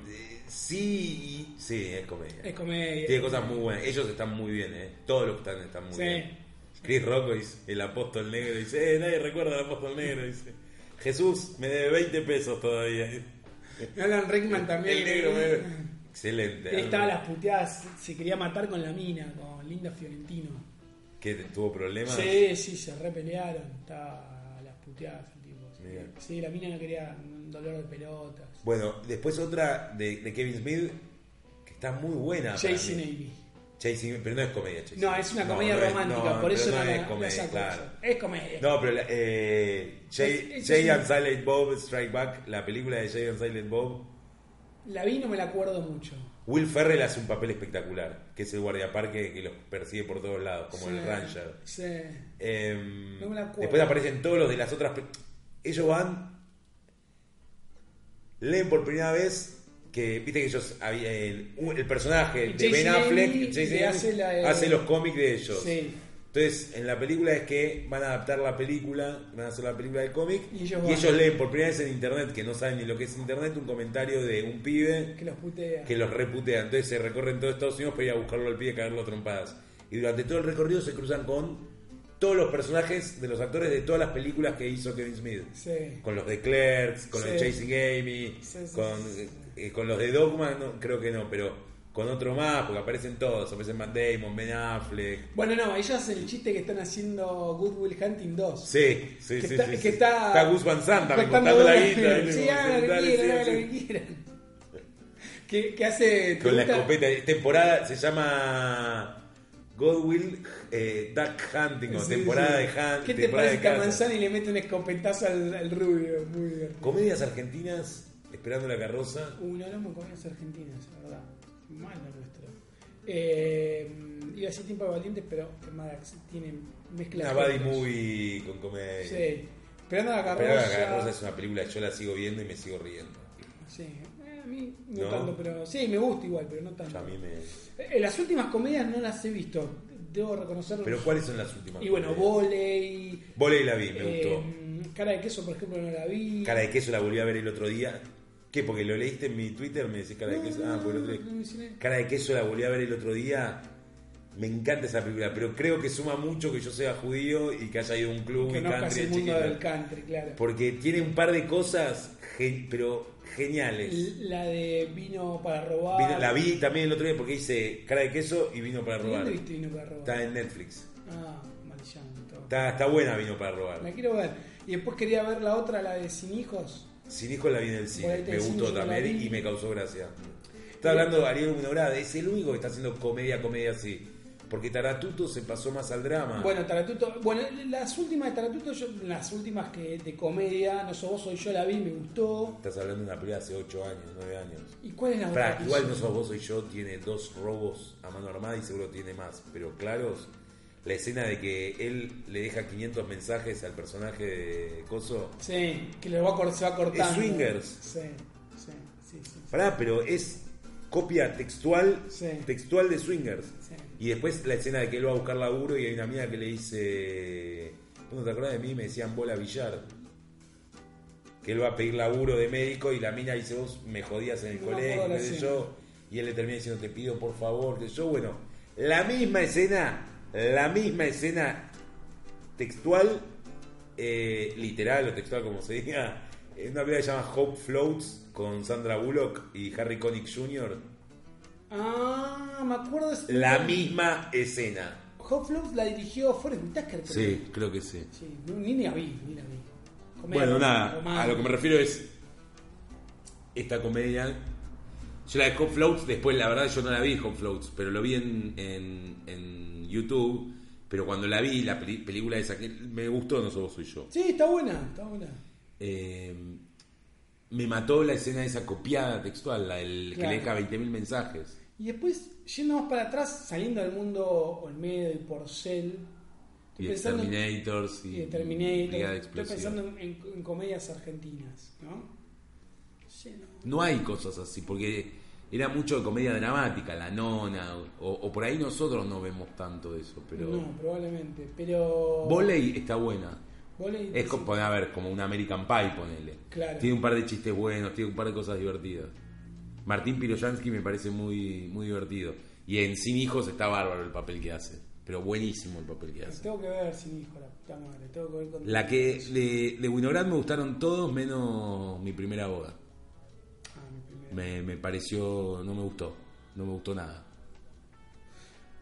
Speaker 2: Sí, y- sí, es comedia.
Speaker 1: Es comedia.
Speaker 2: Tiene cosas muy buenas. Ellos están muy bien, ¿eh? Todos los que están están muy
Speaker 1: Sí.
Speaker 2: bien. Chris Rocco, dice, el apóstol negro, dice, eh, nadie recuerda al apóstol negro, dice. Jesús, me debe 20 pesos todavía.
Speaker 1: Alan Rickman también.
Speaker 2: El negro me debe. Excelente.
Speaker 1: Él estaba a las puteadas, se quería matar con la mina, con Linda Fiorentino.
Speaker 2: ¿Qué? ¿Tuvo problemas?
Speaker 1: Sí, sí, se repelearon, estaba a las puteadas el tipo.
Speaker 2: Mirá.
Speaker 1: Sí, la mina no quería un dolor de pelotas.
Speaker 2: Bueno, después otra de, de Kevin Smith, que está muy buena. Ah, para
Speaker 1: Jason
Speaker 2: mí.
Speaker 1: Amy.
Speaker 2: Chasing- pero no es comedia. Chasing.
Speaker 1: No, es una comedia
Speaker 2: no es-
Speaker 1: romántica,
Speaker 2: no,
Speaker 1: por
Speaker 2: pero
Speaker 1: eso
Speaker 2: no,
Speaker 1: no, la-
Speaker 2: es
Speaker 1: la
Speaker 2: comedia,
Speaker 1: saco
Speaker 2: claro.
Speaker 1: eso. Es comedia.
Speaker 2: No, pero la- eh, Jay,
Speaker 1: Es- es-
Speaker 2: Jay
Speaker 1: es-
Speaker 2: and Silent Bob Strike Back, la película de Jay and Silent Bob,
Speaker 1: La vi no me la acuerdo mucho.
Speaker 2: Will Ferrell hace un papel espectacular, que es el guardiaparque que los persigue por todos lados, como
Speaker 1: Sí,
Speaker 2: el Ranger.
Speaker 1: Sí.
Speaker 2: Em,
Speaker 1: No me la acuerdo.
Speaker 2: después aparecen todos los de las otras. pe- Ellos van. Leen por primera vez que, viste que ellos. había- El, un- el personaje de
Speaker 1: Jason
Speaker 2: Ben Affleck
Speaker 1: Lee
Speaker 2: Jason
Speaker 1: le hace
Speaker 2: Lee,
Speaker 1: la, eh,
Speaker 2: hace los cómics de ellos.
Speaker 1: Sí.
Speaker 2: Entonces, en la película es que van a adaptar la película, van a hacer la película del cómic,
Speaker 1: Y
Speaker 2: y,
Speaker 1: ellos
Speaker 2: ellos,
Speaker 1: van.
Speaker 2: leen por primera vez en internet, que no saben ni lo que es internet, un comentario de un pibe
Speaker 1: Que los putea.
Speaker 2: que los reputean. Entonces se recorren todo Estados Unidos para ir a buscarlo al pibe y caerlo a trompadas. Y durante todo el recorrido se cruzan con todos los personajes de los actores de todas las películas que hizo Kevin Smith.
Speaker 1: Sí.
Speaker 2: Con los de Clerks, con los
Speaker 1: Sí.
Speaker 2: de Chasing Amy,
Speaker 1: Sí, sí,
Speaker 2: con,
Speaker 1: sí,
Speaker 2: eh, con los de Dogma, no, creo que no, pero con otro más, porque aparecen todos. Aparecen Matt Damon, Ben Affleck.
Speaker 1: Bueno, no, ellos hacen el chiste que están haciendo Good Will Hunting 2.
Speaker 2: Sí, sí,
Speaker 1: que
Speaker 2: sí,
Speaker 1: está,
Speaker 2: sí, sí.
Speaker 1: que está,
Speaker 2: Está Gus Van Sant también
Speaker 1: contando
Speaker 2: contando la
Speaker 1: dólares.
Speaker 2: guita. ¿viste?
Speaker 1: Sí,
Speaker 2: Como,
Speaker 1: hagan lo
Speaker 2: dale,
Speaker 1: que
Speaker 2: sí,
Speaker 1: quieran, hagan
Speaker 2: sí.
Speaker 1: lo que quieran. Que, que hace. ¿te
Speaker 2: Con la
Speaker 1: gusta?
Speaker 2: escopeta. Temporada se llama Godwill eh, Duck Hunting o
Speaker 1: Sí,
Speaker 2: temporada
Speaker 1: sí.
Speaker 2: de Hunting.
Speaker 1: ¿Qué te
Speaker 2: temporada
Speaker 1: parece
Speaker 2: de
Speaker 1: que a
Speaker 2: caza.
Speaker 1: Manzani le mete un escopetazo al, al rubio? Muy bien.
Speaker 2: Comedias argentinas esperando la carroza.
Speaker 1: Uy, no hablamos con los argentinos, la verdad. Mal lo nuestro. Eh, iba a decir tiempo de valientes, pero que Maddox tiene mezcla. de
Speaker 2: Una body
Speaker 1: géneros.
Speaker 2: movie con comedia.
Speaker 1: Sí. Esperando a la carroza.
Speaker 2: Esperando la carroza es una película que yo la sigo viendo y me sigo riendo.
Speaker 1: Sí. Eh, a mí no,
Speaker 2: ¿No?
Speaker 1: tanto, pero. Sí, me gusta igual, pero no tanto.
Speaker 2: Yo a mí me...
Speaker 1: Eh, Las últimas comedias no las he visto, debo reconocerlo.
Speaker 2: Pero ¿cuáles son las últimas?
Speaker 1: y bueno, Eh,
Speaker 2: comedias?
Speaker 1: volei.
Speaker 2: Voley la vi, me gustó.
Speaker 1: Cara de queso, por ejemplo, no la vi.
Speaker 2: Cara de queso la volví a ver el otro día. ¿Qué? Porque lo leíste en mi Twitter, me decís cara de
Speaker 1: No,
Speaker 2: queso.
Speaker 1: no,
Speaker 2: Ah, por el
Speaker 1: no,
Speaker 2: otro día.
Speaker 1: no, mencioné.
Speaker 2: Cara de queso la volví a ver el otro día. Me encanta esa película, pero creo que suma mucho que yo sea judío y que haya ido a un club
Speaker 1: Que
Speaker 2: y
Speaker 1: no
Speaker 2: country
Speaker 1: el
Speaker 2: de
Speaker 1: mundo
Speaker 2: chiquito.
Speaker 1: del country, claro.
Speaker 2: Porque tiene un par de cosas, gen- pero geniales.
Speaker 1: La de vino para robar.
Speaker 2: Vino- la vi también el otro día porque hice cara de queso y vino para robar.
Speaker 1: ¿Dónde viste vino para robar?
Speaker 2: Está en Netflix.
Speaker 1: Ah, malillante.
Speaker 2: Está, está buena vino para
Speaker 1: La
Speaker 2: robar.
Speaker 1: quiero ver. Y después quería ver la otra, la de Sin Hijos.
Speaker 2: Sin hijo la vi en el
Speaker 1: Por
Speaker 2: cine.
Speaker 1: ahí te
Speaker 2: Me
Speaker 1: decimos,
Speaker 2: gustó
Speaker 1: yo la
Speaker 2: también
Speaker 1: vi.
Speaker 2: y me causó gracia. Está hablando Ariel Munaurada, es el único que está haciendo comedia, comedia así. Porque Taratuto se pasó más al drama.
Speaker 1: Bueno, Taratuto. Bueno, las últimas de Taratuto, yo- las últimas que de comedia, No sos vos, soy yo, la vi, me gustó.
Speaker 2: Estás hablando de una película hace 8 años, 9 años.
Speaker 1: ¿Y cuál es la otra?
Speaker 2: Pará,
Speaker 1: que
Speaker 2: igual
Speaker 1: hizo?
Speaker 2: no sos vos y yo, tiene dos robos a mano armada y seguro tiene más. Pero claros, la escena de que él le deja 500 mensajes al personaje de Coso.
Speaker 1: Sí, que lo va a cor- se va cortando.
Speaker 2: Es Swingers.
Speaker 1: Sí, sí, sí, sí.
Speaker 2: Pará, pero es copia textual
Speaker 1: Sí.
Speaker 2: textual de Swingers.
Speaker 1: Sí.
Speaker 2: Y después la escena de que él va a buscar laburo y hay una amiga que le dice... ¿Vos no te acordás de mí? Me decían bola billar. Que él va a pedir laburo de médico y la mina dice vos me jodías en el
Speaker 1: No me
Speaker 2: colegio,
Speaker 1: acuerdo la
Speaker 2: qué sé
Speaker 1: escena.
Speaker 2: yo. Y él le termina diciendo te pido por favor, que yo. Bueno, la misma escena, la misma escena textual, eh, literal o textual como se diga, en una película que se llama Hope Floats con Sandra Bullock y Harry Connick Jr.
Speaker 1: Ah, me acuerdo de ese-
Speaker 2: La misma escena.
Speaker 1: Hot Flux la dirigió Forrest Whitaker. creo.
Speaker 2: creo que sí.
Speaker 1: Sí, no, ni, ni la vi, ni la vi. Comedia,
Speaker 2: Bueno,
Speaker 1: romance.
Speaker 2: nada, a lo que me refiero es esta comedia. Yo la de Hot Floats, después la verdad yo no la vi Hot Floats, pero lo vi en, en, en YouTube. Pero cuando la vi, la peli- película esa, que me gustó, no somos soy yo.
Speaker 1: Sí, está buena, está buena.
Speaker 2: Eh, me mató la escena esa copiada textual, la del
Speaker 1: Claro.
Speaker 2: que le deja 20.000 mensajes.
Speaker 1: Y después, yendo más para atrás, saliendo del mundo Olmedo y Porcel,
Speaker 2: Y de
Speaker 1: pensando en-
Speaker 2: Terminators.
Speaker 1: Y de
Speaker 2: Brigada
Speaker 1: Terminator. Estoy
Speaker 2: Explosiva.
Speaker 1: pensando en, en comedias argentinas, ¿no? Sí, no.
Speaker 2: No hay cosas así, porque era mucho de comedia dramática, la nona, o, o por ahí nosotros no vemos tanto de eso, pero...
Speaker 1: No, probablemente. Pero.
Speaker 2: Voley está buena.
Speaker 1: Voley,
Speaker 2: Es como, a ver, como un American Pie, ponele.
Speaker 1: Claro.
Speaker 2: Tiene un par de chistes buenos, tiene un par de cosas divertidas. Martín Piroyansky me parece muy, muy divertido. Y en Sin Hijos está bárbaro el papel que hace, pero buenísimo el papel que
Speaker 1: Pues
Speaker 2: hace.
Speaker 1: Tengo que ver sin hijo, la puta madre. Tengo que ver con.
Speaker 2: La que de, de Winograd me gustaron todos menos mi primera boda.
Speaker 1: Ah, mi primera.
Speaker 2: Me, me pareció, no me gustó, no me gustó nada.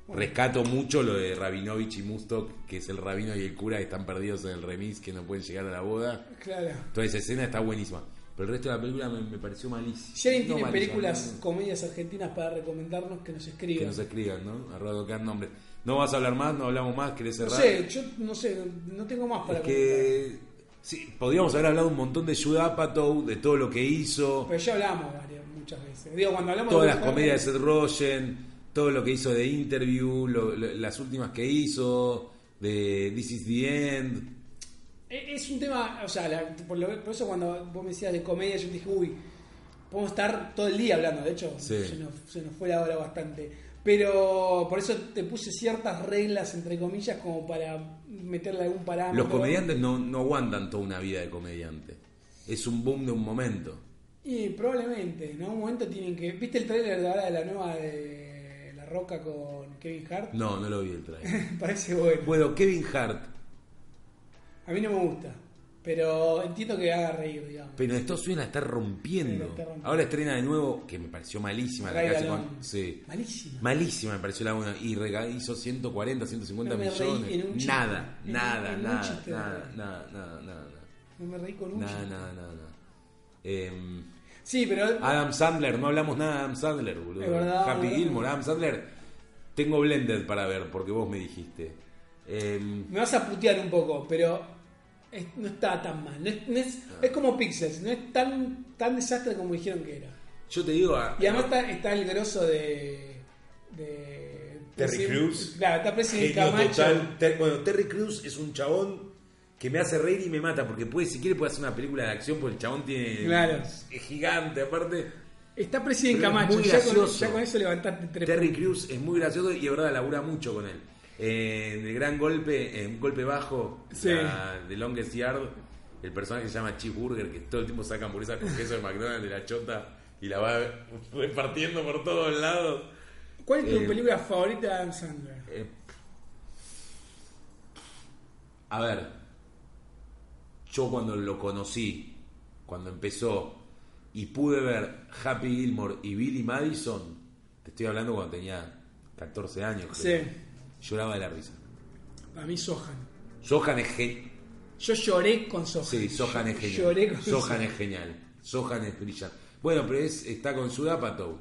Speaker 1: Bueno.
Speaker 2: Rescato mucho lo de Rabinovich y Mustok, que es el rabino y el cura que están perdidos en el remis, que no pueden llegar a la boda.
Speaker 1: Claro.
Speaker 2: Toda esa escena está buenísima. Pero el resto de la película me, me pareció malísimo.
Speaker 1: Si alguien
Speaker 2: No
Speaker 1: tiene
Speaker 2: malísimo,
Speaker 1: películas,
Speaker 2: no,
Speaker 1: comedias argentinas para recomendarnos, que nos
Speaker 2: no. que
Speaker 1: escriban.
Speaker 2: nos escriban, ¿no? A Rodocar nombres. No vas a hablar más, no hablamos más, querés
Speaker 1: No
Speaker 2: cerrar.
Speaker 1: sé, yo no sé, no- no tengo más para
Speaker 2: es que. Sí, podríamos haber hablado un montón de Judapato, de todo lo que hizo.
Speaker 1: Pero ya hablamos varias, muchas veces. Digo, cuando hablamos
Speaker 2: todas
Speaker 1: de
Speaker 2: las
Speaker 1: Woody Allen,
Speaker 2: comedias de Seth Rogen, todo lo que hizo de Interview, lo- lo- las últimas que hizo, de This is the End.
Speaker 1: e- Es un tema, o sea, la- por, lo- por eso cuando vos me decías de comedia, yo dije, uy, podemos estar todo el día hablando. De hecho,
Speaker 2: Sí.
Speaker 1: se, nos, se nos fue la hora bastante. Pero por eso te puse ciertas reglas, entre comillas, como para meterle algún parámetro.
Speaker 2: Los comediantes no, no aguantan toda una vida de comediante. Es un boom de un momento.
Speaker 1: Y probablemente, en algún momento tienen que. ¿Viste el tráiler de ahora de la nueva de La Roca con Kevin Hart? *laughs*
Speaker 2: No, no lo vi el trailer.
Speaker 1: Parece bueno.
Speaker 2: Bueno, Kevin Hart,
Speaker 1: A mí no me gusta, pero entiendo que haga reír, digamos.
Speaker 2: pero en Estados Unidos la está rompiendo.
Speaker 1: Sí, la está rompiendo.
Speaker 2: Ahora estrena de nuevo, que me pareció malísima la
Speaker 1: Ray
Speaker 2: que hace
Speaker 1: Galón.
Speaker 2: con- sí.
Speaker 1: Malísima.
Speaker 2: Malísima me pareció la una. Y rega- hizo 140, 150
Speaker 1: No me reí en un
Speaker 2: millones.
Speaker 1: chiste.
Speaker 2: Nada,
Speaker 1: En-
Speaker 2: nada,
Speaker 1: en un
Speaker 2: nada,
Speaker 1: chiste me
Speaker 2: nada,
Speaker 1: reí.
Speaker 2: nada, nada, nada.
Speaker 1: no me reí con un
Speaker 2: Nada,
Speaker 1: chiste.
Speaker 2: nada, nada, nada. Em,
Speaker 1: Sí, pero.
Speaker 2: Adam Sandler, no hablamos nada de Adam Sandler, boludo.
Speaker 1: Es verdad,
Speaker 2: Happy
Speaker 1: boludo.
Speaker 2: Gilmore, Adam Sandler. Tengo Blended para ver, porque vos me dijiste. Em,
Speaker 1: Me vas a putear un poco, pero. es- no está tan mal. No es, no es- es como Pixels, no es tan, tan desastre como dijeron que era.
Speaker 2: yo te digo. ah,
Speaker 1: Y además está, está el grosso de. de
Speaker 2: Terry
Speaker 1: President-
Speaker 2: Crews.
Speaker 1: Claro, está President
Speaker 2: Genio
Speaker 1: Camacho.
Speaker 2: total. Ter- bueno, Terry Crews es un chabón que me hace reír y me mata, porque puede, si quiere puede hacer una película de acción, porque el chabón tiene
Speaker 1: Claro.
Speaker 2: es gigante, aparte.
Speaker 1: Está President
Speaker 2: Pero es
Speaker 1: Camacho.
Speaker 2: muy
Speaker 1: Ya con,
Speaker 2: gracioso.
Speaker 1: ya con eso levantaste tres
Speaker 2: Terry Crews es muy gracioso y de verdad labura mucho con él. Eh, en el gran golpe, en un golpe bajo,
Speaker 1: Sí.
Speaker 2: la- de Longest Yard, el personaje se llama Cheeseburger, que todo el tiempo saca hamburguesas con queso de McDonald's de la chota y la va repartiendo por todos lados.
Speaker 1: ¿Cuál es tu
Speaker 2: Eh,
Speaker 1: película favorita de Adam Sandler?
Speaker 2: Eh, a ver, yo cuando lo conocí, cuando empezó y pude ver Happy Gilmore y Billy Madison, te estoy hablando cuando tenía 14 años, creo.
Speaker 1: Sí.
Speaker 2: lloraba de la risa.
Speaker 1: Para mí Sohan.
Speaker 2: Sohan es genial.
Speaker 1: Yo lloré con Sohan.
Speaker 2: Sí, Sohan es genial.
Speaker 1: Lloré con
Speaker 2: Sohan es genial. Sohan es brillante. Bueno, pero es, está con Sudapatow.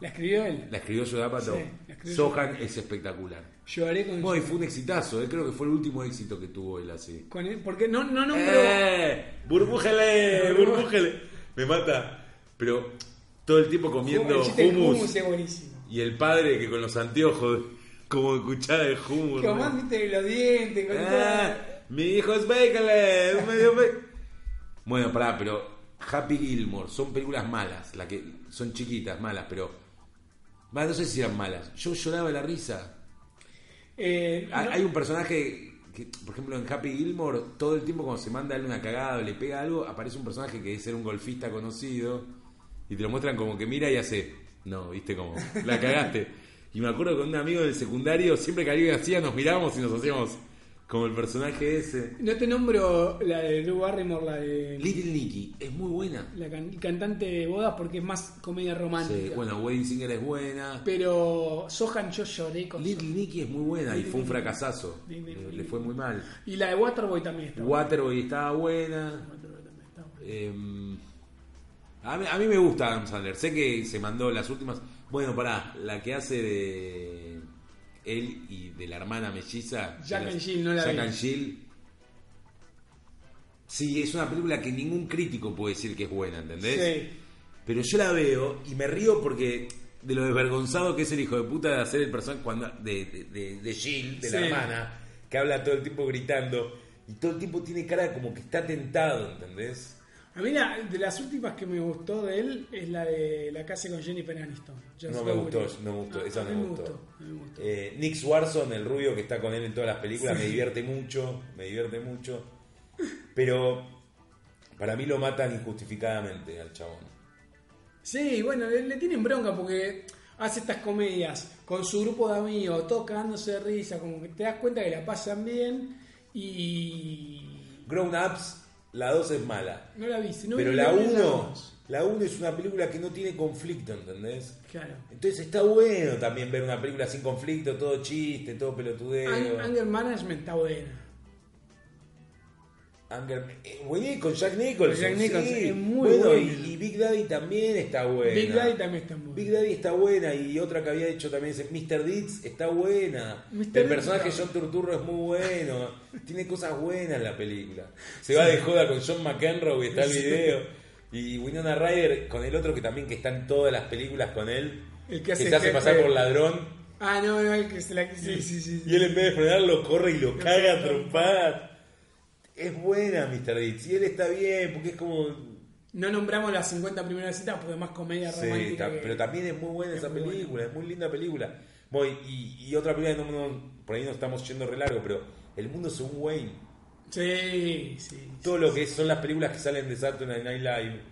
Speaker 1: ¿La escribió él?
Speaker 2: La escribió Sudapatow.
Speaker 1: Sí, la escribió
Speaker 2: Sohan es espectacular.
Speaker 1: Lloré con
Speaker 2: Bueno, y fue un exitazo. eh, Creo que fue el último éxito que tuvo él así.
Speaker 1: con él. Porque no, no, no,
Speaker 2: ¡Eh! ¡Burbújele! ¡Burbújele! Me mata. Pero todo el tiempo
Speaker 1: pero
Speaker 2: comiendo
Speaker 1: el chiste del eh.
Speaker 2: hummus.
Speaker 1: hummus es buenísimo.
Speaker 2: Y el padre que con los anteojos, como escuchaba el hummus.
Speaker 1: Que Omar viste los dientes, con
Speaker 2: ¡Ah!
Speaker 1: todo.
Speaker 2: ¡Mi hijo es Bacale! es medio ba- bueno, pará, pero Happy Gilmore son películas malas. La que son chiquitas, malas, pero. Va, no sé si eran malas. Yo lloraba de la risa.
Speaker 1: Eh,
Speaker 2: Hay,
Speaker 1: no,
Speaker 2: hay un personaje que, por ejemplo, en Happy Gilmore, todo el tiempo cuando se manda a él una cagada o le pega algo, aparece un personaje que es ser un golfista conocido y te lo muestran como que mira y hace, no, viste como, la *laughs* cagaste. Y me acuerdo con un amigo del secundario, siempre que alguien hacía, nos mirábamos y nos hacíamos como el personaje ese.
Speaker 1: no te nombro la de Drew Barrymore, la de
Speaker 2: Little Nicky es muy buena.
Speaker 1: la can- cantante de bodas, porque es más comedia romántica.
Speaker 2: Sí, bueno, Wedding Singer es buena.
Speaker 1: Pero Sohan yo lloré con
Speaker 2: Little Nicky es muy buena y fue un fracasazo.
Speaker 1: Little
Speaker 2: Le,
Speaker 1: Nicky.
Speaker 2: le fue muy mal.
Speaker 1: Sohan. Y la de Waterboy también está. buena.
Speaker 2: Waterboy estaba buena.
Speaker 1: Waterboy también está buena.
Speaker 2: Eh, a, mí, a mí me gusta Adam Sandler. Sé que se mandó las últimas. Bueno, pará, la que hace de él y de la hermana melliza.
Speaker 1: Jack
Speaker 2: de las-
Speaker 1: and Jill, no la
Speaker 2: Jack
Speaker 1: vi.
Speaker 2: and Jill. Sí, es una película que ningún crítico puede decir que es buena, ¿entendés?
Speaker 1: Sí.
Speaker 2: Pero yo la veo y me río porque de lo desvergonzado que es el hijo de puta de hacer el personaje cuando de, de, de- de Jill, de la
Speaker 1: Sí.
Speaker 2: hermana, que habla todo el tiempo gritando y todo el tiempo tiene cara como que está tentado, ¿entendés?
Speaker 1: A mí la, de las últimas que me gustó de él es la de la casa con Jennifer Aniston. Just
Speaker 2: No me
Speaker 1: Go
Speaker 2: gustó,
Speaker 1: With It.
Speaker 2: no me gustó,
Speaker 1: Ah,
Speaker 2: esa
Speaker 1: a
Speaker 2: no
Speaker 1: mí
Speaker 2: me
Speaker 1: me
Speaker 2: gustó.
Speaker 1: a mí me gustó.
Speaker 2: Eh, Nick Swarson, el rubio que está con él en todas las películas, me divierte mucho, me divierte mucho. Pero para mí lo matan injustificadamente al chabón.
Speaker 1: Sí, bueno, le, le tienen bronca porque hace estas comedias con su grupo de amigos, todos cagándose de risa, como que te das cuenta que la pasan bien y...
Speaker 2: Grown Ups, la 2 es mala.
Speaker 1: No la viste, no
Speaker 2: pero
Speaker 1: vi
Speaker 2: la
Speaker 1: vi
Speaker 2: 1,
Speaker 1: dos.
Speaker 2: la 1 es una película que no tiene conflicto, ¿entendés?
Speaker 1: Claro.
Speaker 2: Entonces está bueno también ver una película sin conflicto, todo chiste, todo pelotudeo.
Speaker 1: Ang- Anger Management está buena.
Speaker 2: Anger- eh, Buenísimo, con Jack Nicholson.
Speaker 1: Con Jack
Speaker 2: sí.
Speaker 1: Nicholson, es muy
Speaker 2: Y,
Speaker 1: buena.
Speaker 2: y Big Daddy también está buena.
Speaker 1: Big Daddy también está buena.
Speaker 2: Big Daddy está buena y otra que había hecho también es Mr. Deeds está buena.
Speaker 1: Mr.
Speaker 2: El
Speaker 1: Deeds
Speaker 2: personaje
Speaker 1: está
Speaker 2: John Turturro es muy bueno. Tiene cosas buenas la película. Se va de joda con John McEnroe y está el video. Y Winona Ryder con el otro que también que está en todas las películas con él.
Speaker 1: El que
Speaker 2: que
Speaker 1: hace
Speaker 2: se hace
Speaker 1: jefe.
Speaker 2: pasar por ladrón.
Speaker 1: Ah, no, no, el que se la... Sí, sí, sí.
Speaker 2: Y él en vez de frenarlo corre y lo caga a
Speaker 1: sí.
Speaker 2: trompar. Es buena Mr. Deeds. Y él está bien, porque es como.
Speaker 1: No nombramos las 50 primeras citas porque más comedia
Speaker 2: Sí,
Speaker 1: romántica.
Speaker 2: ta-
Speaker 1: que-
Speaker 2: pero también es muy buena
Speaker 1: es
Speaker 2: esa
Speaker 1: muy buena.
Speaker 2: película, es muy linda película. Voy, y, y otra película, no, no- por ahí nos estamos yendo re largo, pero El Mundo Según Wayne.
Speaker 1: Sí, sí.
Speaker 2: Todo lo que es- son las películas que salen de Saturday Night Live. Hay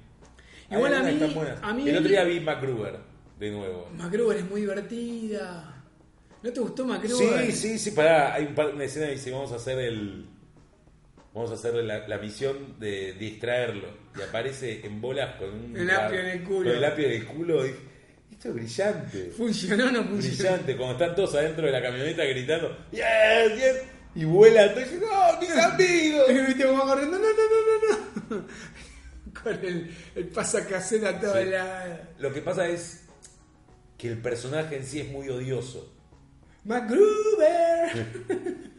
Speaker 1: Igual a
Speaker 2: algunas
Speaker 1: mí-
Speaker 2: que están buenas.
Speaker 1: a mí-
Speaker 2: El otro día vi MacGruber, de nuevo.
Speaker 1: MacGruber es muy divertida. ¿No te gustó MacGruber?
Speaker 2: Sí, sí, sí, pará. Hay un par- una escena que dice, vamos a hacer el... Vamos a hacer la, la misión de distraerlo. Y aparece en bolas con un...
Speaker 1: El apio en el culo.
Speaker 2: Con el apio en el culo. Y- Esto es brillante.
Speaker 1: ¿Funcionó o no *laughs* funcionó?
Speaker 2: brillante, cuando están todos adentro de la camioneta gritando, yes, yes, y vuela todo y dice,
Speaker 1: *laughs*
Speaker 2: no, mis amigos.
Speaker 1: Y viste cómo va corriendo, no, no, no, no, *laughs* no. Con el, el pasacaseta a toda
Speaker 2: Sí.
Speaker 1: la.
Speaker 2: Lo que pasa es que el personaje en sí es muy odioso.
Speaker 1: ¡MacGruber!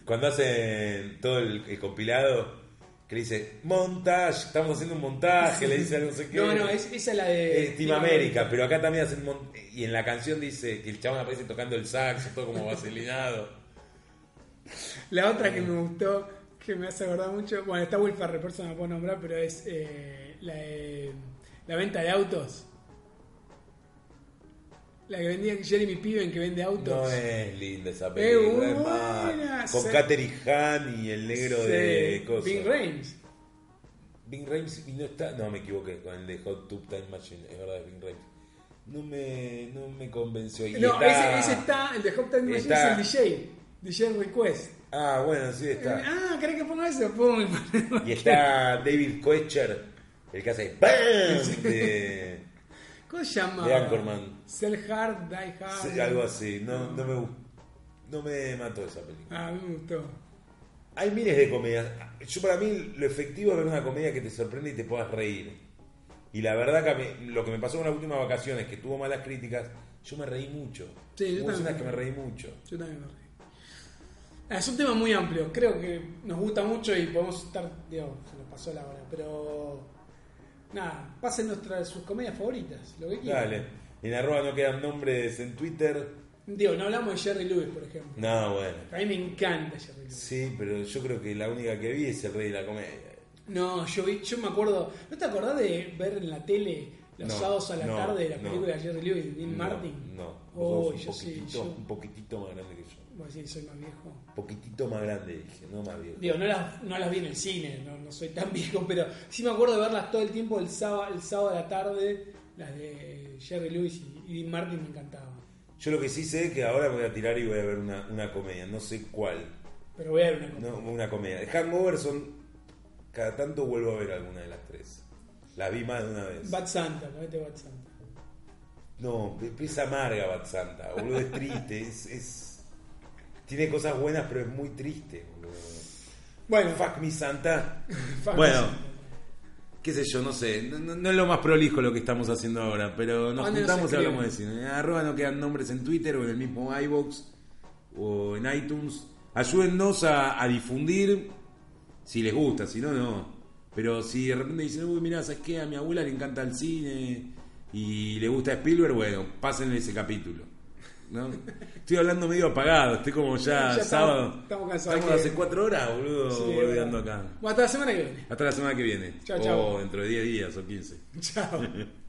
Speaker 2: Cuando hacen todo el, el compilado, que le dice, montage, estamos haciendo un montaje, le dice no sé qué.
Speaker 1: *laughs* No, no, es- eh, esa es la de.
Speaker 2: Es Team América, pero acá también hacen mon- y en la canción dice que el chabón aparece tocando el saxo, todo como vaselinado.
Speaker 1: *laughs* La otra que me gustó, que me hace acordar mucho. Bueno, está Will Ferrell, por eso no la puedo nombrar, pero es eh, la de. La venta de autos. La que vendía Jeremy Piven, que vende autos.
Speaker 2: No es linda esa película,
Speaker 1: Es
Speaker 2: es mala.
Speaker 1: buena,
Speaker 2: Con
Speaker 1: sí.
Speaker 2: Katherine Hahn y el negro
Speaker 1: Sí,
Speaker 2: de cosas.
Speaker 1: Ving Rhames.
Speaker 2: Bing Rames y no está. No, me equivoqué con el de Hot Tub Time Machine, es verdad, es Bing Rames. No me, no me convenció. Y
Speaker 1: No,
Speaker 2: está-
Speaker 1: ese, ese está, el de Hop Time Machine
Speaker 2: está-
Speaker 1: es el DJ. DJ Request.
Speaker 2: Ah, bueno,
Speaker 1: *laughs*
Speaker 2: sí está.
Speaker 1: Ah, ¿crees que ponga eso? Pum.
Speaker 2: Y está David Koecher, el que hace ¡BAM! de-
Speaker 1: *laughs* ¿Cómo se llama?
Speaker 2: De Anchorman.
Speaker 1: Sell Hard, Die Hard.
Speaker 2: sí, algo así. No, no me gu- No me mató esa película.
Speaker 1: Ah, a mí me gustó.
Speaker 2: Hay miles de comedias. Yo para mí lo efectivo es ver una comedia que te sorprende y te puedas reír. Y la verdad que a mí- lo que me pasó con las últimas vacaciones, que tuvo malas críticas, yo me reí mucho.
Speaker 1: Sí, yo
Speaker 2: Hubo
Speaker 1: también.
Speaker 2: escenas que me reí mucho.
Speaker 1: Yo también me reí. Ah, Es un tema muy amplio. Creo que nos gusta mucho y podemos estar. Digo, se nos pasó la hora, pero. Nada, pasen nuestras, sus comedias favoritas, lo que quieran.
Speaker 2: Dale. En arroba no quedan nombres en Twitter.
Speaker 1: Digo, no hablamos de Jerry Lewis, por ejemplo.
Speaker 2: No, bueno.
Speaker 1: A mí me encanta Jerry Lewis.
Speaker 2: Sí, pero yo creo que la única que vi es el rey de la comedia.
Speaker 1: No, yo, vi- yo me acuerdo. ¿No te acordás de ver en la tele los
Speaker 2: No,
Speaker 1: sábados a la
Speaker 2: no,
Speaker 1: tarde la
Speaker 2: no.
Speaker 1: película de Jerry Lewis y Dean
Speaker 2: No,
Speaker 1: Martin?
Speaker 2: No.
Speaker 1: Oh,
Speaker 2: Vos sos
Speaker 1: yo
Speaker 2: un,
Speaker 1: sí,
Speaker 2: poquitito,
Speaker 1: yo.
Speaker 2: un poquitito más grande que yo.
Speaker 1: Vos decís, soy más viejo.
Speaker 2: Un poquitito más grande, dije, no más viejo.
Speaker 1: Digo, no las, no las vi en el cine, no, no soy tan *laughs* viejo, pero sí me acuerdo de verlas todo el tiempo el sábado, el sábado a la tarde, las de Jerry Lewis y, y Dean Martin me encantaban.
Speaker 2: Yo lo que sí sé es que ahora voy a tirar y voy a ver una, una comedia, no sé cuál.
Speaker 1: Pero voy a ver una cosa.
Speaker 2: No, una comedia. De Hangover son. Cada tanto vuelvo a ver alguna de las tres. La vi más de una vez.
Speaker 1: Bad Santa, ponete Bad Santa.
Speaker 2: No, pe- es amarga Bad Santa, boludo, es triste, es, es- Tiene cosas buenas, pero es muy triste, boludo.
Speaker 1: Bueno,
Speaker 2: Fuck me Santa.
Speaker 1: fuck
Speaker 2: Bueno,
Speaker 1: Santa.
Speaker 2: Qué sé yo, no sé. No, no- no es lo más prolijo lo que estamos haciendo ahora, pero nos
Speaker 1: ¿Dónde nos
Speaker 2: juntamos y
Speaker 1: escriben?
Speaker 2: hablamos de cine. En arroba no quedan nombres en Twitter o en el mismo iBox o en iTunes. Ayúdennos a, a difundir si les gusta, si no, no. Pero si de repente dicen, uy, mirá, ¿sabes qué? A mi abuela le encanta el cine y le gusta Spielberg, bueno, pásenle ese capítulo. ¿no? Estoy hablando medio apagado, estoy como ya,
Speaker 1: Ya estamos-
Speaker 2: sábado.
Speaker 1: estamos cansados,
Speaker 2: Estamos
Speaker 1: que-
Speaker 2: hace cuatro horas, boludo,
Speaker 1: Sí,
Speaker 2: boludeando acá.
Speaker 1: Bueno, hasta la semana que viene. *laughs* Oh,
Speaker 2: Hasta la semana que viene.
Speaker 1: Chao, chao.
Speaker 2: O dentro de 10 días o 15.
Speaker 1: Chao.